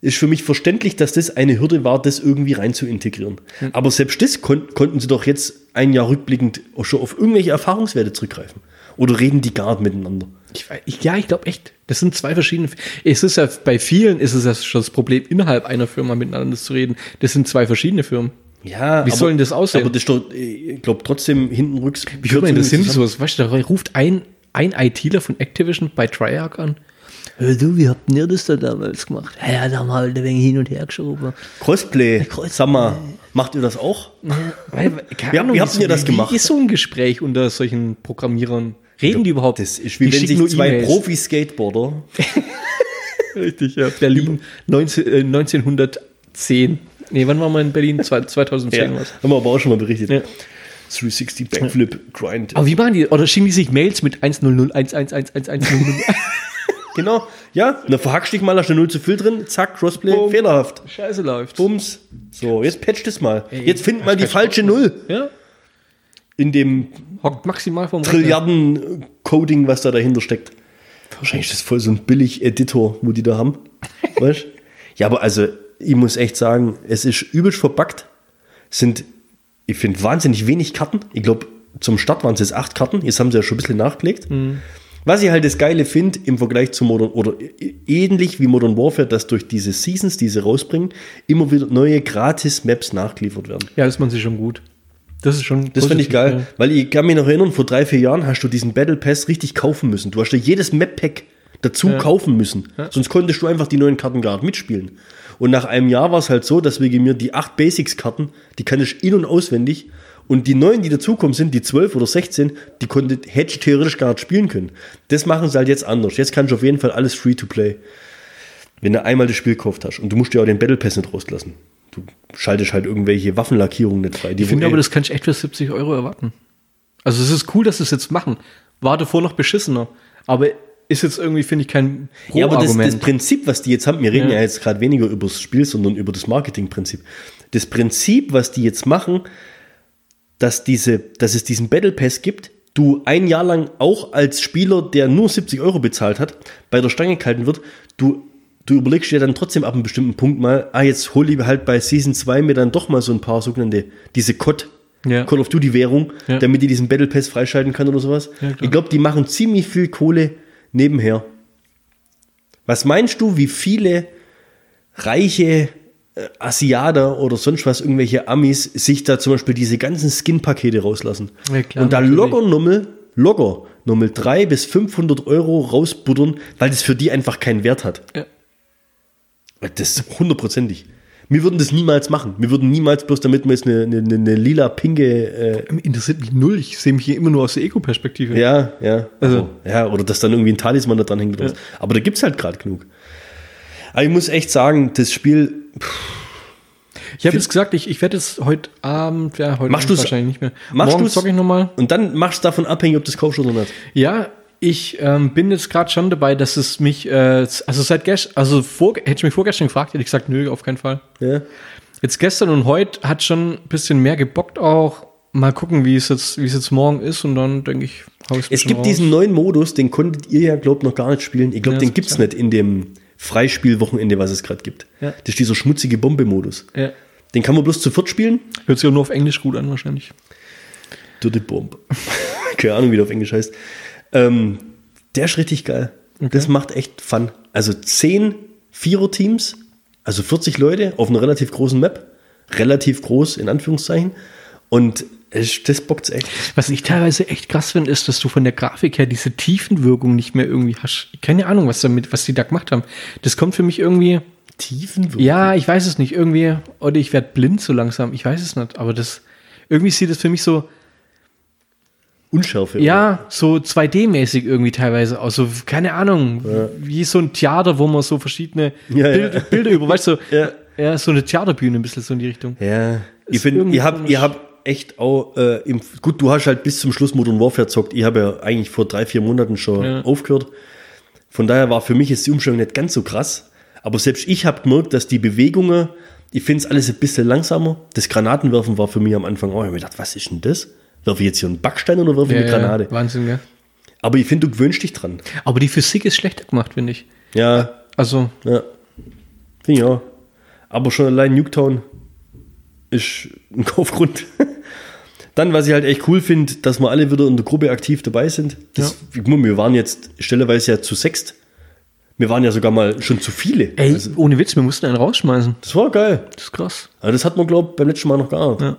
Speaker 1: Ist für mich verständlich, dass das eine Hürde war, das irgendwie rein zu integrieren.
Speaker 2: Hm.
Speaker 1: Aber selbst das kon konnten sie doch jetzt ein Jahr rückblickend auch schon auf irgendwelche Erfahrungswerte zurückgreifen. Oder reden die gar nicht miteinander?
Speaker 2: Ich, wei- ich, ja, ich glaube echt. Das sind zwei verschiedene. Es ist ja bei vielen ist es ja schon das Problem, innerhalb einer Firma miteinander zu reden. Das sind zwei verschiedene Firmen.
Speaker 1: Ja,
Speaker 2: Wie soll denn das äh, aussehen?
Speaker 1: Aber das ist doch, ich glaube, trotzdem hintenrücks.
Speaker 2: Wie würde man das hin? Sowas, weißt du, da ruft ein, ein ITler von Activision bei Treyarch an. Hör du, wie habt ihr das da damals gemacht? Ja, Ja, da haben wir halt ein wenig hin und her geschoben.
Speaker 1: Crossplay,
Speaker 2: Crossplay.
Speaker 1: sag mal, macht ihr das auch?
Speaker 2: Weil,
Speaker 1: Wie-
Speaker 2: keine
Speaker 1: wie
Speaker 2: wie
Speaker 1: habt
Speaker 2: so-
Speaker 1: ihr das
Speaker 2: wie
Speaker 1: gemacht?
Speaker 2: ist so ein Gespräch unter solchen Programmierern? Reden die überhaupt?
Speaker 1: Das ist wie
Speaker 2: Die
Speaker 1: wenn
Speaker 2: schicken nur
Speaker 1: sich zwei
Speaker 2: E-Mails.
Speaker 1: Profi-Skateboarder
Speaker 2: Richtig, ja. Berlin 19, äh, 1910. Nee, wann waren wir in Berlin? Zwei- 2010
Speaker 1: Ja,
Speaker 2: was.
Speaker 1: haben wir aber auch schon mal berichtet.
Speaker 2: Ja.
Speaker 1: 360 Backflip Grind.
Speaker 2: Aber wie machen die? Oder schicken die sich Mails mit 10011111100?
Speaker 1: Genau, ja. Dann verhackst dich mal, hast du 0 zu viel drin, zack, Crossplay,
Speaker 2: Boom.
Speaker 1: fehlerhaft.
Speaker 2: Scheiße läuft.
Speaker 1: Bums. So, jetzt patcht es mal. Jetzt find mal die falsche Null
Speaker 2: Ja?
Speaker 1: in dem
Speaker 2: Hockt maximal vom
Speaker 1: Trilliarden-Coding, was da dahinter steckt. Wahrscheinlich ist das voll so ein billig Editor, wo die da haben. Weißt? Ja, aber also, ich muss echt sagen, es ist übelst verpackt. Es sind, ich finde, wahnsinnig wenig Karten. Ich glaube, zum Start waren es jetzt acht Karten. Jetzt haben sie ja schon ein bisschen nachgelegt. Was ich halt das Geile finde im Vergleich zu Modern oder ä- ähnlich wie Modern Warfare, dass durch diese Seasons, die sie rausbringen, immer wieder neue gratis Maps nachgeliefert werden.
Speaker 2: Ja, das man sich schon gut. Das ist schon.
Speaker 1: Das finde ich
Speaker 2: positiv,
Speaker 1: geil, weil ich kann mich noch erinnern, vor drei, vier Jahren hast du diesen Battle Pass richtig kaufen müssen. Du hast dir jedes Map-Pack dazu kaufen müssen. Sonst konntest du einfach die neuen Karten gar nicht mitspielen. Und nach einem Jahr war es halt so, dass wir mir die acht Basics-Karten, die kann ich in- und auswendig. Und die neuen, die dazukommen sind, die 12 oder 16, die konnte, hätte ich theoretisch gar nicht spielen können. Das machen sie halt jetzt anders. Jetzt kannst du auf jeden Fall alles free to play. Wenn du einmal das Spiel gekauft hast. Und du musst dir auch den Battle Pass nicht rauslassen. Du schaltest halt irgendwelche Waffenlackierungen nicht frei. Die
Speaker 2: Ich finde aber, das kann ich echt für 70 Euro erwarten. Also es ist cool, dass sie es jetzt machen. War davor noch beschissener. Aber ist jetzt irgendwie, finde ich, kein
Speaker 1: Ja, aber das, das
Speaker 2: Pro-Argument.
Speaker 1: Prinzip, was die jetzt haben, wir reden ja, jetzt gerade weniger über das Spiel, sondern über das Marketingprinzip. Das Prinzip, was die jetzt machen, dass, diese, dass es diesen Battle Pass gibt, du ein Jahr lang auch als Spieler, der nur 70 Euro bezahlt hat, bei der Stange gehalten wird, du, du überlegst dir dann trotzdem ab einem bestimmten Punkt mal, ah, jetzt hole ich halt bei Season 2 mir dann doch mal so ein paar sogenannte, diese COD,
Speaker 2: Ja.
Speaker 1: Call of Duty Währung,
Speaker 2: Ja.
Speaker 1: damit ich diesen Battle Pass freischalten kann oder sowas.
Speaker 2: Ja, klar.
Speaker 1: ich glaube, die machen ziemlich viel Kohle nebenher. Was meinst du, wie viele reiche äh, Asiater oder sonst was, irgendwelche Amis, sich da zum Beispiel diese ganzen Skin-Pakete rauslassen?
Speaker 2: Ja, klar,
Speaker 1: und da
Speaker 2: natürlich.
Speaker 1: locker nochmal, locker nochmal 300 bis 500 Euro rausbuttern, weil das für die einfach keinen Wert hat.
Speaker 2: Ja.
Speaker 1: Das ist hundertprozentig. Wir würden das niemals machen. Wir würden niemals bloß, damit wir jetzt eine, eine, eine, eine lila pinke.
Speaker 2: Interessiert mich null. Ich sehe mich hier immer nur aus der Ego-Perspektive.
Speaker 1: Äh, ja, ja.
Speaker 2: Also-
Speaker 1: Oh, ja, oder dass dann irgendwie ein Talisman da dran hängt. Oder was. Aber da gibt es halt gerade genug. Aber ich muss echt sagen, das Spiel.
Speaker 2: Ich habe jetzt gesagt, ich, ich werde jetzt heute Abend, ja, heute
Speaker 1: Machst
Speaker 2: Abend
Speaker 1: du's-
Speaker 2: wahrscheinlich nicht mehr.
Speaker 1: machst
Speaker 2: Morgen
Speaker 1: du's-
Speaker 2: zocke ich nochmal.
Speaker 1: Und dann machst du davon abhängig, ob du das kaufst oder nicht.
Speaker 2: Ja, ich ähm, bin jetzt gerade schon dabei, dass es mich, äh, also seit gestern, also vor, hätte ich mich vorgestern gefragt, hätte ich gesagt, nö, auf keinen Fall.
Speaker 1: Ja.
Speaker 2: Jetzt gestern und heute hat schon ein bisschen mehr gebockt auch. Mal gucken, wie es jetzt, wie es jetzt morgen ist und dann denke ich, hau ich's
Speaker 1: Es
Speaker 2: schon
Speaker 1: gibt
Speaker 2: raus.
Speaker 1: diesen neuen Modus, den konntet ihr ja, glaubt, noch gar nicht spielen. Ich glaube,
Speaker 2: Ja,
Speaker 1: den
Speaker 2: das
Speaker 1: gibt es nicht in dem Freispielwochenende, was es gerade gibt.
Speaker 2: Ja.
Speaker 1: Das ist dieser schmutzige Bombe-Modus.
Speaker 2: Ja.
Speaker 1: Den kann man bloß zu viert spielen.
Speaker 2: Hört sich auch nur auf Englisch gut an wahrscheinlich.
Speaker 1: Dirty Bomb. Keine Ahnung, wie der auf Englisch heißt. Ähm, der ist richtig geil. Das macht echt Fun. Also 10 Vierer-Teams, also 40 Leute auf einer relativ großen Map. Relativ groß, in Anführungszeichen. Und es, das bockt's echt.
Speaker 2: Was ich teilweise echt krass finde, ist, dass du von der Grafik her diese Tiefenwirkung nicht mehr irgendwie hast. Keine Ahnung, was damit, was die da gemacht haben. Das kommt für mich irgendwie.
Speaker 1: Tiefen.
Speaker 2: Ja, ich weiß es nicht. Irgendwie, oder ich werde blind so langsam. Ich weiß es nicht. Aber das, irgendwie sieht es für mich so,
Speaker 1: Unschärfe.
Speaker 2: ja, so 2D-mäßig irgendwie teilweise aus. So, keine Ahnung, wie so ein Theater, wo man so verschiedene
Speaker 1: Ja, ja.
Speaker 2: Bild, Bilder über, weißt du,
Speaker 1: Ja.
Speaker 2: ja. so eine Theaterbühne ein bisschen so in die Richtung.
Speaker 1: Ja, ich
Speaker 2: Ist
Speaker 1: finde,
Speaker 2: irgendwie
Speaker 1: ihr habt,
Speaker 2: komisch.
Speaker 1: ihr habt echt auch, äh, im, gut, du hast halt bis zum Schluss Modern Warfare zockt. Ich habe ja eigentlich vor drei, vier Monaten schon
Speaker 2: Ja.
Speaker 1: aufgehört. Von daher war für mich jetzt die Umstellung nicht ganz so krass. Aber selbst ich habe gemerkt, dass die Bewegungen, ich finde es alles ein bisschen langsamer. Das Granatenwerfen war für mich am Anfang, oh, ich habe mir gedacht, was ist denn das? Werfe ich jetzt hier einen Backstein oder werfe ich eine Granate?
Speaker 2: Wahnsinn, gell?
Speaker 1: Aber ich finde, du gewöhnst dich dran.
Speaker 2: Aber die Physik ist schlechter gemacht, finde ich.
Speaker 1: Ja,
Speaker 2: Also,
Speaker 1: ja. Finde ich auch. Aber schon allein Nuketown ist ein Kaufgrund. Dann, was ich halt echt cool finde, dass wir alle wieder in der Gruppe aktiv dabei sind. Das, guck mal, Wir waren jetzt stelleweise ja zu sechst. Wir waren ja sogar mal schon zu viele.
Speaker 2: ey,
Speaker 1: Also,
Speaker 2: ohne Witz, wir mussten einen rausschmeißen.
Speaker 1: das war geil.
Speaker 2: Das ist krass.
Speaker 1: Also das hat man, glaube ich, beim letzten Mal noch gar nicht.
Speaker 2: Ja.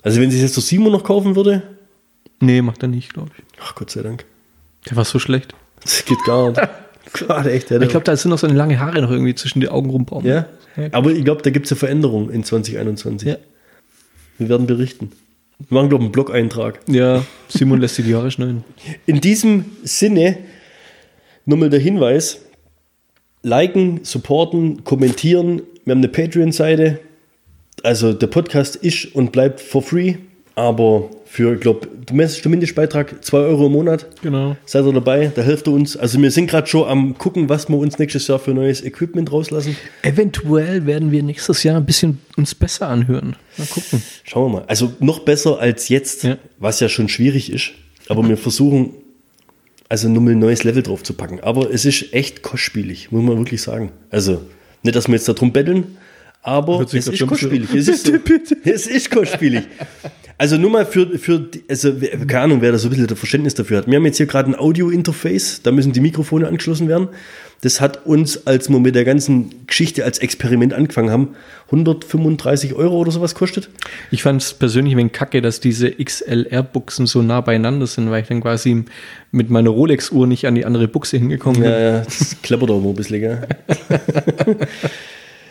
Speaker 1: Also wenn sich jetzt so Simon noch kaufen würde,
Speaker 2: Nee, macht er nicht, glaube ich.
Speaker 1: ach Gott sei Dank,
Speaker 2: Der war so schlecht.
Speaker 1: das geht gar nicht. Gott, echt, ja,
Speaker 2: Ich glaube, da sind noch so lange Haare noch irgendwie zwischen die Augen rumbauen.
Speaker 1: ja. Aber ich glaube, da gibt es eine Veränderung in 2021.
Speaker 2: Ja.
Speaker 1: Wir werden berichten. Wir machen, glaube ich, einen Blog-Eintrag.
Speaker 2: ja, Simon lässt sich die Haare schneiden.
Speaker 1: In diesem Sinne nochmal der Hinweis: liken, supporten, kommentieren. Wir haben eine Patreon-Seite. Also der Podcast ist und bleibt for free, aber für, ich glaube, der Mindestbeitrag 2 Euro im Monat.
Speaker 2: Genau.
Speaker 1: Seid ihr dabei, da helft ihr uns. Also wir sind gerade schon am gucken, was wir uns nächstes Jahr für neues Equipment rauslassen.
Speaker 2: Eventuell werden wir nächstes Jahr ein bisschen uns besser anhören. Mal gucken.
Speaker 1: Schauen wir mal. Also noch besser als jetzt,
Speaker 2: Ja.
Speaker 1: was ja schon schwierig ist. Aber wir versuchen, also nur mal ein neues Level drauf zu packen. Aber es ist echt kostspielig, muss man wirklich sagen. Also nicht, dass wir jetzt darum betteln, aber
Speaker 2: Hört sich
Speaker 1: es
Speaker 2: grad
Speaker 1: ist
Speaker 2: dumm
Speaker 1: kostspielig. Es ist, so, es ist kostspielig. Also nur mal für, für die- also wer- keine Ahnung, wer da so ein bisschen das Verständnis dafür hat. Wir haben jetzt hier gerade ein Audio-Interface, da müssen die Mikrofone angeschlossen werden. Das hat uns, als wir mit der ganzen Geschichte als Experiment angefangen haben, 135 Euro oder sowas kostet.
Speaker 2: Ich fand es persönlich ein wenig kacke, dass diese XLR-Buchsen so nah beieinander sind, weil ich dann quasi mit meiner Rolex-Uhr nicht an die andere Buchse hingekommen bin.
Speaker 1: Ja, ja, das kleppert auch mal ein bisschen, gell?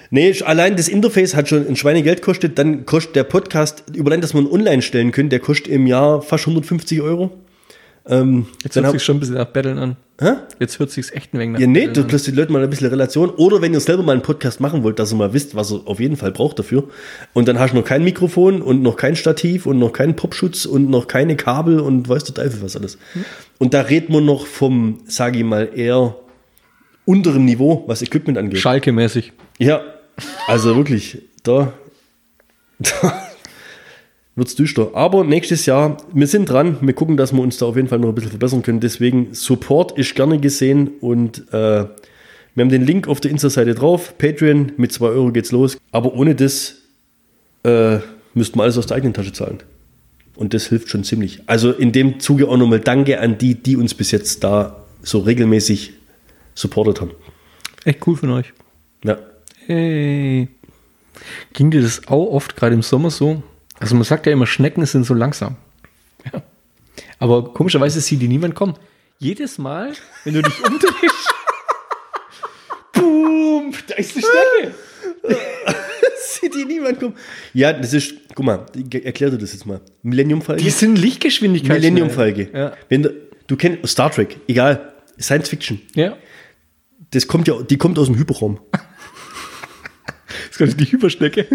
Speaker 1: Nee, sch- allein das Interface hat schon ein Schweinegeld gekostet, dann kostet der Podcast, überall, dass man ihn online stellen können, der kostet im Jahr fast 150 Euro. Ähm,
Speaker 2: Jetzt
Speaker 1: dann
Speaker 2: hört
Speaker 1: hab,
Speaker 2: sich schon ein bisschen nach Battlen an.
Speaker 1: hä?
Speaker 2: Jetzt hört sich's echt ein wenig nach
Speaker 1: Ja, nee,
Speaker 2: Battlen
Speaker 1: das lässt die Leute mal ein bisschen Relation. Oder wenn ihr selber mal einen Podcast machen wollt, dass ihr mal wisst, was ihr auf jeden Fall braucht dafür. Und dann hast du noch kein Mikrofon und noch kein Stativ und noch keinen Popschutz und noch keine Kabel und weißt du Teufel was alles. Und da redet man noch vom, sag ich mal, eher unteren Niveau, was Equipment
Speaker 2: an.
Speaker 1: angeht.
Speaker 2: Schalke-mäßig.
Speaker 1: Ja, also wirklich, da, da wird's düster. Aber nächstes Jahr, wir sind dran, wir gucken, dass wir uns da auf jeden Fall noch ein bisschen verbessern können. Deswegen, Support ist gerne gesehen und äh, wir haben den Link auf der Insta-Seite drauf. Patreon, mit 2 Euro geht's los. Aber ohne das äh, müssten wir alles aus der eigenen Tasche zahlen. Und das hilft schon ziemlich. Also in dem Zuge auch nochmal Danke an die, die uns bis jetzt da so regelmäßig supportet haben.
Speaker 2: Echt cool von euch.
Speaker 1: Ja.
Speaker 2: Hey. Ging dir das auch oft gerade im Sommer so? Also man sagt ja immer, Schnecken sind so langsam. Ja. Aber komischerweise sieht die niemand kommen. Jedes Mal, wenn du dich umdrehst, boom, da ist die Schnecke.
Speaker 1: sieht hier niemand kommen. Ja, das ist, guck mal, ge- erklär du das jetzt mal. Millennium-Falke?
Speaker 2: Die sind Lichtgeschwindigkeit.
Speaker 1: Millennium-Falke.
Speaker 2: Ja.
Speaker 1: Wenn du, du kennst Star Trek, egal, Science Fiction.
Speaker 2: ja.
Speaker 1: Das kommt ja, die kommt aus dem Hyperraum.
Speaker 2: Das ist die Hyperschnecke.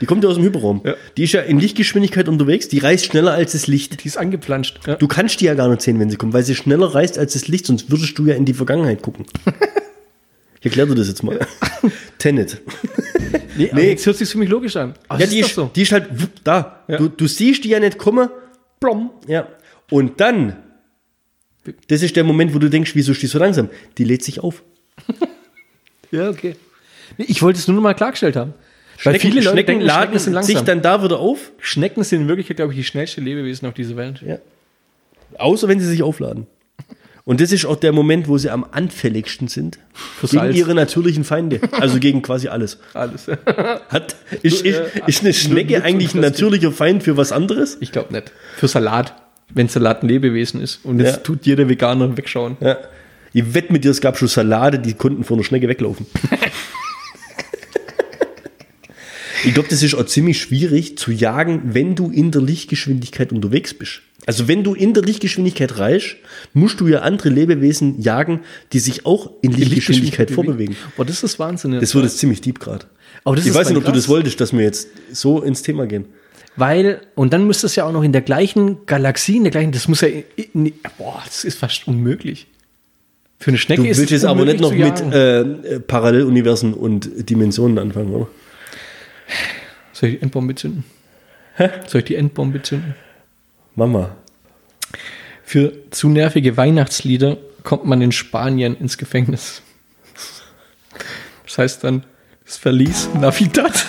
Speaker 1: Die kommt ja aus dem Hyperraum.
Speaker 2: Ja.
Speaker 1: Die ist ja in Lichtgeschwindigkeit unterwegs, die reist schneller als das Licht.
Speaker 2: Die ist angeplanscht. Ja.
Speaker 1: Du kannst die ja gar nicht sehen, wenn sie kommt, weil sie schneller reist als das Licht, sonst würdest du ja in die Vergangenheit gucken. Ich erklär dir das jetzt mal. Tenet.
Speaker 2: nee, aber
Speaker 1: nee.
Speaker 2: jetzt hört sich für mich logisch an. Aber
Speaker 1: Ja,
Speaker 2: es
Speaker 1: die
Speaker 2: doch
Speaker 1: ist, die ist halt wupp, da.
Speaker 2: Ja.
Speaker 1: Du, du siehst die ja nicht kommen.
Speaker 2: Blom.
Speaker 1: Ja. Und dann, das ist der Moment, wo du denkst, wieso ist die so langsam? Die lädt sich auf.
Speaker 2: Ja, okay. Nee, ich wollte es nur noch mal klargestellt haben. Weil
Speaker 1: Schnecken-
Speaker 2: viele Leute
Speaker 1: Schnecken
Speaker 2: denken,
Speaker 1: laden
Speaker 2: Schnecken sind langsam.
Speaker 1: sich dann da wieder auf.
Speaker 2: Schnecken sind in Wirklichkeit, glaube ich, die schnellste Lebewesen auf dieser Welt.
Speaker 1: Ja. Außer wenn sie sich aufladen. Und das ist auch der Moment, wo sie am anfälligsten sind gegen
Speaker 2: Salz.
Speaker 1: ihre natürlichen Feinde. Also gegen quasi alles.
Speaker 2: Alles.
Speaker 1: Hat, ist, ist,
Speaker 2: äh,
Speaker 1: ist eine
Speaker 2: nur
Speaker 1: Schnecke
Speaker 2: zum
Speaker 1: eigentlich ein
Speaker 2: Test.
Speaker 1: natürlicher Feind für was anderes?
Speaker 2: Ich glaube nicht. Für Salat, wenn Salat ein Lebewesen ist. Und jetzt
Speaker 1: Ja.
Speaker 2: tut jeder Veganer wegschauen.
Speaker 1: Ja. Ich wette mit dir, es gab schon Salate, die konnten vor einer Schnecke weglaufen. ich glaube, das ist auch ziemlich schwierig zu jagen, wenn du in der Lichtgeschwindigkeit unterwegs bist. Also wenn du in der Lichtgeschwindigkeit reist, musst du ja andere Lebewesen jagen, die sich auch in
Speaker 2: Die
Speaker 1: Lichtgeschwindigkeit vorbewegen.
Speaker 2: Boah, das ist Wahnsinn.
Speaker 1: Das wurde jetzt ziemlich deep gerade.
Speaker 2: Aber das
Speaker 1: Ich
Speaker 2: ist
Speaker 1: weiß nicht,
Speaker 2: mein
Speaker 1: ob du das
Speaker 2: Glas.
Speaker 1: wolltest, dass wir jetzt so ins Thema gehen.
Speaker 2: Weil, und dann müsste es ja auch noch in der gleichen Galaxie, in der gleichen, das muss ja, in, in, boah, das ist fast unmöglich. Für eine Schnecke
Speaker 1: Du
Speaker 2: ist
Speaker 1: willst jetzt aber nicht
Speaker 2: unmöglich
Speaker 1: noch
Speaker 2: zu
Speaker 1: mit
Speaker 2: jagen.
Speaker 1: äh, äh, Paralleluniversen und Dimensionen anfangen, oder?
Speaker 2: Soll ich die Endbombe zünden? Soll ich die Endbombe zünden?
Speaker 1: Mama.
Speaker 2: Für zu nervige Weihnachtslieder kommt man in Spanien ins Gefängnis. Das heißt dann, das Verlies Navidad.